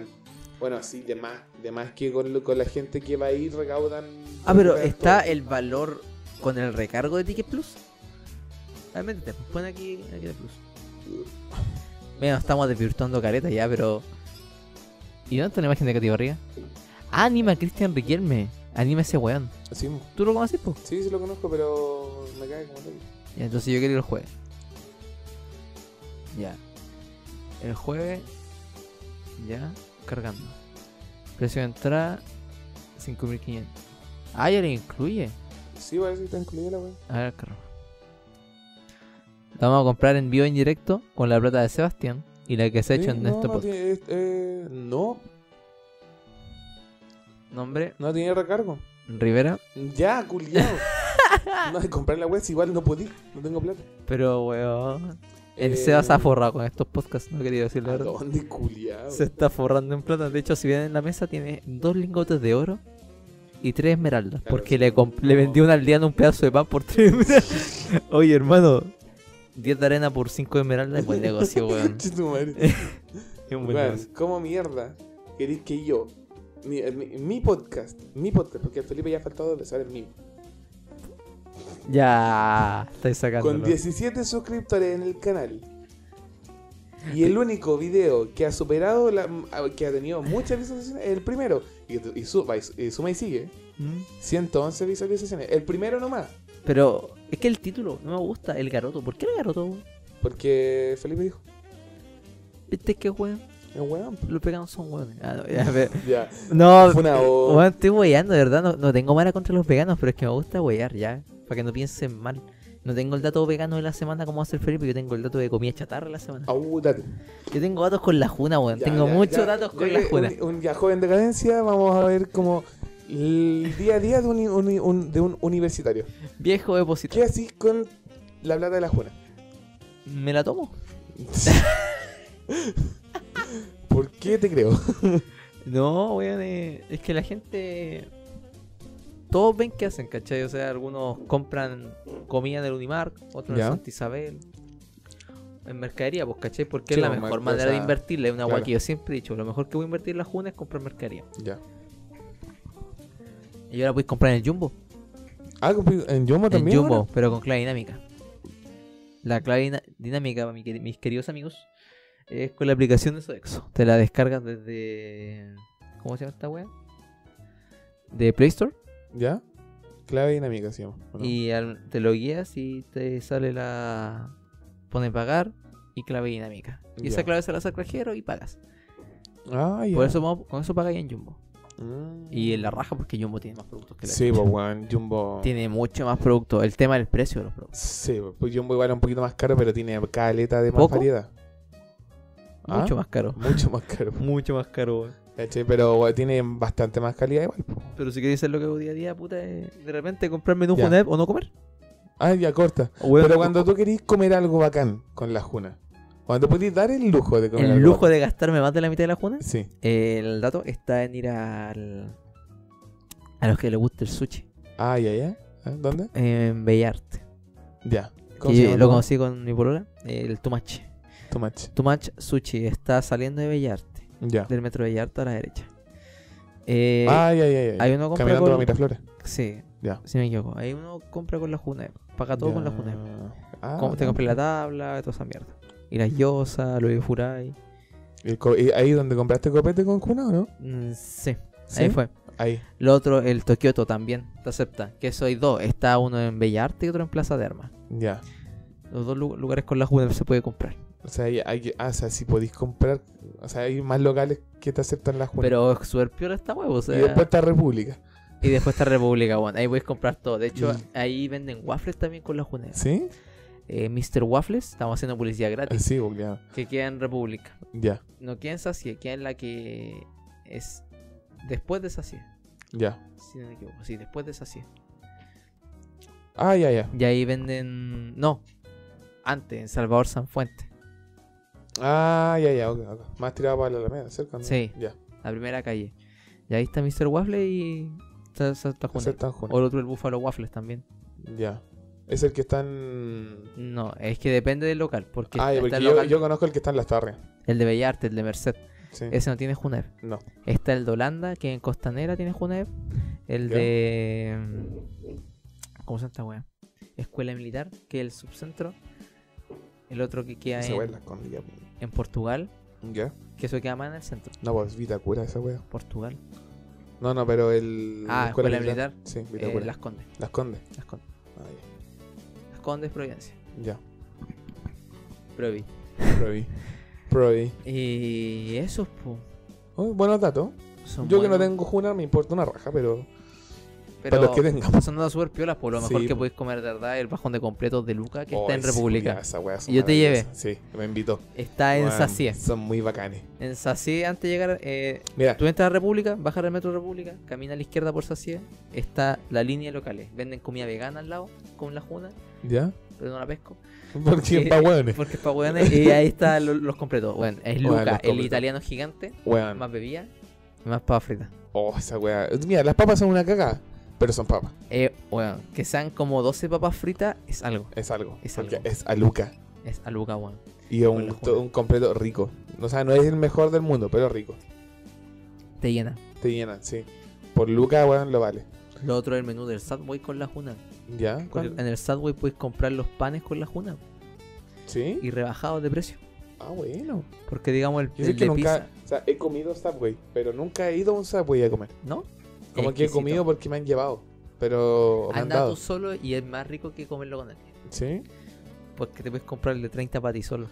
A: Bueno, sí, de más, de más que con, lo- con la gente que va a ir recaudan. pues.
B: Ah, pero
A: recaudan
B: está
A: todo.
B: el valor con el recargo de Ticket Plus. Realmente te pone aquí, aquí de Plus. Mira, nos estamos desvirtuando careta ya, pero. ¿Y dónde está la imagen de categoría? Anima a Cristian Riquelme. Anima a ese weón.
A: Sí,
B: ¿Tú lo conoces, po?
A: sí, sí lo conozco, pero me cae como tal.
B: Ya, entonces yo quiero ir el jueves. Ya. El jueves. Ya. Cargando. Precio de entrada. 5500. Ah, ya le incluye.
A: Sí, parece que está incluida la weá.
B: A ver, carro. La vamos a comprar en vivo en directo con la plata de Sebastián y la que se ha hecho
A: Sí,
B: en
A: no,
B: este
A: no,
B: podcast.
A: tiene- es- eh, no,
B: Nombre:
A: no tiene recargo.
B: Rivera.
A: Ya, culiao. no, de comprar la web si igual no podí, no tengo plata.
B: Pero, weón. El
A: Eh,
B: Seba se ha forrado con estos podcasts, no quería decir la
A: ¿A
B: verdad.
A: dónde, culiao?
B: Se está forrando en plata. De hecho, si bien en la mesa tiene dos lingotes de oro y tres esmeraldas.
A: Claro,
B: porque
A: sí.
B: le, comp- le vendí a un aldeano un pedazo de pan por tres esmeraldas. Oye, hermano. 10 de arena por 5 esmeraldas es buen negocio, weón.
A: Conche tu madre.
B: Es un buen
A: Weón,
B: negocio.
A: ¿Cómo mierda queréis que yo, mi, eh, mi- mi podcast, mi podcast, porque a Felipe ya ha faltado dos veces, ahora es mío.
B: Ya, estáis sacando.
A: Con 17 suscriptores en el canal, Y el único video que ha superado, la, que ha tenido muchas visualizaciones, es el primero. Y, y, suma, y suma y sigue.
B: ¿Mm?
A: 111 visualizaciones. El primero nomás.
B: Pero es que el título no me gusta, el garoto. ¿Por qué el garoto, weón?
A: Porque Felipe dijo,
B: ¿Viste qué weón?
A: es weón.
B: Los pegados son weones. Ah, no, ya, pero-
A: Ya.
B: no,
A: Fue una voz.
B: weón, estoy weyando, de verdad. No, no tengo mala contra los veganos, pero es que me gusta weyar ya. Para que no piensen mal. No tengo el dato vegano de la semana como hace el Felipe, yo tengo el dato de comida chatarra de la semana.
A: Au, date.
B: Yo tengo datos con la juna,
A: Ah, Oh.
B: weón.
A: uh, Ya,
B: Tengo
A: ya,
B: muchos
A: ya,
B: datos
A: ya
B: con
A: que
B: la juna.
A: Un, un ya joven de cadencia, vamos a ver como el día a día de un, un- un- de un universitario.
B: Viejo depositado.
A: ¿Qué así con la plata de la juna?
B: Me la tomo.
A: ¿Por qué te creo?
B: No, weón, eh, es que la gente. Todos ven qué hacen, ¿cachai? O sea, algunos compran comida en el Unimark, otros
A: Ya.
B: en Santa Isabel. En mercadería, pues, ¿cachai? Porque
A: Sí,
B: es la
A: pues,
B: mejor
A: merc-
B: manera
A: o
B: de
A: sea,
B: invertirle. Es una guay
A: claro.
B: que yo siempre he dicho: lo mejor que voy a invertir en la Juna es comprar mercadería.
A: Ya.
B: Y ahora puedes comprar en el Jumbo.
A: Ah, compi- en Jumbo
B: En
A: también.
B: Jumbo,
A: bueno.
B: pero con clave dinámica. La clave dina- dinámica, mi queri- mis queridos amigos, es con la aplicación de Sodexo. Te la descargas desde. ¿Cómo se llama esta wea? De Play Store.
A: Ya. Clave dinámica se llama. ¿o no?
B: Y al- te lo guías y te sale la. Pone pagar y clave dinámica. Y esa
A: Ya.
B: clave se la saca el cajero y pagas.
A: Ah, ya.
B: Por eso, mo- con eso pagas en Jumbo.
A: Mm.
B: Y en la raja, porque Jumbo tiene más productos que la
A: Sí,
B: chucha.
A: pues, weón. Jumbo.
B: Tiene mucho más productos. El tema del precio de los productos.
A: Sí, pues, pues Jumbo igual es un poquito más caro, pero tiene caleta de más
B: ¿Poco?
A: variedad. Ah,
B: Mucho más caro.
A: Mucho más caro.
B: Mucho más caro, weón.
A: ¿Cachai? Pero weón, tiene bastante más calidad igual. po.
B: Pero si queréis hacer lo que hago día a día, puta, es de repente comprarme en un
A: Ya.
B: Junep o no comer.
A: Ah, ya corta.
B: Weón,
A: Pero cuando tú querís comer algo bacán con la juna, cuando te podís dar el lujo de comer
B: el
A: algo
B: lujo de gastarme más de la mitad de la juna,
A: bacán. Sí.
B: el dato está en ir al. a los que les gusta el sushi.
A: Ah, ya, ya. ¿Ah, ¿Dónde?
B: En Bellarte.
A: Ya.
B: Que yo lo
A: tu-
B: conocí con mi polola, el Tumache.
A: tu match?
B: Tumache Sushi está saliendo de Bellarte,
A: Ya.
B: del metro Bellarte a la derecha. Eh,
A: ah, ya, ya, ya.
B: hay uno compra
A: Caminando a
B: con.
A: Miraflores.
B: Sí,
A: Ya.
B: si me equivoco. Hay uno compra con la Junep. Paga todo con la
A: Ya.
B: Junep.
A: Ah,
B: Com- te
A: ya.
B: compré la tabla, toda esa mierda. Y las yosas, lo de Furai.
A: ¿Y el co- y ahí donde compraste copete con juna o no?
B: Mm, sí,
A: Sí.
B: ahí fue.
A: Ahí.
B: Lo otro, el Tokioto también, te acepta. Que soy dos. Está uno en Bellarte y otro en Plaza de Armas.
A: Ya.
B: Los dos lu- lugares con la Junep se puede comprar.
A: O sea, ahí hay, ah, o sea, si podís comprar. O sea, hay más locales que te aceptan la juna.
B: Pero es súper piola esta huevo, o sea.
A: Y después está República.
B: y después está República, bueno. Ahí puedes comprar todo. De hecho,
A: Y-
B: ahí venden waffles también con la Junep.
A: ¿Sí?
B: Eh, Mr. Waffles, estamos haciendo publicidad
A: Ah,
B: gratis.
A: Sí, googleado.
B: Que queda en República.
A: Ya,
B: No queda en Sacie, queda en la que es después de Sacie.
A: ya.
B: Si no me equivoco, sí, después de Sacie.
A: Ah, ya, ya.
B: Y ahí venden. No, antes, en Salvador Sanfuente.
A: Ah, ya, ya. ok, ok. Más tirado para la Alameda, cerca. ¿no?
B: Sí.
A: Ya.
B: la primera calle. Y ahí está Mr. Waffle y está Santa Juana.
A: Aceptan juna.
B: O el otro, el Buffalo Waffles también.
A: Ya. Es el que está en.
B: No, es que depende del local. Porque,
A: Ah, ya,
B: está
A: porque
B: el,
A: yo,
B: local-
A: yo conozco el que está en las tardes.
B: el de Bellarte, el de Merced.
A: Sí.
B: Ese no tiene Junev.
A: No.
B: Está el de Holanda, que en Costanera tiene Junev. El
A: Ya.
B: de. mm, ¿Cómo se llama esta wea? Escuela Militar, que es el subcentro. El otro que queda
A: Esa wea
B: en,
A: la escondida. po.
B: en Portugal,
A: ¿Ya?
B: que eso queda más en el centro.
A: No, pues Vitacura, esa wea.
B: Portugal. eh,
A: No, no, pero el.
B: Ah, Escuela
A: Sí,
B: Eh,
A: Vitacura.
B: Las Condes.
A: Las Condes.
B: Las Condes.
A: Ah,
B: Las Condes, Providencia.
A: ya.
B: Provi.
A: Ya. Provi. Provi.
B: Y esos, po,
A: Uy, Oh, buenos datos.
B: son
A: Yo que no
B: buenos,
A: tengo Juna me importa una raja, pero.
B: pero
A: para los que tengamos.
B: Son datos súper piolas, por lo mejor
A: Sí,
B: que
A: po.
B: podéis comer, de verdad, el bajón de completos de Luca que
A: Oh,
B: está en
A: sí,
B: República.
A: culiao, esa wea son
B: Y yo te llevé.
A: maravillosas. Sí, me invitó.
B: Está en
A: Weón,
B: Sacié.
A: Son muy bacanes.
B: En Sacié, antes de llegar, eh,
A: Mira,
B: tú entras a República, bajas al metro República, camina a la izquierda por Sacié, está la línea de locales. Venden comida vegana al lado, con la juna,
A: ¿ya?
B: pero no la pesco.
A: Porque
B: Eh,
A: es pa' hueones.
B: Porque es para y ahí están lo- los, completos. Bueno, es
A: Bueno,
B: Luca,
A: los
B: el
A: completos.
B: italiano gigante,
A: Weón.
B: más bebida, y más papa frita.
A: Oh, esa wea. Mira, las papas son una cagada, pero son papas.
B: Eh, bueno, que sean como 12 papas fritas es algo.
A: Es algo.
B: Es
A: porque
B: algo.
A: es aluca.
B: Es a Luca, weón.
A: Y es un,
B: la
A: to-
B: juna.
A: un completo rico. O sea, no es el mejor del mundo, pero rico.
B: Te llena.
A: Te llenan, sí. Por Luca, weón, lo vale.
B: Lo otro es el menú del Subway con la Juna.
A: ¿Ya? ¿Cuál?
B: En el Subway puedes comprar los panes con la Juna
A: ¿Sí?
B: y rebajados de precio.
A: Ah, bueno.
B: Porque digamos, el,
A: Yo sé
B: el
A: que
B: de
A: nunca.
B: pizza,
A: O sea, he comido Subway, pero nunca he ido a un Subway a comer.
B: ¿no?
A: Como
B: Es
A: que he
B: exquisito.
A: comido porque me han llevado. Pero. Me han
B: Anda
A: dado.
B: tú solo y es más rico que comerlo con alguien.
A: ¿Sí?
B: Porque te puedes comprar el de 30 para ti solo.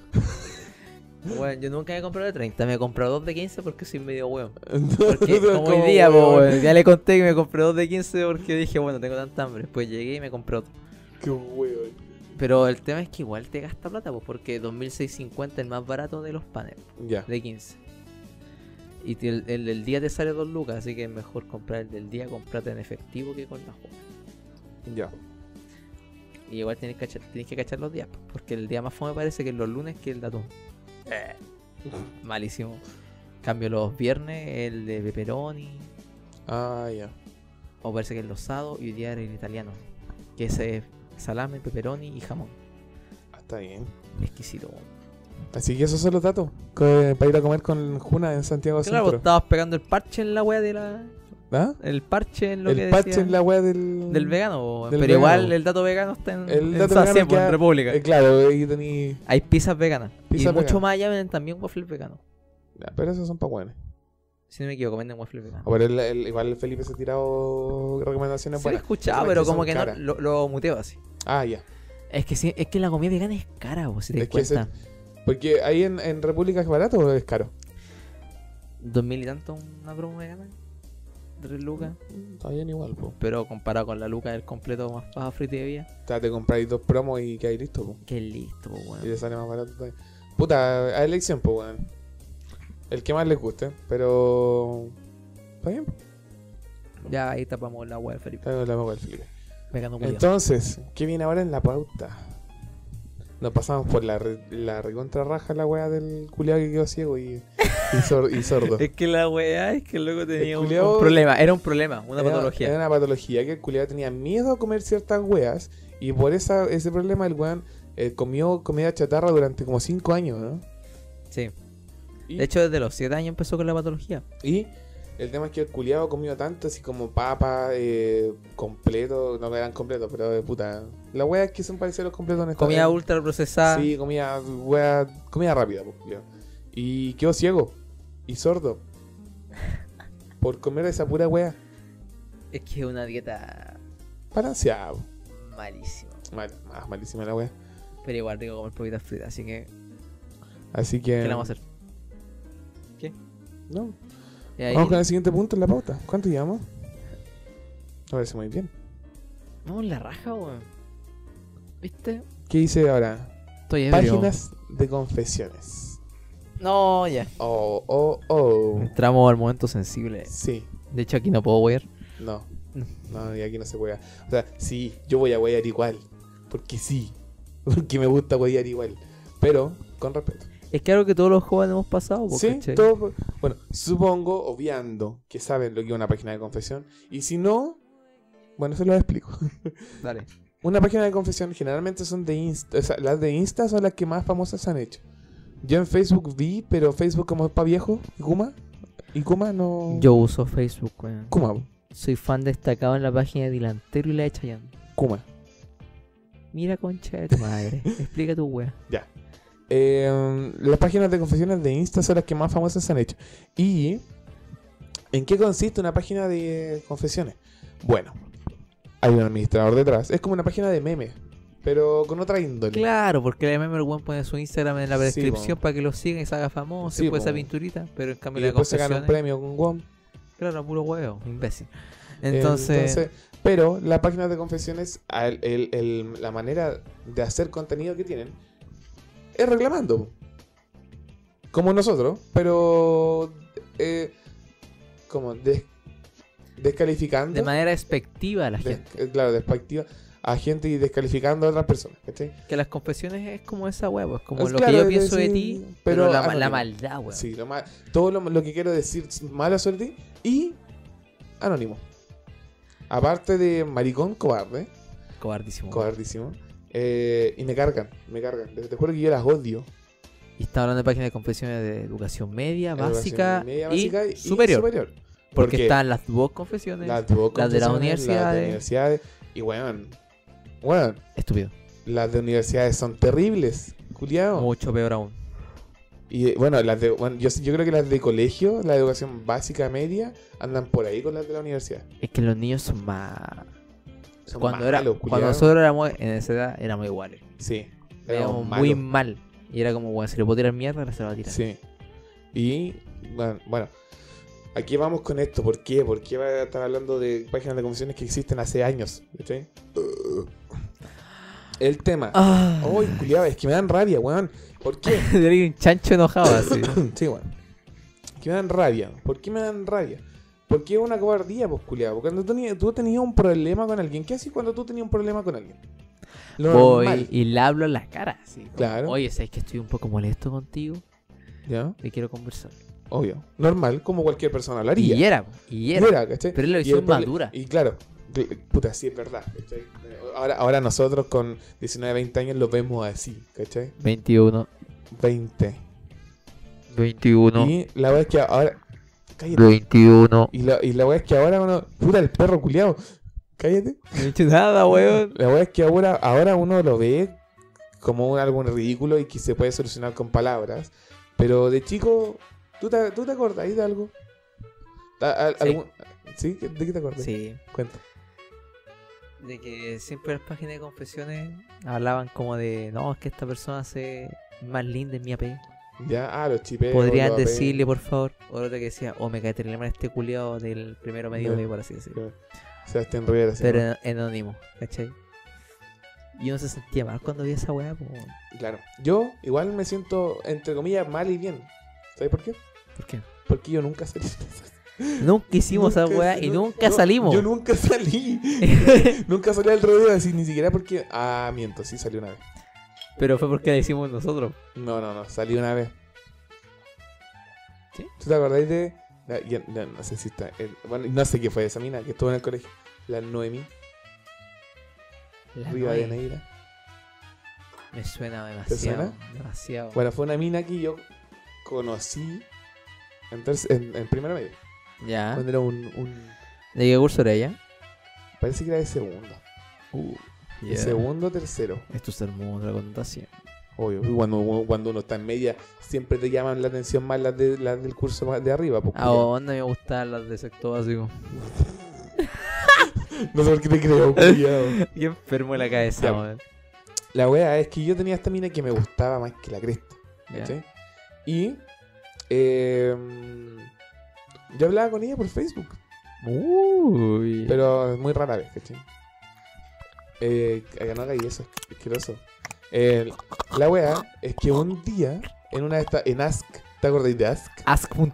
B: bueno, yo nunca me he comprado de 30, me he comprado dos de 15 porque soy medio weón. Porque como hoy día, po,
A: weón.
B: weón, ya le conté que me compré dos de 15 porque dije, bueno, tengo tanta hambre. Pues llegué y me compré otro.
A: Qué weón.
B: Pero el tema es que igual te gasta plata, pues, porque 2650 es el más barato de los panes,
A: Ya.
B: de 15. Y te- el, el del día te sale 2 lucas, así que es mejor comprar el del día, comprarte en efectivo que con la juega.
A: Ya.
B: Y igual tienes que, cachar, tienes que cachar los días, pues, porque el día más fome parece que es los lunes que el de atún. Eh, malísimo. Cambio los viernes, el de pepperoni,
A: Ah, ya.
B: o parece que el losado, y hoy día era el italiano, que ese es salame, pepperoni y jamón.
A: Ah, Está bien.
B: Exquisito. weón.
A: Así que esos son los datos. co- para ir a comer con Juna en Santiago
B: Claro, vos
A: Centro.
B: estabas pegando el parche en la wea de la.
A: ¿Ah?
B: El parche en lo que
A: El parche
B: decía
A: en la wea del.
B: del vegano, po, weón.
A: del
B: pero igual
A: vegano.
B: el dato vegano está en,
A: El
B: en
A: dato
B: San
A: vegano
B: Siempre, en
A: ya-
B: República.
A: Eh, claro, ahí tení.
B: Hay pizzas veganas.
A: Pizza
B: y mucho
A: vegana.
B: más allá venden también waffles veganos.
A: Ya, pero esos son pa' weones.
B: Si no me equivoco, venden waffles veganos.
A: Ah, pero el- el- igual el Felipe se ha tirado recomendaciones
B: Sí lo he
A: buenas.
B: escuchado,
A: Son
B: pero
A: que
B: como
A: son
B: que no,
A: caras.
B: lo, lo muteo así.
A: Ah, ya.
B: Es que, sí, es que la comida vegana es cara, vos, si te das
A: Es que ese-
B: cuenta.
A: Porque ahí en, en República es barato o es caro.
B: Dos mil y tanto una promo vegana. Tres lucas.
A: Está bien igual, po.
B: Pero comparado con la luca del completo más paja frita y bebida,
A: O sea, te compráis dos promos y quedáis listo, po.
B: qué listo, po,
A: Y
B: weón.
A: te sale más barato todavía. Puta, a elección, po, weón. El que más les guste, pero. Está bien, po.
B: Ya ahí tapamos la wea de Felipe.
A: Está bien, hablamos con el Felipe.
B: Vegano culiao.
A: Entonces, ¿qué viene ahora en la pauta? Nos pasamos por la, re- la recontrarraja la weá del culiao que quedó ciego y, y, sor- y sordo.
B: Es que la weá es que el loco tenía un,
A: culiao-
B: un problema, era un problema, una
A: Era-
B: patología.
A: Era una patología que el culiao tenía miedo a comer ciertas weas y por esa, ese problema el weón eh, comió comida chatarra durante como 5 años, ¿no?
B: Sí.
A: Y-
B: De hecho, desde los 7 años empezó con la patología.
A: Y el tema es que el culiado comió tanto, así como papa, eh, completo, no eran completos, pero de puta. La wea es que son parecidos los completos en esta
B: Comida ultra procesada.
A: Sí, comida, wea, comida rápida, po, culiao. Y quedó ciego y sordo por comer esa pura wea.
B: Es que es una dieta
A: Balanceado.
B: malísima.
A: Mal, ah, malísima la wea.
B: Pero igual tengo que comer papitas fritas, así que,
A: Así que.
B: ¿qué le vamos a hacer?
A: No.
B: Y ahí-
A: Vamos con el siguiente punto en la pauta. ¿Cuánto llevamos? Me parece muy bien.
B: Vamos en la raja, weón. ¿Viste?
A: ¿Qué dice ahora?
B: Estoy ebrio.
A: Páginas de confesiones.
B: No, ya.
A: Oh, oh, oh.
B: Entramos al momento sensible.
A: Sí,
B: De hecho, aquí no puedo wear.
A: no. No, y aquí no se juega. O sea, sí, yo voy a huear igual. Porque sí. Porque me gusta huear igual. Pero, con respeto.
B: Es que algo que todos los jóvenes hemos pasado, po,
A: Sí,
B: ¿cachai?
A: todo por- Bueno, supongo, obviando, que saben lo que es una página de confesión. Y si no, bueno, se lo explico.
B: Dale.
A: Una página de confesión generalmente son de Insta. O sea, las de Insta son las que más famosas se han hecho. Yo en Facebook vi, pero Facebook como es pa' viejo. ¿Y Kuma? ¿Y Kuma no...?
B: Yo uso Facebook, weón.
A: Kuma,
B: Soy fan destacado en la página de Dilantero y la de Chayanne.
A: Kuma.
B: Mira, concha de tu madre. Explica tu wea.
A: Eh, las páginas de confesiones de Insta son las que más famosas se han hecho. ¿Y en qué consiste una página de confesiones? Bueno, hay un administrador detrás. Es como una página de memes, pero con otra índole.
B: Claro, porque la meme el weón pone su Instagram en la
A: Sí,
B: descripción
A: po.
B: para que lo sigan y se haga famoso
A: Sí,
B: y pues
A: po.
B: esa pinturita, pero en
A: Y
B: cambio la
A: después se gana
B: confesión
A: un premio con WOM.
B: claro, puro huevo, imbécil. Entonces,
A: Entonces... pero las páginas de confesiones, al- el- el- la manera de hacer contenido que tienen es reclamando. Como nosotros, pero... eh, como des- descalificando.
B: de manera despectiva a la
A: Des-
B: gente.
A: eh, claro, despectiva a gente y descalificando a otras personas, ¿cachai?
B: Que las confesiones es como esa huevo, es como
A: Es
B: lo
A: claro,
B: que
A: es
B: yo pienso de
A: decir,
B: ti,
A: pero
B: pero, la,
A: anónimo.
B: la maldad, weón.
A: Sí, lo ma- todo lo, lo que quiero decir malo sobre ti y anónimo. Aparte de maricón cobarde,
B: Cobardísimo.
A: cobardísimo, eh, y me cargan, me cargan. Te, te juro que yo las odio.
B: Y está hablando de páginas de confesiones de educación media, básica,
A: Educación media,
B: y,
A: básica
B: superior. Porque,
A: porque
B: están las dos confesiones.
A: Las dos
B: las de eh. las
A: confesiones, Las de
B: universidades.
A: universidades. Y weón, weón,
B: Estúpido.
A: las de universidades son terribles, culiao.
B: Mucho peor aún.
A: Y eh, bueno, las de, bueno, yo, yo creo que las de colegio, la educación básica media, andan por ahí con las de la universidad.
B: Es que los niños son más.
A: Son
B: cuando, era,
A: malos,
B: cuando
A: culiao.
B: nosotros éramos en esa edad, éramos iguales.
A: Sí.
B: Éramos
A: malos.
B: muy mal. Y era como, bueno, si le puedo tirar mierda, ahora se la va a tirar.
A: Sí. Y bueno, bueno, aquí vamos con esto. ¿Por qué? ¿Por qué va a estar hablando de páginas de confesiones que existen hace años? ¿Cachai? El tema.
B: Ah,
A: Ay, culiao, es que me dan rabia, weón. ¿Por qué?
B: Tenía un chancho enojado así.
A: sí, weón. Que me dan rabia. ¿Por qué me dan rabia? Porque es una cobardía, pues, culiao. Porque cuando teni- tú tenías un problema con alguien, ¿qué haces cuando tú tenías un problema con alguien? Lo
B: Voy
A: normal.
B: y le hablo en la cara. Así, como,
A: Claro.
B: Oye, ¿sabes que estoy un poco molesto contigo?
A: ¿Ya?
B: Y quiero conversar.
A: Obvio. Normal, como cualquier persona hablaría.
B: Y era, y era.
A: Y era, ¿cachai?
B: Pero él lo
A: Y
B: hizo
A: el proble-
B: madura.
A: Y claro, cl- puta, sí es verdad, ¿cachai? Ahora, ahora nosotros con 19, 20 años lo vemos así, ¿cachai?
B: 21,
A: 20.
B: 21,
A: Y la verdad es que ahora. Cállate.
B: 21.
A: Y la, y la verdad es que ahora uno. Puta, el perro culiado. Cállate.
B: No he hecho nada, weón.
A: La verdad es que ahora, ahora uno lo ve como un, algo ridículo y que se puede solucionar con palabras. Pero de chico, ¿tú te, tú te acordáis de algo? ¿A- a- algún- ¿Sí? ¿De qué te acordás?
B: Sí.
A: Cuenta.
B: De que siempre las páginas de confesiones hablaban como de, no, es que esta persona se es más linda en mi AP.
A: Ya, ah, los chipeos.
B: Podrían
A: los apegos.
B: decirle, por favor. O la otra que decía, o me cae mal este culiado del primero medio
A: Ya.
B: B, por así decirlo.
A: Sebastián Rivera, sí.
B: Pero en, en anónimo, ¿cachai? Y uno se sentía mal cuando vi esa weá, po,
A: Claro. Yo igual me siento, entre comillas, mal y bien. ¿Sabes por qué?
B: ¿por qué?
A: Porque yo nunca salí. de esa-
B: Nunca hicimos pues, esa
A: Nunca
B: weá
A: sa-
B: y
A: nu-
B: nunca
A: yo-
B: salimos.
A: Yo nunca salí. nunca salí al rodeo así, ni siquiera porque. Ah, miento, sí salí una vez.
B: Pero fue porque la hicimos nosotros.
A: No, no, no, salí una vez.
B: ¿Sí?
A: ¿Tú te acordáis de.? la- ya- la- no sé si está. eh, bueno, no sé qué fue esa mina que estuvo en el colegio. La Noemi,
B: La
A: Riva
B: Noe
A: de Neira.
B: Me suena
A: ¿Te
B: demasiado.
A: suena?
B: Demasiado.
A: Bueno, fue una mina que yo conocí en, terc- en, en primera media.
B: ya.
A: Cuando era un, un-
B: ¿De qué curso era ella?
A: Parece que era de segundo. Uh, De segundo, tercero.
B: Esto es hermoso, la connotación.
A: Obvio. Y cuando, cuando uno está en media, siempre te llaman la atención más las, de, las del curso más de arriba. pues,
B: A onda me gustaban las de sexto básico.
A: culiao. No sé por qué te creo, culiao.
B: Qué enfermo la cabeza,
A: Ya.
B: weón.
A: La wea es que yo tenía esta mina que me gustaba más que la cresta.
B: Ya.
A: ¿cachai? Y. eh, yo hablaba con ella por Facebook.
B: Uy.
A: Pero muy rara vez, ¿cachai? Eh, acá no hagáis eso, es asqueroso. Eh, la wea es que un día, en una de estas, en Ask, ¿te acordáis de Ask?
B: Ask.fm.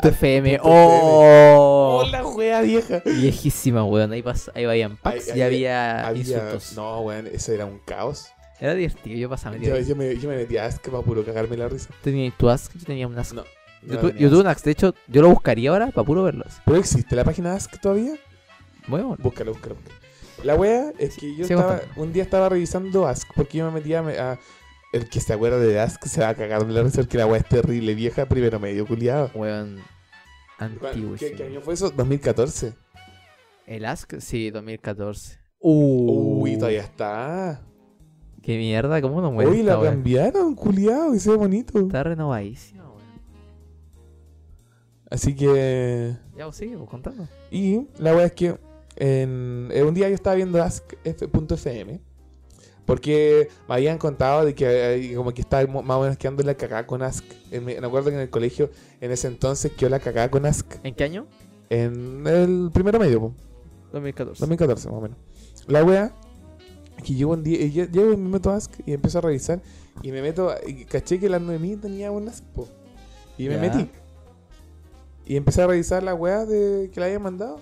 A: Ask.fm.
B: Oh.
A: ¡Hola, wea vieja!
B: Viejísima, weón. Ahí, pas- ahí vayan packs
A: Ahí- ahí-
B: y
A: Había,
B: había, Ah, insultos.
A: no, weón, eso era un caos.
B: Era divertido, yo pasaba medio.
A: Yo,
B: ahí.
A: yo me, yo me metí a Ask para puro cagarme la risa.
B: Tenía tu Ask, yo tenía un Ask.
A: No,
B: yo,
A: no
B: tu-
A: tenía
B: yo tuve
A: Ask.
B: un Ask, de hecho, yo lo buscaría ahora para puro verlos.
A: ¿Pero existe la página Ask todavía?
B: Bueno,
A: Búscalo, búscalo. búscalo. La wea es que yo
B: sigo
A: estaba,
B: contando.
A: un día estaba revisando Ask porque yo me metía a, a- El que se acuerda de Ask se va a cagar de la risa porque la wea es terrible, vieja, primero medio culiado.
B: weón. Antiguo.
A: ¿Qué, qué año fue eso? 2014.
B: El Ask, sí, 2014. Uh.
A: Uy, todavía está.
B: Qué mierda, cómo no muere.
A: Uy, la
B: esta, weón?
A: cambiaron, culiado, que se ve bonito.
B: Está renovadísima, weón.
A: Así que.
B: Ya, pues, sigue, pues, contando.
A: Y la wea es que en, en un día yo estaba viendo ask.fm porque me habían contado de que eh, como que estaba mo- más o menos quedando la cagada con ask. En mi- me acuerdo que en el colegio en ese entonces quedó la cagada con ask
B: ¿En qué año?
A: en el primero medio, po,
B: 2014.
A: 2014 más o menos. La wea es que llego un día, y lle- llego y me meto a ask y empiezo a revisar y me meto, a- y caché que la mí tenía un ask, po. y me
B: Ya.
A: metí. Y empecé a revisar las weas de, que le habían mandado.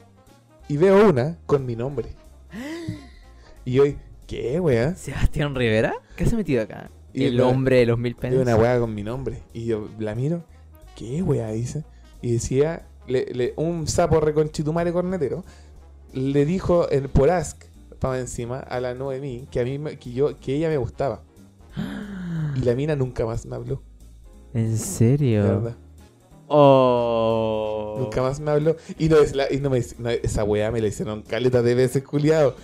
A: Y veo una con mi nombre. Y hoy, ¿qué wea?
B: ¿Sebastián Rivera? ¿Qué se ha metido acá?
A: Y
B: el
A: la-
B: hombre de los mil
A: Veo
B: pesos.
A: una wea con mi nombre. Y yo la miro, ¿qué wea? Dice. Y decía, le- le- un sapo reconchitumare cornetero le dijo el, por ask, estaba encima, a la Noemí, que a mí, me- que yo, que ella me gustaba. Y la mina nunca más me habló,
B: ¿En
A: de
B: serio?
A: verdad.
B: Oh.
A: Nunca más me habló. Y no, es la- y no me dice- no, esa weá me la hicieron caleta de veces, culiado.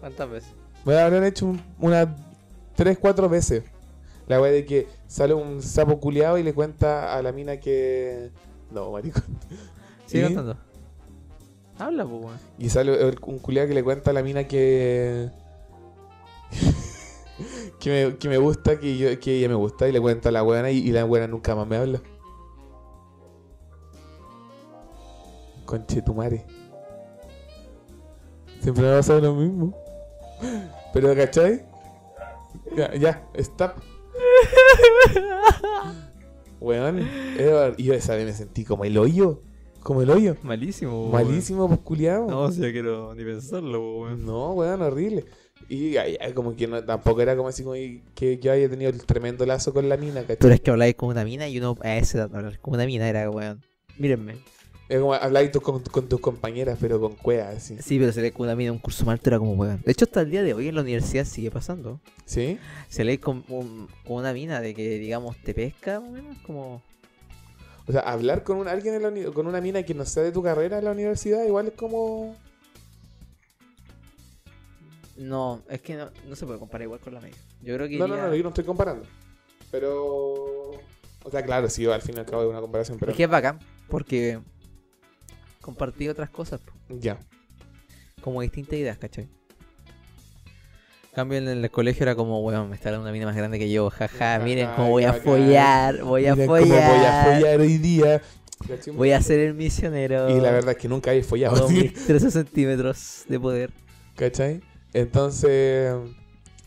B: ¿Cuántas veces?
A: Me la habrán hecho un- unas 3, 4 veces. La weá de que sale un sapo culiado y le cuenta a la mina que. No, maricón.
B: Sigue
A: ¿Y?
B: contando. Habla, pues, weón.
A: Y sale el- un culiado que le cuenta a la mina que. que, me, que me gusta, que, yo, que ella me gusta, y le cuenta a la buena y, y la buena nunca más me habla. Conchetumare. Siempre me pasa lo mismo. Pero, ¿cachai? Ya, ya, stop. Weón, era- y yo esa vez me sentí como el hoyo. Como el hoyo.
C: Malísimo, weón.
A: Malísimo, pues culiado.
C: No, si ya quiero ni pensarlo,
B: pues.
C: weón.
A: No, weón, horrible. Y ay, ay, como que no- tampoco era como así como que yo haya tenido el tremendo lazo con la mina,
B: Tú
A: ¿cachai?
B: eres que habláis como una mina y uno a ese dato hablar como una mina era, weón. Mírenme.
A: Es como habláis tú con, con tus compañeras, pero con cueas, así.
B: Sí, pero se lee como una mina, un curso mal, tú era como weón. De hecho, hasta el día de hoy en la universidad sigue pasando.
A: ¿Sí?
B: Se lee como un- como una mina de que, digamos, te pesca, más o menos, como.
A: O sea, hablar con un, alguien en la uni- con una mina que no sea de tu carrera en la universidad, igual es como.
B: No, es que no, no se puede comparar igual con la media. Yo creo que.
A: No, no,
B: iría-
A: no, yo no estoy comparando. Pero. O sea, claro, sí, al fin y al cabo es una comparación, pero.
B: Es que es bacán, porque compartí otras cosas, po,
A: Ya.
B: como distintas ideas, ¿cachai? En Cambio en el colegio era como, weón, me está hablando una mina más grande que yo, jaja,
A: Ajá,
B: miren cómo voy a
A: bacán.
B: follar, voy a
A: Mira cómo
B: follar,
A: voy a follar hoy día.
B: voy a ser el misionero.
A: Y la verdad es que nunca he follado.
B: con
A: así.
B: mis 13 centímetros de poder.
A: ¿Cachai? Entonces,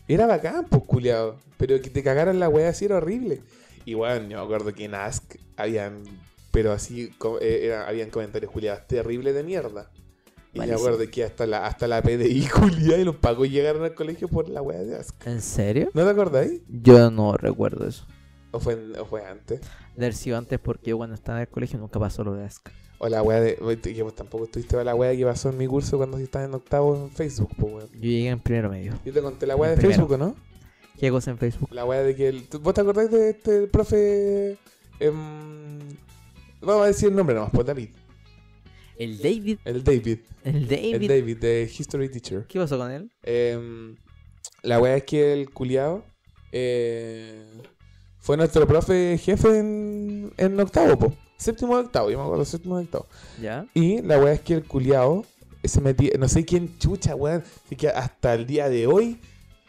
A: era bacán, pues, culiao. Pero que te cagaran la weá así era horrible. Y bueno, yo me acuerdo que en Ask habían, pero así, co- eh, era- habían comentarios culiados terribles de mierda. Y me
B: Malísimo.
A: acuerdo que hasta la, hasta la PDI culiada y los pagos llegaron al colegio por la weá de Ask.
B: ¿En serio?
A: ¿No te acordáis?
B: Yo no recuerdo eso.
A: ¿O fue, en- o fue antes?
B: De haber sido antes porque yo cuando estaba en el colegio nunca pasó lo de Aska.
A: O la weá de. Que vos tampoco estuviste para la weá que pasó en mi curso cuando estaba en octavo en Facebook, pues, weón.
B: Yo llegué en primero medio.
A: Yo te conté la weá de
B: Primero.
A: Facebook, ¿o ¿no?
B: ¿Qué cosa en Facebook?
A: La weá de que el. ¿tú- ¿Vos te acordás de este el profe? em, vamos a decir el nombre nomás, pues David.
B: El David.
A: El David.
B: El David.
A: El David, de History Teacher.
B: ¿Qué pasó con él?
A: Em, la weá es que el culiao eh, fue nuestro profe jefe en, en octavo, po. Séptimo de octavo, yo me acuerdo, séptimo de octavo.
B: ¿Ya?
A: Y la weá es que el culiao se metía, no sé quién chucha, weón. Así que hasta el día de hoy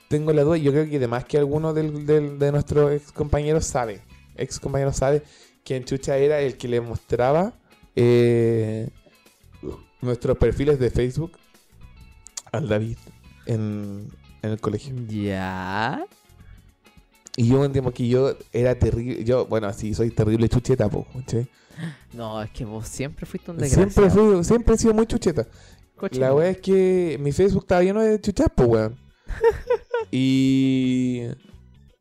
A: tengo la duda. Yo creo que además que alguno del- del- de nuestros ex compañeros sabe, ex compañeros sabe quién chucha era el que le mostraba eh, nuestros perfiles de Facebook al David en, en el colegio.
B: Ya.
A: Y yo un tiempo que yo era terrible, yo, bueno, así soy terrible chucheta, po, ¿cachai?
B: No, es que vos siempre fuiste un
A: Siempre,
B: desgraciado.
A: fui, siempre he sido muy chucheta.
B: Coche,
A: La
B: no.
A: wea es que mi Facebook estaba lleno de chuchapos, weón. y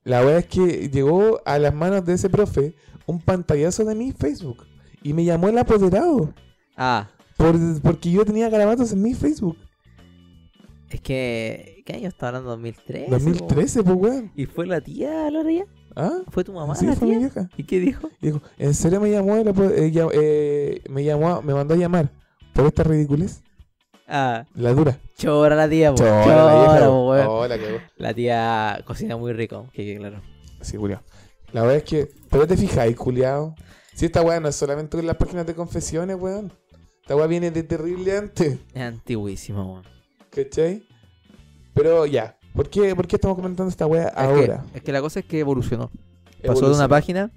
A: la wea es que llegó a las manos de ese profe un pantallazo de mi Facebook. Y me llamó el apoderado.
B: Ah,
A: por- porque yo tenía garabatos en mi Facebook.
B: es que... ¿Qué año está hablando? ¿2013?
A: 2013, pues weón.
B: po? ¿Y fue la tía la tía?
A: ¿Ah?
B: ¿Fue tu mamá
A: Sí,
B: la
A: fue mi
B: tía?
A: vieja.
B: ¿Y qué dijo?
A: Y Dijo, ¿en serio me llamó el apo- eh, ya- eh, me llamó, a- me mandó a llamar? ¿Por esta ridiculez?
B: Ah,
A: La dura.
B: chora la tía, po.
A: Chora,
B: Chora,
A: la vieja,
B: po, weón.
A: Oh, la cagó.
B: La tía cocina muy rico, que claro.
A: Sí, culiao. La verdad es que, pero te fijáis, culiao. Si esta weá no es solamente con las páginas de confesiones, weón. Esta weá viene de terrible antes,
B: Es antiguísima, weón.
A: ¿cachai? Pero ya, ¿por qué, por qué estamos comentando esta weá ahora?
B: Es que, es que la cosa es que evolucionó. Pasó de
A: Evolución.
B: una página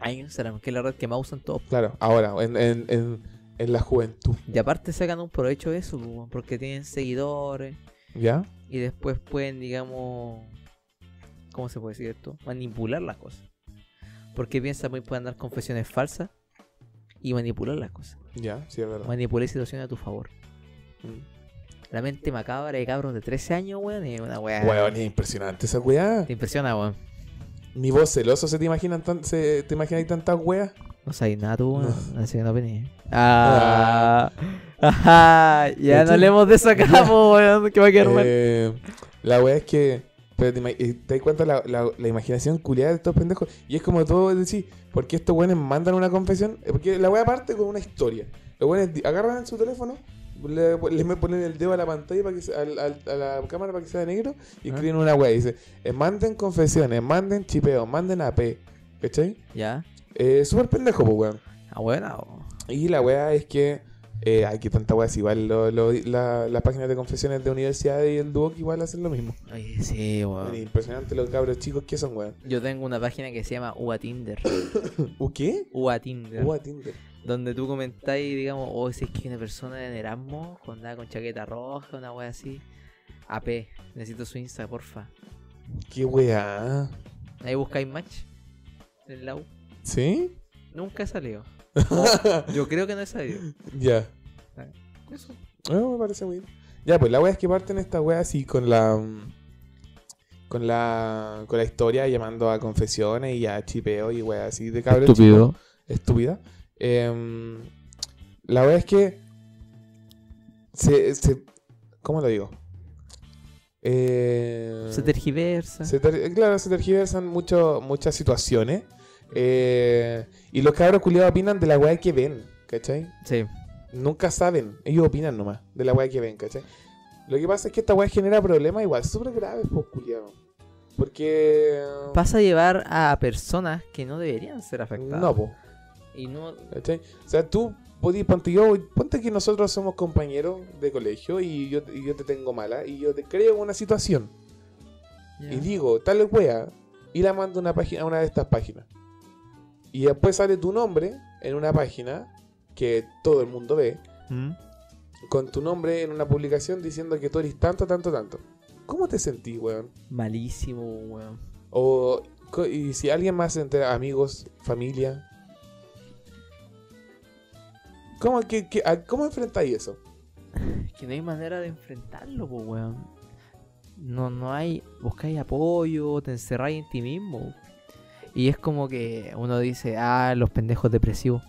B: a Instagram, que es la red que más usan todos.
A: Claro, ahora, en, en, en, en la juventud,
B: Y aparte sacan un provecho de eso, po, weón, porque tienen seguidores.
A: ¿ya?
B: y después pueden, digamos, ¿cómo se puede decir esto? Manipular las cosas. Porque piensa que pueden dar confesiones falsas y manipular las cosas.
A: Ya, sí, es verdad.
B: Manipular situaciones a tu favor.
A: Mm.
B: La mente macabra de cabros de 13 años, weón, es una weá.
A: Weón, es impresionante esa weá.
B: Te impresiona, weón.
A: Ni vos celoso se te imaginan tan, se, te imagináis tantas weas.
B: No sabes nada tú, weón.
A: No.
B: Así que no venís. Ah. Ajá. Ya no hablemos de eso acá, po, weón. Que va a quedar mal.
A: Eh, la wea es que. Pero te, ima- eh, te das cuenta la, la- la imaginación culiada de estos pendejos. Y es como todo decir, ¿por qué estos weones mandan una confesión? Eh, Porque la wea parte con una historia. Los weones di- agarran en su teléfono, Le, le me ponen el dedo a la pantalla para que se- al- al- a la cámara para que sea negro y escriben una weá. Dice, eh, manden confesiones, manden chipeo, manden AP. ¿Cachai?
B: ¿Ya?
A: Eh, súper pendejo, pues weón.
B: Ah, bueno. o-
A: Y la weá es que eh, aquí tanta weá, si igual lo- lo- la- las páginas de confesiones de universidades y el Duoc igual hacen lo mismo.
B: Oye, sí, weón.
A: Impresionante los cabros chicos que son, weón.
B: Yo tengo una página que se llama Ua Tinder.
A: ¿U qué?
B: Ua Tinder.
A: Ua Tinder.
B: Donde tú comentáis, digamos, oh, si es que una persona en Erasmus, con nada con chaqueta roja, una wea así. AP, necesito su Insta, porfa.
A: ¿Qué weá?
B: Ahí buscáis match. En la U.
A: ¿Sí?
B: Nunca he salido. Yo creo que no he salido.
A: Ya.
B: Eso.
A: No, me parece muy bien. Ya, pues la wea es que parten esta wea así con la. mm, Con la. Con la historia llamando a confesiones y a chipeo y wea así de cabros chicos. estúpida. Em, la verdad es que. Se, se- ¿Cómo lo digo? Eh,
B: Se tergiversa.
A: se ter- eh, claro, se tergiversan mucho, muchas situaciones. eh, y los cabros culiados opinan de la weá que ven, ¿cachai?
B: Sí.
A: Nunca saben, ellos opinan nomás de la weá que ven, ¿cachai? Lo que pasa es que esta weá genera problemas igual súper graves, pues, culiado. Porque.
B: Pasa a llevar a personas que no deberían ser afectadas.
A: No, pues.
B: Y no.
A: ¿Cachai? O sea, tú podías, ponte yo, ponte que nosotros somos compañeros de colegio y yo, y yo te tengo mala y yo te creo una situación y digo, tal wea, y la mando a una página, a una de estas páginas. Y después sale tu nombre en una página que todo el mundo ve, con tu nombre en una publicación diciendo que tú eres tanto, tanto, tanto. ¿Cómo te sentís, weón?
B: Malísimo, weón.
A: O co- y si alguien más se entera, amigos, familia. ¿Cómo, que que- a- ¿cómo enfrentáis eso?
B: Es que no hay manera de enfrentarlo, po, weón. No, no hay. Buscáis apoyo, te encerráis en ti mismo. Y es como que uno dice, ah, los pendejos depresivos.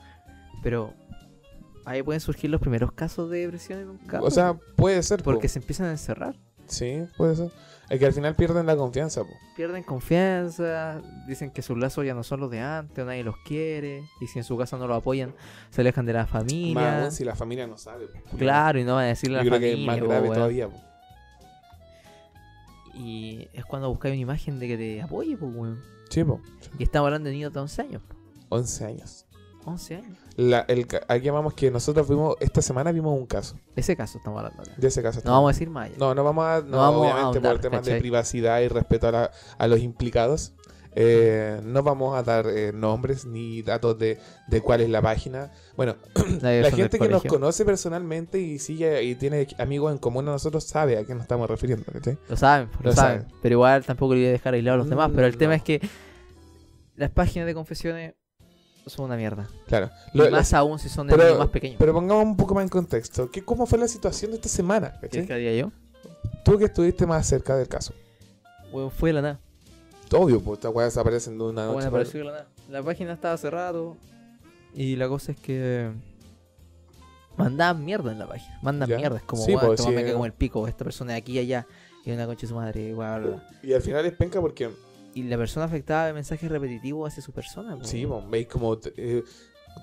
B: Pero ahí pueden surgir los primeros casos de depresión en un caso.
A: O sea, puede ser. po.
B: porque se empiezan a encerrar.
A: Sí, puede ser. Es que al final pierden la confianza. po.
B: Pierden confianza, dicen que sus lazos ya no son los de antes, nadie los quiere. Y si en su casa no lo apoyan, se alejan de la
A: Más
B: familia.
A: aún si la familia no sabe. po.
B: Claro, y no van a decirle
A: Yo
B: a la
A: creo
B: familia.
A: que es más
B: po,
A: grave
B: weón.
A: todavía. po.
B: Y es cuando buscáis una imagen de que te apoye, pues, weón.
A: Sí, po.
B: Y estamos hablando de niños de 11 años. po.
A: 11 años.
B: 11 años.
A: La, el, ca- aquí llamamos que nosotros vimos, esta semana vimos un caso.
B: De ese caso estamos hablando acá.
A: De ese caso.
B: No vamos a decir más allá.
A: No, no vamos a. No,
B: No vamos a
A: obviamente por
B: ahondar,
A: temas de
B: ¿cachai?
A: privacidad y respeto a, la- a los implicados. eh, no vamos a dar eh, nombres ni datos de, de cuál es la página. Bueno,
B: Nadie
A: la
B: son del
A: gente que nos
B: colegio.
A: conoce personalmente y sigue y tiene amigos en común a nosotros sabe a qué nos estamos refiriendo. ¿cachai?
B: Lo saben, lo,
A: Lo
B: saben.
A: saben.
B: Pero igual tampoco le voy a dejar aislado a los
A: Mm,
B: demás. Pero el tema
A: no.
B: es que las páginas de confesiones son una mierda.
A: Claro.
B: Y
A: Lo-
B: más
A: la-
B: aún si son de
A: pero-
B: niños más pequeños.
A: pero pongamos un poco más en contexto. ¿Qué, ¿Cómo fue la situación de esta semana?
B: ¿Quieres
A: ¿cachai?
B: que diga yo?
A: Tú que estuviste más cerca del caso.
B: Weón, fue de la nada.
A: Obvio, pues estas weas aparecen de una noche.
B: Bueno,
A: para-
B: apareció de la nada. La página estaba cerrada. todo. Y la cosa es que. Mandaban mierda en la página. Mandan
A: Ya.
B: mierda. Es como,
A: Sí,
B: "Weón,
A: pues,
B: este weón
A: sí.
B: me cae como el pico. Esta persona de aquí y allá. Y una concha de su madre. Bla, bla, bla.
A: Y al final es penca porque
B: Y la persona afectada de mensajes repetitivos hacia su persona. pues, po.
A: Sí, vos veis como t- eh,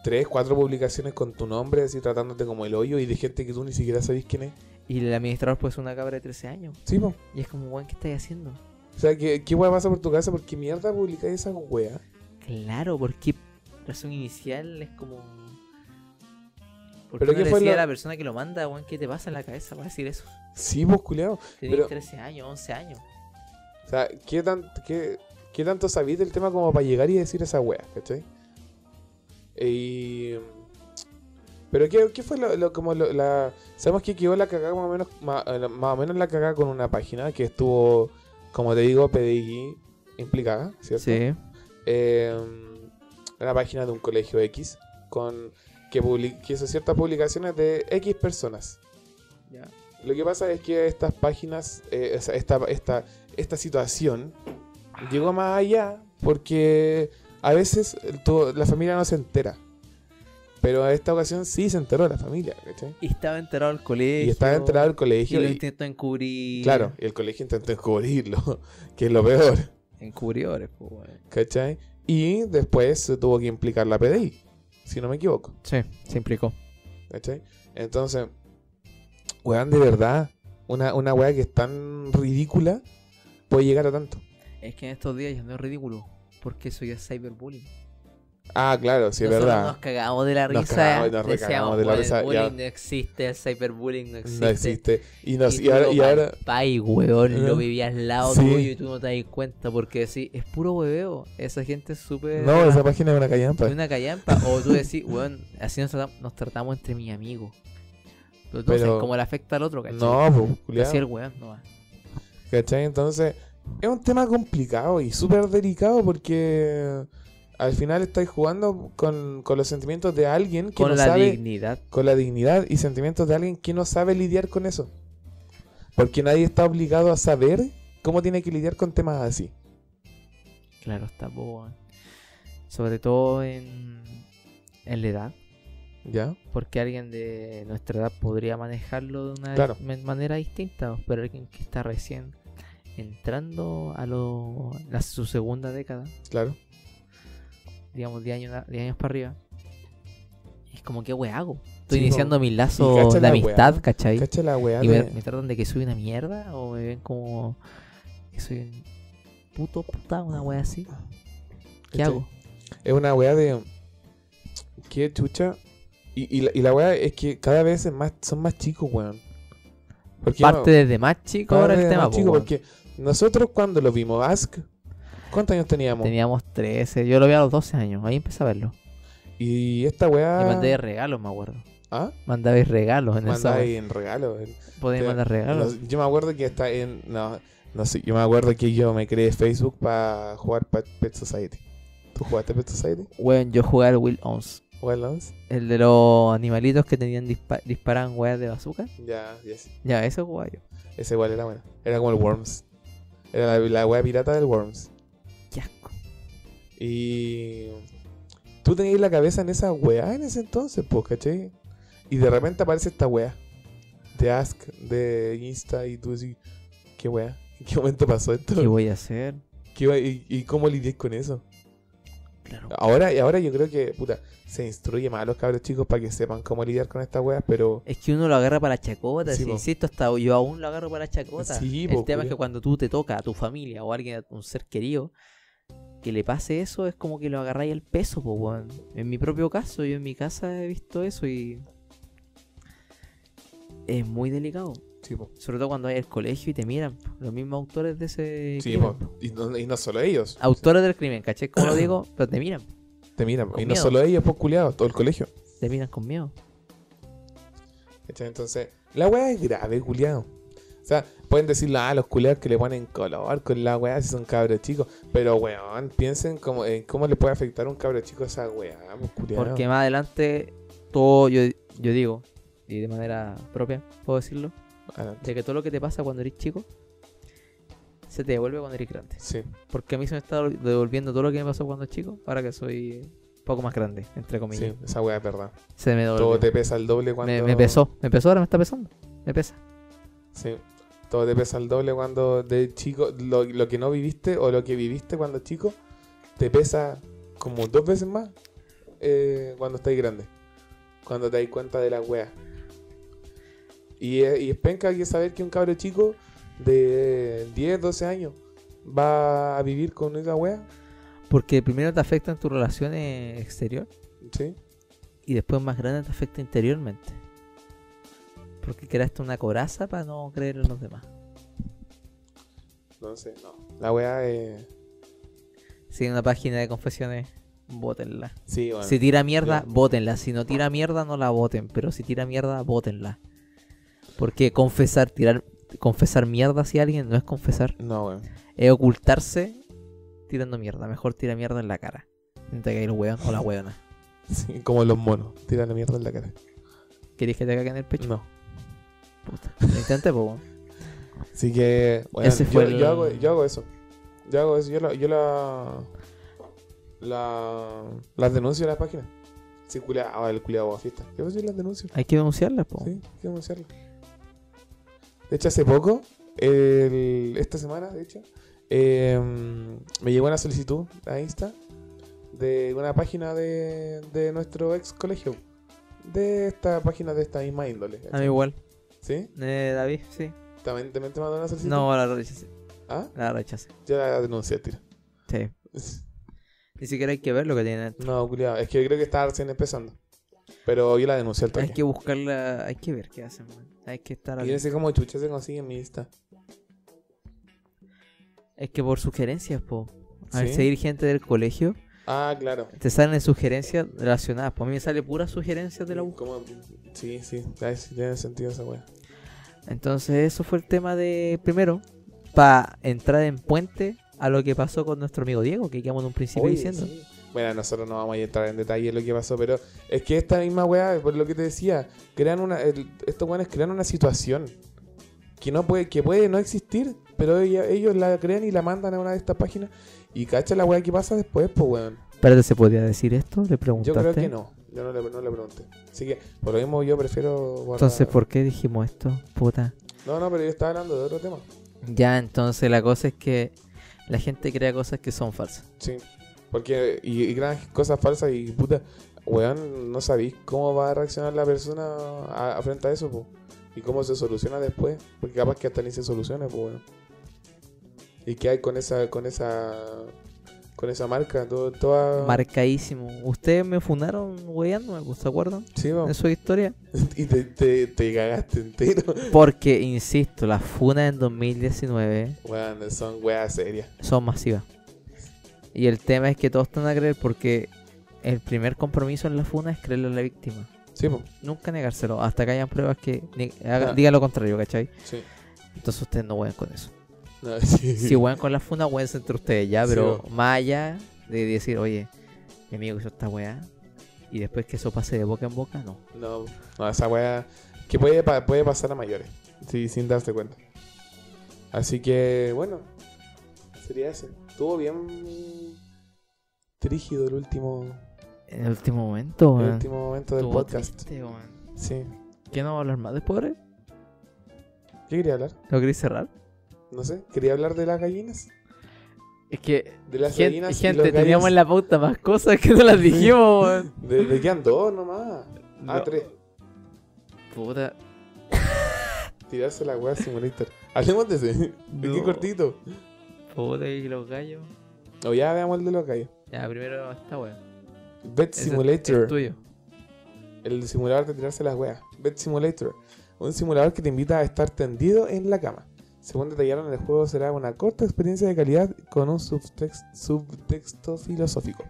A: tres, cuatro publicaciones con tu nombre, así tratándote como el hoyo y de gente que tú ni siquiera sabés quién es.
B: Y el administrador pues es una cabra de 13 años.
A: Sí, po.
B: Y es como, weón, ¿qué estáis haciendo?
A: O sea, ¿qué, qué wea pasa por tu casa? ¿Por qué mierda publicáis esa wea?
B: Claro, porque razón inicial es como...
A: Pero
B: ¿Por qué no
A: ¿qué
B: le
A: fue
B: decía
A: lo-
B: a la persona que lo manda, weón, qué te pasa en la cabeza para decir eso?
A: Sí, vos, culiao.
B: Tenéis
A: Pero-
B: 13 años, 11 años.
A: O sea, ¿qué, tan, qué, qué tanto sabéis del tema como para llegar y decir esa wea, ¿cachai? Y... Pero ¿qué, qué fue lo, lo- como lo- la... Sabemos que quedó la cagada más o menos, ma- eh, la- más, o menos la cagada con una página que estuvo, como te digo, PDI implicada, ¿cierto? eh, una página de un colegio X con que, publi- que hizo ciertas publicaciones de X personas.
B: Ya.
A: Lo que pasa es que estas páginas, eh, o sea, esta, esta, esta situación llegó más allá porque a veces el- tu- la familia no se entera. Pero a esta ocasión sí se enteró la familia, ¿cachai?
B: Y estaba enterado el colegio.
A: Y estaba enterado el
B: Y
A: colegio
B: lo
A: y,
B: intentó encubrir.
A: claro, el colegio intentó encubrirlo, que es lo peor.
B: Encubridores, pues, weón.
A: ¿Cachai? Y después se tuvo que implicar la PDI, si no me equivoco.
B: Sí, se implicó.
A: ¿Cachai? Entonces, Weón, de verdad, una, una weá que es tan ridícula puede llegar a tanto.
B: Es que en estos días ya no es ridículo. Porque eso ya es cyberbullying.
A: Ah, claro, sí, es
B: Nosotros
A: verdad.
B: Nos cagamos de la
A: Nos
B: risa.
A: cagamos y nos
B: decíamos,
A: recagamos de la
B: "Bueno,
A: risa",
B: El
A: ya.
B: bullying no existe, el cyberbullying no existe.
A: No existe. Y, nos, y,
B: tú
A: ahora,
B: lo
A: y ahora-
B: palpáis, weón,
A: ¿No?
B: lo vivías al lado
A: Sí.
B: tuyo y tú no te das cuenta porque decís, es puro hueveo, esa gente es súper...
A: No, esa página es una callampa.
B: es una callampa. O tú decís, weón, así nos tratamos, nos tratamos entre mis amigos. Pero tú
A: Pero-
B: sabes cómo le afecta al otro, ¿cachai?
A: No, pues,
B: Así el
A: culiao,
B: weón, no va.
A: ¿Cachai? Entonces, es un tema complicado y súper delicado porque al final estáis jugando con, con los sentimientos de alguien que
B: Con
A: no
B: la
A: sabe.
B: dignidad.
A: con la dignidad y sentimientos de alguien que no sabe lidiar con eso. Porque nadie está obligado a saber cómo tiene que lidiar con temas así.
B: Claro, está, po, weón. Sobre todo en, en la edad.
A: ¿Ya?
B: Porque alguien de nuestra edad podría manejarlo de una
A: Claro.
B: me- manera distinta, pero alguien que está recién entrando a, lo, a su segunda década,
A: Claro.
B: digamos 10 años, 10 años para arriba, es como, ¿qué wea hago? Estoy
A: Sí,
B: iniciando
A: po.
B: mi
A: Y
B: lazo
A: cacha
B: de
A: la
B: amistad,
A: wea,
B: ¿cachai?
A: Cacha la weá
B: Y me,
A: de-
B: me tratan de que soy una mierda o me ven como que soy un puto puta, una wea así. ¿Qué
A: ¿cachai?
B: hago?
A: Es una weá de. Qué chucha. Y, y la, y la weá es que cada vez es más, son más chicos, weón. Porque yo me-
B: Parte desde más chico ahora
A: parte
B: el
A: de
B: tema.
A: más
B: po,
A: chico,
B: weón.
A: porque nosotros cuando lo vimos, Ask, ¿cuántos años teníamos?
B: Teníamos 13, yo lo vi a los 12 años, ahí empecé a verlo.
A: Y esta
B: Y
A: weá.
B: mandé regalos, me acuerdo.
A: ¿Ah?
B: Mandabais regalos en
A: Mandaba
B: el
A: ahí en regalo. en-
B: sábado. Podéis
A: Te-
B: mandar regalos.
A: No, yo me acuerdo que está en. No, no sé, yo me acuerdo que yo me creé Facebook para jugar pa- Pet Society. ¿Tú jugaste Pet Society?
B: Weón, yo jugaba al Will Ons.
A: ¿Wild Arms?
B: El de los animalitos que tenían dispa- disparaban weas de bazooka.
A: Ya, ya sí.
B: Ya, eso jugaba yo.
A: Ese igual era bueno. Era como el Worms. Era la, la wea pirata del Worms.
B: Qué asco.
A: Y. Tú tenías la cabeza en esa wea en ese entonces, pues, ¿cachai? Y de repente aparece esta wea. De Ask, de Insta, y tú decís, ¿qué wea? ¿En qué momento pasó esto?
B: ¿Qué voy a hacer?
A: ¿Qué wea? ¿Y, y cómo lidias con eso?
B: Claro.
A: Ahora, y ahora yo creo que, puta, se instruye más a los cabros chicos para que sepan cómo lidiar con estas weas, pero
B: Es que uno lo agarra para la chacota,
A: Sí,
B: si
A: po.
B: insisto, hasta yo aún lo agarro para la chacota.
A: Sí,
B: el
A: po,
B: tema es
A: culiao.
B: que cuando tú te toca a tu familia o a alguien, a un ser querido, que le pase eso, es como que lo agarráis el peso, po, weón. En mi propio caso, yo en mi casa he visto eso y. Es muy delicado. Sobre todo cuando hay el colegio y te miran. po. Los mismos autores de ese.
A: Sí,
B: crimen,
A: po.
B: po.
A: y, no, y no solo ellos.
B: Autores del crimen, ¿caché? Como lo digo, pero te miran.
A: Te miran,
B: Con
A: y no
B: miedo.
A: solo ellos, pues culiados, todo el colegio.
B: Te miran con miedo.
A: ¿Cachai? Entonces, la wea es grave, culiado. O sea, pueden decirle, ah, los culiados que le ponen color con la wea si son cabros chicos. Pero, weón, piensen cómo, en cómo le puede afectar a un cabro chico esa wea, pues culiao.
B: Porque más adelante, todo, yo, yo digo, y de manera propia, puedo decirlo,
A: Adelante.
B: de que todo lo que te pasa cuando eres chico, se te devuelve cuando eres grande.
A: Sí,
B: Porque a mí se me está devolviendo todo lo que me pasó cuando chico, ahora que soy un poco más grande, entre comillas.
A: sí, esa wea es verdad.
B: Se me devolvió.
A: Todo te pesa el doble cuando.
B: me, me pesó, me pesó, ahora me está pesando. Me pesa.
A: Sí. Todo te pesa el doble cuando de chico, lo, lo que no viviste o lo que viviste cuando chico, te pesa como dos veces más eh, cuando estás grande. Cuando te das cuenta de la wea. Y, es- y es penca que saber que un cabro chico de 10, 12 años va a vivir con esa wea.
B: Porque primero te afecta en tus relaciones exterior
A: Sí,
B: y después más grande te afecta interiormente. Porque creaste una coraza para no creer en los demás.
A: entonces no. La wea es.
B: Si hay una página de confesiones, bótenla.
A: Sí, bueno.
B: Si tira mierda,
A: ya.
B: bótenla. Si no tira mierda, no la voten. Pero si tira mierda, bótenla. Porque confesar, tirar, confesar mierda hacia alguien no es confesar.
A: No, weón.
B: Es ocultarse tirando mierda. Mejor tira mierda en la cara. No te cae el weón o la weona.
A: Sí, como los monos. Tiran la mierda en la cara.
B: ¿Querés que te caiga en el pecho?
A: No.
B: Puta. Lo intenté, po. weón.
A: Así que, bueno,
B: Ese
A: yo,
B: fue el-
A: yo hago, yo hago eso. Yo hago eso. Yo la, yo la, la, las denuncio en la página. Sí, culia, ah, el culiado fiesta. Yo sí las denuncio.
B: Hay que denunciarla, po.
A: Sí, hay que denunciarlo. De hecho, hace poco, el- esta semana, de hecho, eh, me llegó una solicitud a Insta de una página de, de nuestro ex colegio. De esta página de esta misma índole.
B: A mí igual.
A: ¿Sí?
B: Eh, David, sí.
A: ¿También, también te mandaron a hacer
B: No, la rechacé.
A: ¿Ah?
B: La rechacé.
A: Ya la denuncié, tira.
B: Sí. Ni siquiera hay que ver lo que tiene.
A: No, culiado. Es que yo creo que estaba recién empezando. Pero yo la denuncié al toque.
B: Hay que buscarla. Hay que ver qué hacen, man. Hay que estar
A: Y yo
B: al...
A: no sé cómo chucha se consigue en mi lista.
B: Es que por sugerencias, po. Al
A: ¿Sí?
B: seguir gente del colegio,
A: Ah, claro.
B: te salen sugerencias relacionadas. Pues a mí me sale puras sugerencias de la U.
A: ¿Cómo? Sí, sí. Ay, sí, tiene sentido esa wea.
B: Entonces, eso fue el tema de primero. Para entrar en puente a lo que pasó con nuestro amigo Diego, que quedamos en un principio
A: Oye,
B: diciendo.
A: sí. Bueno, nosotros no vamos a entrar en detalle en lo que pasó, pero es que esta misma weá, por lo que te decía, crean una, el- estos weones crean una situación que no puede, que puede no existir, pero ella- ellos la crean y la mandan a una de estas páginas y cacha la weá que pasa después, pues weón.
B: Espérate, ¿se podía decir esto? Le
A: Yo
B: preguntaste.
A: creo que no, yo no le, no le pregunté. Así que, por lo mismo yo prefiero guardar-
B: Entonces, ¿por qué dijimos esto? Puta.
A: No, no, pero yo estaba hablando de otro tema.
B: Ya, entonces la cosa es que la gente crea cosas que son falsas.
A: Sí, porque y, y crean cosas falsas y puta, weón, no sabéis cómo va a reaccionar la persona a, a frente a eso, po. Y cómo se soluciona después, porque capaz que hasta ni se soluciona, pues weón. ¿Y qué hay con esa con esa con esa marca? Todo, toda
B: Marcaísimo. Ustedes me funaron weyándome, ¿se acuerdan?
A: Sí, po.
B: En su historia.
A: y te, te, te cagaste entero.
B: Porque, insisto, las funas en 2019
A: Weón, son weas serias.
B: son masivas. Y el tema es que todos están a creer porque el primer compromiso en la funa es creerle a la víctima.
A: Sí, po.
B: Nunca negárselo, hasta que hayan pruebas que ne- haga-
A: Ah.
B: digan lo contrario, ¿cachai?
A: Sí.
B: Entonces ustedes no juegan con eso.
A: No, sí.
B: Si juegan con la funa, juegan entre ustedes ya,
A: Sí,
B: pero
A: bo.
B: más allá de decir, oye, mi amigo hizo esta weá, y después que eso pase de boca en boca, no.
A: No, no, esa wea que puede, pa- puede pasar a mayores, sí, sin darse cuenta. Así que, bueno, sería eso. Estuvo bien trígido el último,
B: En el último momento,
A: el
B: weón.
A: último momento del
B: Estuvo
A: podcast.
B: triste, weón.
A: Sí.
B: ¿Qué no va a hablar más después, pobre?
A: ¿Qué quería hablar?
B: ¿Lo queréis cerrar?
A: No sé, quería hablar de las gallinas.
B: Es que,
A: De las
B: gen-
A: gallinas. y
B: gente,
A: los gallos.
B: teníamos en la pauta más cosas que no las dijimos, weón.
A: ¿De, de qué andó nomás? Ah,
B: No.
A: tres.
B: Puta.
A: Tirarse la wea simulator. Hablemos de ese. De qué
B: No.
A: cortito.
B: Puta, y los gallos.
A: O ya veamos el de los gallos.
B: Ya, primero esta weón.
A: Bet
B: Ese es-
A: Simulator.
B: Es tuyo.
A: El simulador de tirarse las weas. Bed Simulator. Un simulador que te invita a estar tendido en la cama. Según detallaron, el juego será una corta experiencia de calidad con un subtex- subtexto filosófico.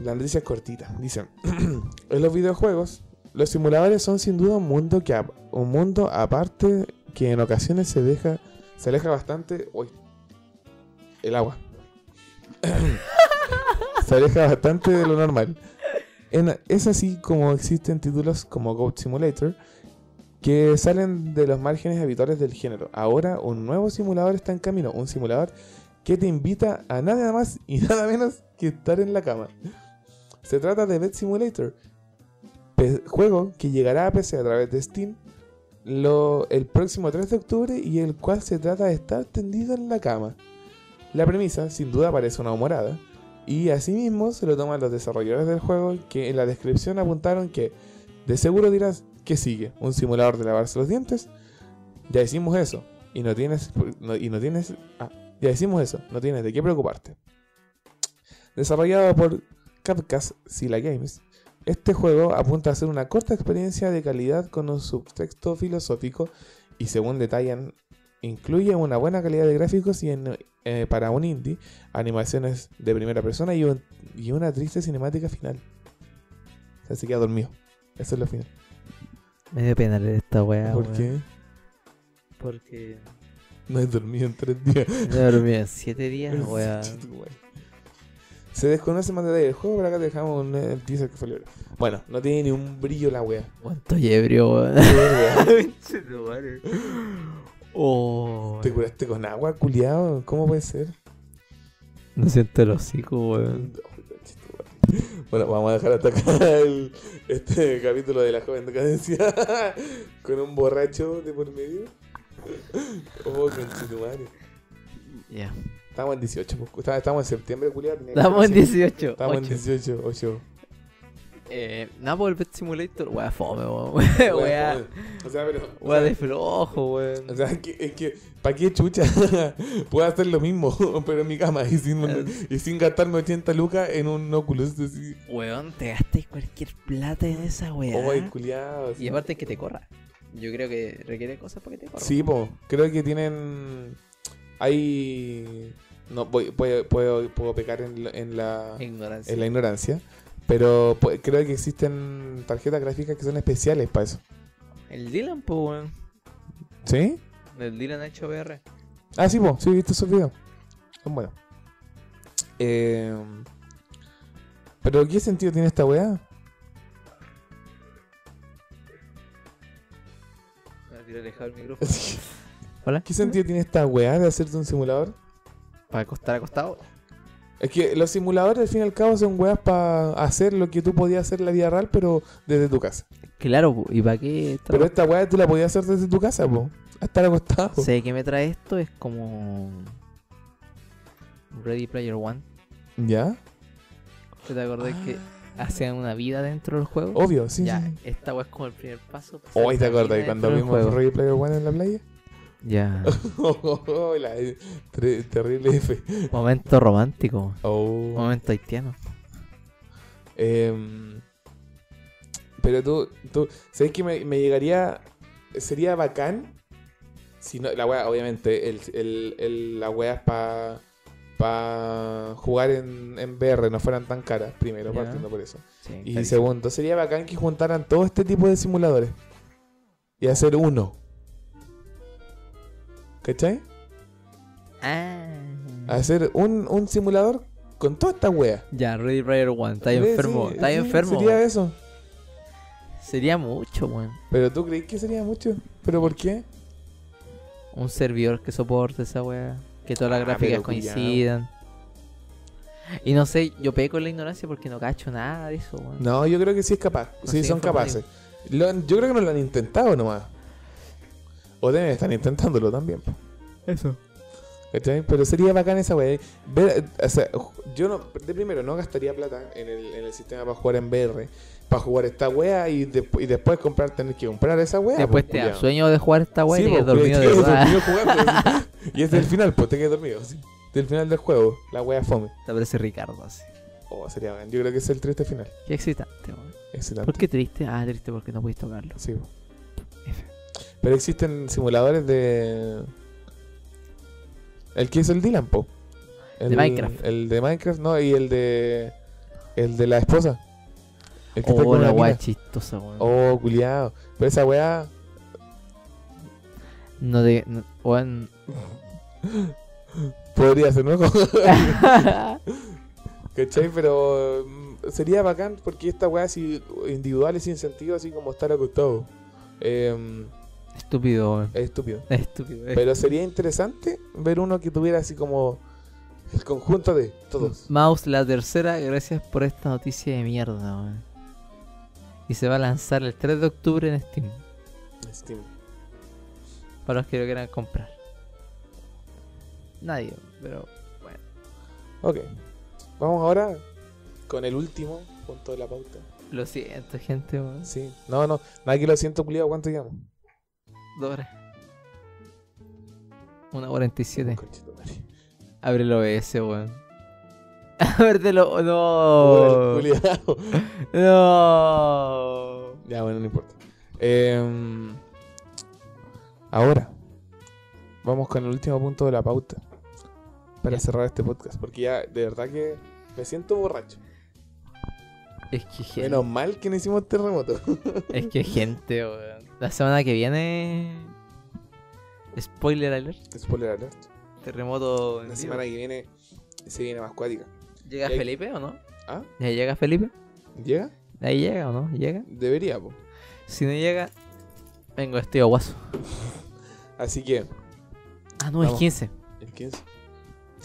A: La noticia es cortita. Dicen, en los videojuegos, los simuladores son sin duda un mundo, que ap- un mundo aparte que en ocasiones se, deja, se aleja bastante... Uy, el agua. se aleja bastante de lo normal. En- es así como existen títulos como Goat Simulator que salen de los márgenes habituales del género. Ahora un nuevo simulador está en camino, un simulador que te invita a nada más y nada menos que estar en la cama. Se trata de Bed Simulator, pe- juego que llegará a PC a través de Steam lo- el próximo 3 de octubre y el cual se trata de estar tendido en la cama. La premisa, sin duda, parece una humorada, y asimismo se lo toman los desarrolladores del juego que en la descripción apuntaron que de seguro dirás que sigue un simulador de lavarse los dientes. Ya hicimos eso y no tienes no- y no tienes ah, ya hicimos eso, no tienes de qué preocuparte. Desarrollado por Capcast Sila Games, este juego apunta a ser una corta experiencia de calidad con un subtexto filosófico y según detallan incluye una buena calidad de gráficos y en- eh, para un indie animaciones de primera persona y, un- y una triste cinemática final. O sea, se queda dormido. Eso es lo final.
B: Me dio pena leer esta weá.
A: ¿Por
B: Ah, weón.
A: qué?
B: Porque
A: No he dormido en tres días.
B: me dormí en 7 días, weón.
A: Se desconoce más detalle del juego, pero acá te dejamos un, eh, el teaser que fue libre. Bueno, no tiene ni un brillo la wea.
B: ¿Cuánto ebrio, weón?
A: Qué verga.
B: Oh,
A: ¿Te curaste con agua, culiado? ¿Cómo puede ser?
B: no siento el hocico, weón.
A: Bueno, vamos a dejar hasta acá el- este capítulo de la joven decadencia con un borracho de por medio. Oh, conchetumare.
B: Ya.
A: Estamos en 18, pues, está- estamos en septiembre, culiado. tenía que
B: Estamos en
A: ser así.
B: 18.
A: Estamos en
B: ocho.
A: 18, 8.
B: Eh, nada por el Pet Simulator, wea fome, wea.
A: Weón,
B: Wea,
A: weón. O sea, pero. o
B: wea
A: sea,
B: de flojo, weón.
A: O sea, es que, es que ¿para qué chucha? Puedo hacer lo mismo, pero en mi cama y sin, y sin gastarme 80 lucas en un Oculus. Así.
B: Weón, te gastas cualquier plata en esa wea.
A: Oye, culiao,
B: y aparte que te corra. Yo creo que requiere cosas para que te corra.
A: Sí, po. Creo que tienen. Hay. No, voy, puedo, puedo, puedo pecar en, la- en la,
B: Ignorancia.
A: en la ignorancia. Pero pu- creo que existen tarjetas gráficas que son especiales para eso.
B: El Dylan, pues, weón.
A: ¿Sí?
B: El Dylan ha hecho VR.
A: Ah, sí, po. Sí, he visto esos videos. Son buenos. Eh, pero ¿qué sentido tiene esta weá?
B: Me tiré alejado el micrófono.
A: ¿Qué
B: Hola.
A: sentido tiene esta weá de hacerte un simulador?
B: Para acostar acostado.
A: Es que los simuladores al fin y al cabo son weas para hacer lo que tú podías hacer en la vida real, pero desde tu casa.
B: Claro, po, ¿y para qué? esta
A: Pero esta weá tú la podías hacer desde tu casa, po. A estar acostado.
B: sé que me trae esto es como Ready Player One.
A: ¿Ya?
B: ¿Te acordás que hacían una vida dentro del juego?
A: Obvio, Ah. Oh, sí.
B: ya,
A: sí.
B: esta weá es como el primer paso. para
A: Hoy
B: hacer
A: te
B: una
A: acordás
B: vida
A: cuando
B: dentro del
A: vimos
B: juego.
A: Ready Player One en la playa.
B: Ya,
A: La- tre- terrible F.
B: momento romántico,
A: Oh.
B: momento haitiano.
A: Em, pero tú, tú ¿sabes que me, me llegaría? Sería bacán. Si no, la weá, obviamente, el, el, el- la weá es para jugar en, en VR, no fueran tan caras, primero,
B: Ya.
A: partiendo por eso.
B: Sí,
A: Y
B: clarísimo.
A: segundo, sería bacán que juntaran todo este tipo de simuladores y hacer uno. ¿Cachai?
B: Ah.
A: Hacer un, un simulador con toda esta wea.
B: Ya, Ready Player One, está
A: Sí,
B: enfermo,
A: sí,
B: está
A: sí,
B: enfermo.
A: Sería
B: weón.
A: eso.
B: Sería mucho, weón.
A: Pero tú crees que sería mucho. ¿Pero por qué?
B: Un servidor que soporte esa weá. Que todas las
A: Ah,
B: gráficas
A: pero culiao.
B: coincidan. Y no sé, yo peco en la ignorancia porque no cacho nada de eso, weón.
A: No, yo creo que sí es capaz. sí,
B: sí,
A: son
B: informativo.
A: capaces. Lo han- yo creo que no lo han intentado nomás. O deben estar intentándolo también. po.
B: Eso.
A: ¿Cachai? Pero sería bacán esa weá. Ver- o sea, ju- yo no, de primero no gastaría plata en el, en el sistema para jugar en VR. Para jugar esta wea y, despu- y después comprar, tener que comprar esa wea.
B: Después
A: pues,
B: te da
A: culiao.
B: sueño de jugar esta weá
A: Sí,
B: y te
A: pues,
B: quedas dormido
A: te
B: de
A: quedas
B: verdad.
A: dormido jugando, sí. y este es el final, pues te quedas dormido. sí. Este es el final del juego, la wea fome.
B: Te aparece Ricardo así.
A: Oh, sería bacán. Yo creo que es el triste final.
B: Qué excitante, weón.
A: Excelente.
B: ¿Por qué triste? Ah, triste porque no pudiste tocarlo.
A: Sí. po. Pero existen simuladores de. El que hizo el Dylan, po. El
B: De Minecraft.
A: El de Minecraft, no, y el de. El de la esposa. El que está
B: Oh,
A: con
B: la
A: la
B: weá
A: mina.
B: chistosa, weón.
A: Oh, culiado. Pero esa weá.
B: No te. no- weón.
A: Podría ser nuevo. ¿Cachai? Pero mm, sería bacán porque esta weá así individual y sin sentido, así como estar acostado. Em,
B: Estúpido, weón.
A: es estúpido.
B: Estúpido.
A: Pero sería interesante ver uno que tuviera así como el conjunto de todos.
B: Mouse, la tercera, gracias por esta noticia de mierda, weón. Y se va a lanzar el 3 de octubre en Steam.
A: Steam.
B: Para los que lo quieran comprar. Nadie, pero.
A: Ok. Vamos ahora con el último punto de la pauta.
B: Lo siento, gente, weón.
A: Sí. No, no. Nada que lo siento, culiado. ¿Cuánto llevamos?
B: Dos horas. Una cuarenta y siete.
A: Conchetumare.
B: Abre el OBS, weón. Ábrelo.
A: Puta,
B: No.
A: el culiao.
B: No.
A: Ya, bueno, no importa. Em, ahora, vamos con el último punto de la pauta. Para
B: Ya.
A: cerrar este podcast. Porque ya, de verdad que me siento borracho.
B: Es que gente.
A: Menos mal que no hicimos terremoto.
B: Es que gente, weón. La semana que viene. Spoiler alert.
A: Spoiler alert.
B: Terremoto. en
A: La
B: vivo.
A: semana que viene se viene más cuática.
B: ¿Llega
A: Eh,
B: Felipe o no?
A: ¿Ah?
B: ¿Ya llega Felipe?
A: ¿Llega?
B: ¿Ahí llega o no? ¿Llega?
A: Debería, po.
B: Si no llega, vengo este guaso.
A: Así que,
B: Ah, no,
A: Vamos.
B: es 15.
A: el 15. Sí,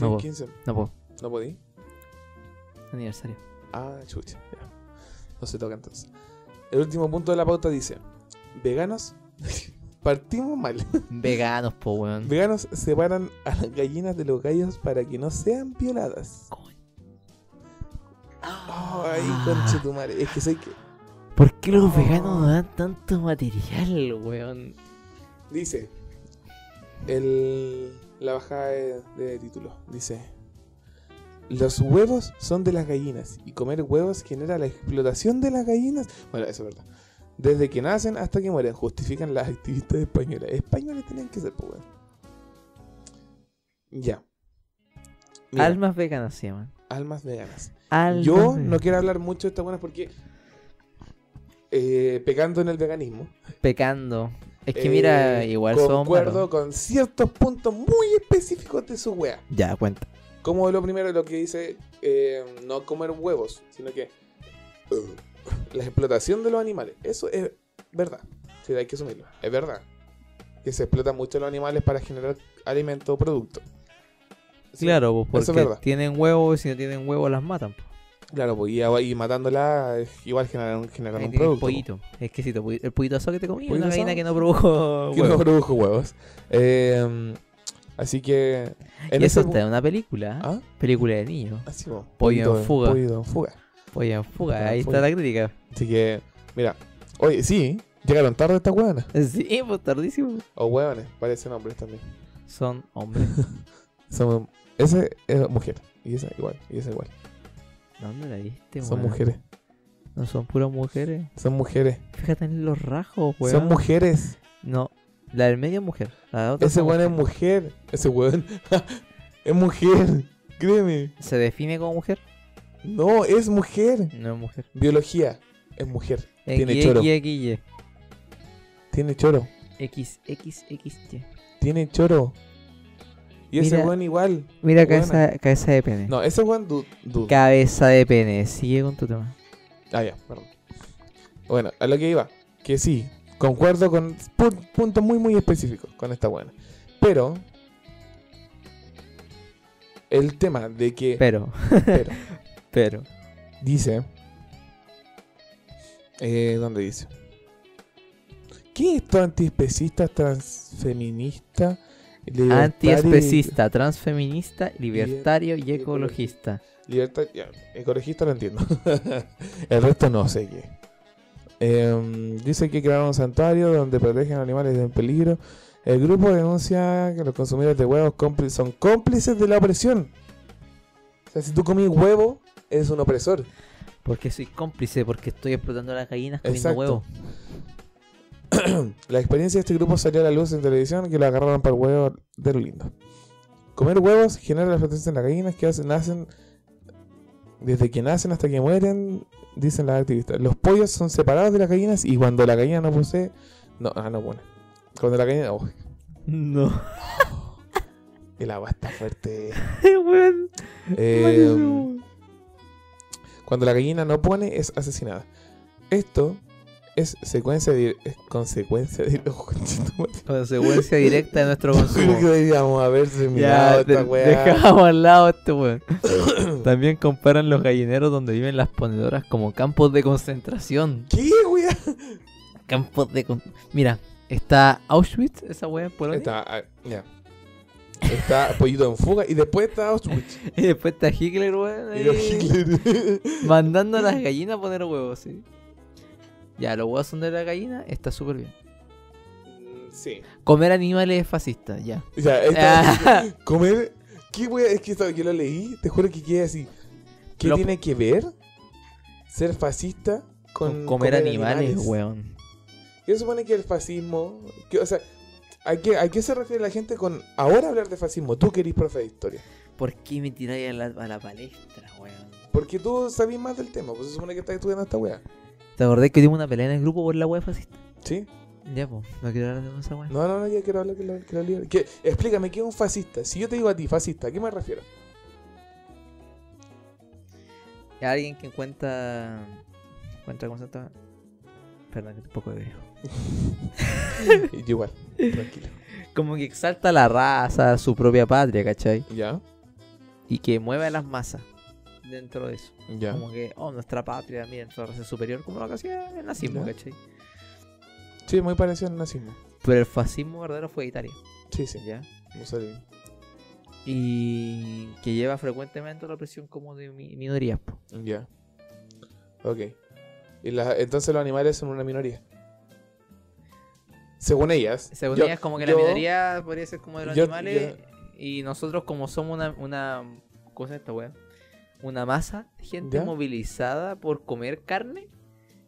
B: No,
A: el
B: po.
A: 15.
B: No puedo.
A: No podí.
B: Aniversario.
A: Ah, chucha. ya. No se toca entonces. El último punto de la pauta dice: Veganos. Partimos mal.
B: Veganos, po, weón.
A: Veganos separan a las gallinas de los gallos para que no sean violadas.
B: Coño.
A: Ah, No, ahí, conchetumare. Es que sé que.
B: ¿Por qué los veganos dan tanto material, weón?
A: Dice. El, la bajada de, de título. Dice. Los huevos son de las gallinas y comer huevos genera la explotación de las gallinas. Bueno, eso es verdad. Desde que nacen hasta que mueren, justifican las activistas españolas. Españoles tenían que ser, pues, weón. Ya. Mira,
B: Almas veganas se llaman.
A: almas veganas.
B: Almas
A: Yo no
B: veganas.
A: quiero hablar mucho de estas buenas porque eh, pecando en el veganismo.
B: Pecando. Es que
A: eh,
B: mira, igual son
A: Concuerdo con ciertos puntos muy específicos de su wea.
B: Ya, cuenta.
A: Como lo primero, lo que dice, eh, no comer huevos, sino que eh, la explotación de los animales. Eso es verdad. Sí, hay que asumirlo. Es verdad. Que se explotan mucho los animales para generar alimento o producto. Sí,
B: claro, pues,
A: eso es
B: porque
A: verdad.
B: tienen huevos y si no tienen huevos las matan. pues.
A: Claro, pues y, y matándola, eh, igual generan, generan
B: Ahí
A: un
B: tiene el
A: producto. pues.
B: pollito. Exquisito. polli- El pollito asado que te comí.
A: Pollito
B: Una gallina
A: asado.
B: que no produjo
A: pues, que no
B: huevos.
A: produjo huevos. Eh, así que. en
B: Y
A: ese
B: eso
A: pu-
B: está en una película. ¿ah?
A: ¿Ah?
B: Película de niños.
A: Así po.
B: Pollo en
A: Pollito-
B: fuga.
A: Pollito en fuga.
B: Oye, en fuga.
A: Pollo en
B: Ahí está
A: fuga.
B: la crítica.
A: Así que, mira. Oye, sí, llegaron tarde estas hueonas.
B: Sí, pues tardísimo.
A: O hueones, parecen hombres también.
B: Son hombres.
A: Son, ese es mujer. Y esa igual, y esa igual.
B: ¿Dónde la viste,
A: Son
B: weón?
A: mujeres.
B: No son puras mujeres.
A: Son mujeres.
B: Fíjate en los rajos, weón.
A: Son mujeres.
B: No. La del medio es mujer. La de otra
A: Ese
B: es
A: hueón es
B: mujer.
A: mujer. Ese hueón es mujer. Créeme.
B: ¿Se define como mujer?
A: No, es mujer.
B: No es mujer.
A: Biología. Es mujer.
B: Eh,
A: Tiene
B: guille,
A: choro.
B: guille, guille.
A: Tiene choro.
B: X, X, X, Y.
A: Tiene choro. Y ese
B: Mira.
A: weón igual.
B: Mira,
A: Buena.
B: cabeza, cabeza de pene.
A: No, ese weón du- du-
B: eh. Cabeza de pene. Sigue con tu tema.
A: Ah, ya, perdón. Bueno, a lo que iba. Que sí, concuerdo con pu- puntos muy, muy específicos con esta buena. Pero. El tema de que.
B: Pero,
A: Eh, pero,
B: pero.
A: dice. Eh, ¿Dónde dice? ¿Qué es esto antiespecista, transfeminista, libertario-
B: Antiespecista, transfeminista, libertario y
A: ecologista.
B: ecologista.
A: Libertad, ya, ecologista lo entiendo. el resto no sé qué. Em, dice que crearon un santuario donde protegen a animales en peligro. El grupo denuncia que los consumidores de huevos cómpli- son cómplices de la opresión. O sea, si tú comís huevo, eres un opresor.
B: Porque soy cómplice, porque estoy explotando a las gallinas comiendo
A: Exacto.
B: huevos.
A: La experiencia de este grupo salió a la luz en televisión que lo agarraron para el huevo de lo lindo. Comer huevos genera la protesta en las gallinas que hacen- nacen desde que nacen hasta que mueren, dicen las activistas. Los pollos son separados de las gallinas y cuando la gallina no posee. No, ah, no, bueno. Cuando la gallina. Oh,
B: No,
A: el agua está fuerte.
B: weón.
A: Eh, cuando la gallina no pone, es asesinada. Esto es secuencia de. es consecuencia de. Oh, conchetumare.
B: Consecuencia directa de nuestro consumo.
A: Creo que deberíamos haber
B: Ya,
A: terminado
B: de-
A: esta weá.
B: dejamos al lado este weón. También comparan los gallineros donde viven las ponedoras como campos de concentración.
A: ¿Qué, weá?
B: Campos de con- Mira, está Auschwitz, esa weá en Polonia.
A: Está, ah, ya. Está Pollito en Fuga y después está Auschwitz.
B: Y después está Hitler, weón.
A: Y los
B: ahí,
A: Hitler.
B: Mandando a las gallinas a poner huevos, sí. Ya, los huevos son de la gallina, está súper bien.
A: Mm, sí.
B: Comer animales es fascista, ya. Ah,
A: O sea, esta- comer. ¿Qué weá? Es que esta- yo lo leí, te juro que quedé así. ¿Qué
B: Lo-
A: tiene que ver ser fascista con
B: comer, animales, weón.
A: Yo supone que el fascismo. que- o sea, ¿a qué, ¿a qué se refiere la gente con ahora hablar de fascismo? Tú querís profe de historia.
B: ¿Por qué me tiráis a la, a la palestra, weón?
A: Porque tú sabís más del tema, pues se supone que estás estudiando esta weá.
B: ¿Te acordás que tuvimos una pelea en el grupo por la wea fascista?
A: ¿Sí?
B: Ya, pues, no quiero hablar de esa wea.
A: No, no, no, ya quiero hablar que lo, que lo libre. Que- Explícame, ¿qué es un fascista? Si yo te digo a ti, fascista, ¿a qué me refiero?
B: Alguien que encuentra. Encuentra cómo se llama? Perdón, que un poco de
A: Y yo Igual, tranquilo.
B: Como que exalta la raza, su propia patria, ¿cachai?
A: Ya,
B: Y que mueve a las masas dentro de eso.
A: ya.
B: Como que, oh, nuestra patria, mira, nuestra raza es superior, como lo que hacía el nazismo,
A: Ya.
B: ¿cachai?
A: Sí, muy parecido al nazismo.
B: Pero el fascismo verdadero fue Italia,
A: Sí, sí,
B: ¿ya?
A: Mussolini.
B: Y que lleva frecuentemente a la opresión como de mi- minorías, po.
A: Ya. Ok. Y la- entonces los animales son una minoría. Según ellas.
B: Según
A: yo-
B: ellas, como que
A: yo-
B: la minoría podría ser como de los
A: yo-
B: animales. Y nosotros, como somos una. una ¿Cómo se llama esta weá? Una masa de gente
A: ¿Ya?
B: movilizada por comer carne.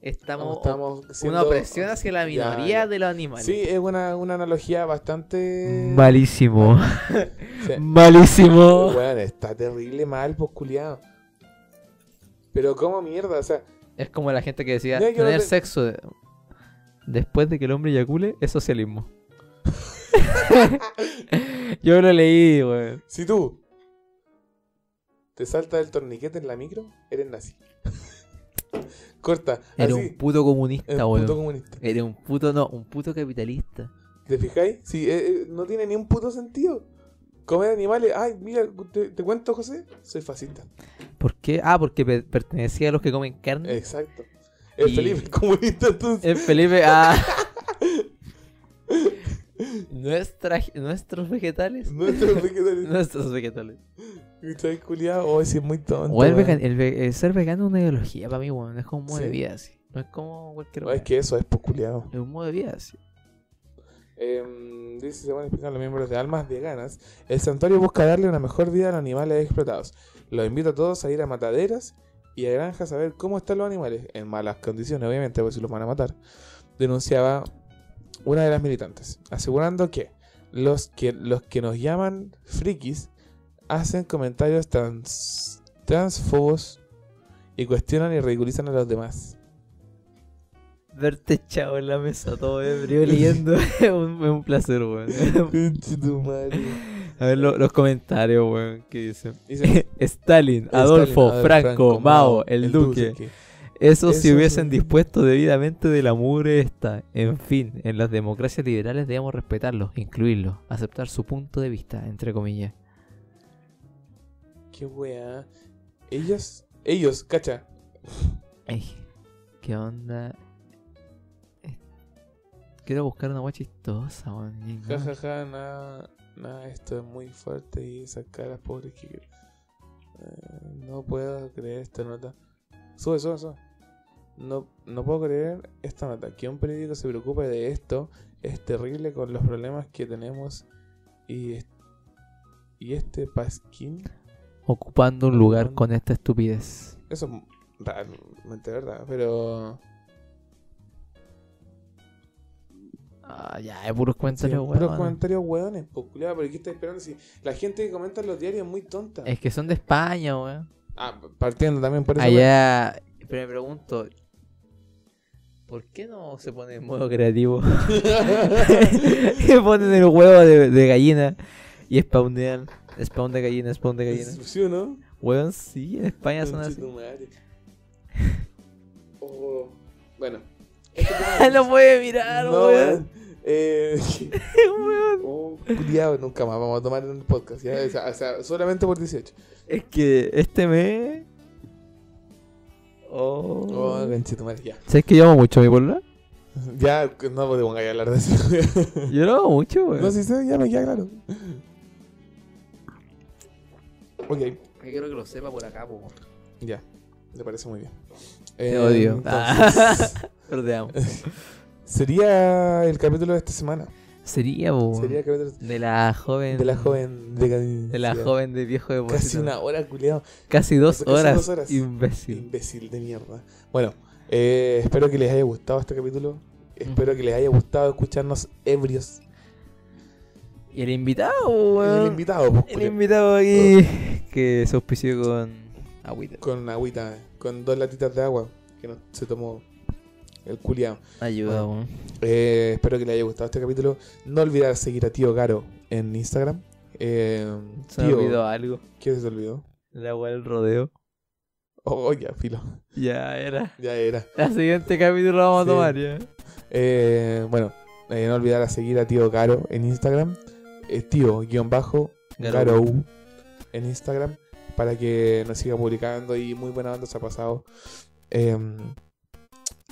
B: Estamos.
A: siendo-
B: Una opresión hacia la minoría
A: ya.
B: de los animales.
A: Sí, eh, es una, una analogía bastante.
B: Malísimo.
A: Sí.
B: Malísimo.
A: Weón, está terrible mal, pues culiado. Pero como mierda, o sea,
B: Es como la gente que decía:
A: Ya, yo no
B: tener
A: te-
B: sexo de- después de que el hombre eyacule es socialismo. Yo lo leí, weón.
A: si tú te saltas el torniquete en la micro, eres nazi. Corta,
B: Era
A: así,
B: un puto
A: es
B: comunista,
A: Ah, un
B: weón.
A: puto comunista.
B: Era un puto, no, un puto capitalista.
A: ¿Te fijáis? Sí, eh, eh, no tiene ni un puto sentido. Comer animales, ay, mira, te, te cuento, José, soy fascista.
B: ¿Por qué? Ah, porque pe- pertenecía a los que comen carne.
A: Exacto. El
B: Mm. Y-
A: Felipe es comunista, entonces.
B: Eh, Felipe, ah. Nuestra- nuestros vegetales.
A: No te lo
B: nuestros vegetales.
A: ¿Estás culiado? Oh, ese es muy tonto.
B: O el,
A: weón.
B: vegan- el ve- el ser vegano es una ideología para mí, weón. Es como un modo de
A: Sí.
B: vida así. No es como cualquier
A: No, es
B: wea.
A: que eso es pues culiado.
B: Es un modo de vida así.
A: Eh, dice, según explican los miembros de Almas Veganas, el santuario busca darle una mejor vida a los animales explotados. Los invito a todos a ir a mataderas y a granjas a ver cómo están los animales, en malas condiciones obviamente, porque si los van a matar, denunciaba una de las militantes, asegurando que los que, los que nos llaman frikis hacen comentarios trans, transfobos y cuestionan y ridiculizan a los demás.
B: Verte echado en la mesa todo ebrio leyendo es un, es un placer, weón.
A: Conche tu madre.
B: A ver lo- los comentarios, weón, que dicen.
A: Dicen,
B: Stalin, Adolfo,
A: Stalin,
B: Franco, Mao, el, duque. Eso
A: Eso sí.
B: si hubiesen dispuesto debidamente de la mugre esta. En fin, en las democracias liberales debemos respetarlos, incluirlos, aceptar su punto de vista, entre comillas.
A: Qué weá. Ellos, ellos, cacha.
B: Ay, ¿qué onda? Eh, Quiero buscar una guay chistosa, weón, y
A: Ja,
B: no.
A: ja, ja, nada, nada, esto es muy fuerte y esas caras pobres que... Eh, no puedo creer esta nota. Sube, sube, sube. No, no puedo creer esta nota. Que un periódico se preocupe de esto es terrible con los problemas que tenemos y, es- y este pasquín.
B: Ocupando un lugar con esta estupidez.
A: Eso es realmente verdad, pero...
B: Ah, ya, es puros cuentos,
A: Sí,
B: los
A: puros
B: weones.
A: comentarios hueones, po, culiao, pero ¿qué estás esperando? Si la gente que comenta en los diarios es muy tonta.
B: Es que son de España, weón.
A: Ah, partiendo también por eso.
B: Allá, pero me pregunto, ¿por qué no se pone en modo creativo? Se ponen el huevo de, de gallina y spawnean. Spawn de gallina, spawn de
A: pero-
B: gallina.
A: Sí, ¿no?
B: Weón, sí, en España son así.
A: Conchetumare. Oh, bueno. Este tema-
B: Lo Ah, puede mirar,
A: no,
B: weón.
A: weón. Eh, oh, culiao, nunca más vamos a tomar en un podcast. ¿ya? O sea, o sea, solamente por 18.
B: Es que este mes. Oh.
A: Oh, conchetumare, ya.
B: ¿Sabes que yo amo mucho a mi pueblo?
A: Ya, no podemos ahí hablar de eso.
B: Yo lo amo mucho, weón.
A: no, si sé, ya me queda claro. Ok.
B: quiero que lo sepa por acá, po.
A: Ya, me parece muy bien.
B: Te
A: Eh,
B: odio. Ah.
A: entonces,
B: Pero te amo.
A: sería el capítulo de esta semana.
B: Sería, po.
A: Sería el capítulo
B: De la joven.
A: de la joven decadencia.
B: De la joven de viejo de
A: Casi una hora, culiado.
B: Casi dos
A: Casi dos
B: horas.
A: horas.
B: Imbécil.
A: Imbécil de mierda. Bueno, eh, espero que les haya gustado este capítulo.
B: Mm.
A: Espero que les haya gustado escucharnos ebrios.
B: Y el invitado, weón.
A: El invitado, pues,
B: El
A: culiao.
B: invitado aquí que se auspició con agüita.
A: con agüita, con dos latitas de agua que no, se tomó el culiado.
B: Ayuda, weón.
A: Eh, espero que les haya gustado este capítulo. No olvidar seguir a Tío Garo en Instagram. Eh,
B: Se me
A: tío,
B: olvidó algo.
A: ¿Qué se te olvidó?
B: La agua del rodeo.
A: Oh, oh, ya, filo.
B: Ya era.
A: Ya era.
B: La siguiente capítulo lo vamos
A: Sí.
B: a tomar ya.
A: Eh, bueno, eh, no olvidar a seguir a Tío Garo en Instagram. Eh, tío, guión bajo, Garo U en Instagram. Para que nos siga publicando y muy buena banda se ha pasado. Eh, Em,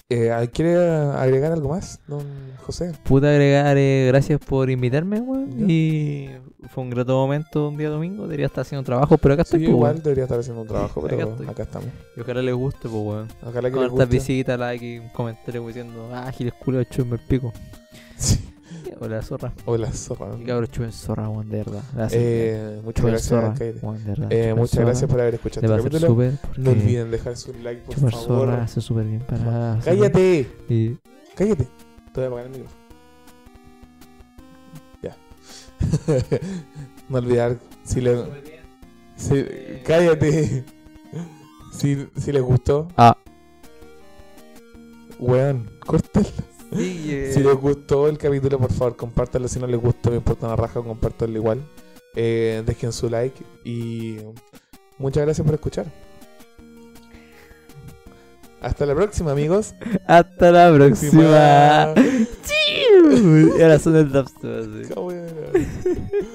A: Eh, ¿Quiere agregar algo más, don José?
B: Pude agregar, eh, gracias por invitarme,
A: Ya.
B: weón. Y fue un grato momento un día domingo. Debería estar haciendo trabajo, pero acá
A: Sí,
B: estoy,
A: yo
B: po,
A: igual
B: weón.
A: debería estar haciendo un trabajo,
B: Acá
A: pero
B: estoy.
A: acá estamos.
B: Y ojalá les guste, pues, weón.
A: Ojalá que
B: Con
A: les
B: hartas
A: guste.
B: visitas, like y comentarios diciendo, ah, giles culo, chupen el pico.
A: Sí.
B: O la zorra.
A: O la zorra. ¿no?
B: Y cabros, chupen zorra, weón, de verdad. Gracias.
A: Eh, muchas
B: Chupen
A: gracias,
B: zorra,
A: Kaide.
B: weón, de verdad.
A: Eh,
B: Chupen
A: muchas
B: zorra.
A: gracias por haber escuchado
B: Le va a
A: este
B: hacer
A: capítulo.
B: súper. porque
A: No olviden dejar su like, por
B: Chupar
A: favor.
B: zorra hace súper bien para.
A: ¡Cállate!
B: Y
A: ¡Cállate! Te voy a apagar el micrófono. Ya. no olvidar si le... si- ¡Cállate! Si, si les gustó...
B: Ah.
A: Weón, córtalo.
C: Sigue.
A: Si les gustó el capítulo, por favor, compártanlo. Si no les gustó, me importa una raja, compártanlo igual. Eh, dejen su like y muchas gracias por escuchar. Hasta la próxima, amigos.
B: hasta la próxima.
A: Próxima.
B: Y ahora son el trapstone, así.
A: Cabrón.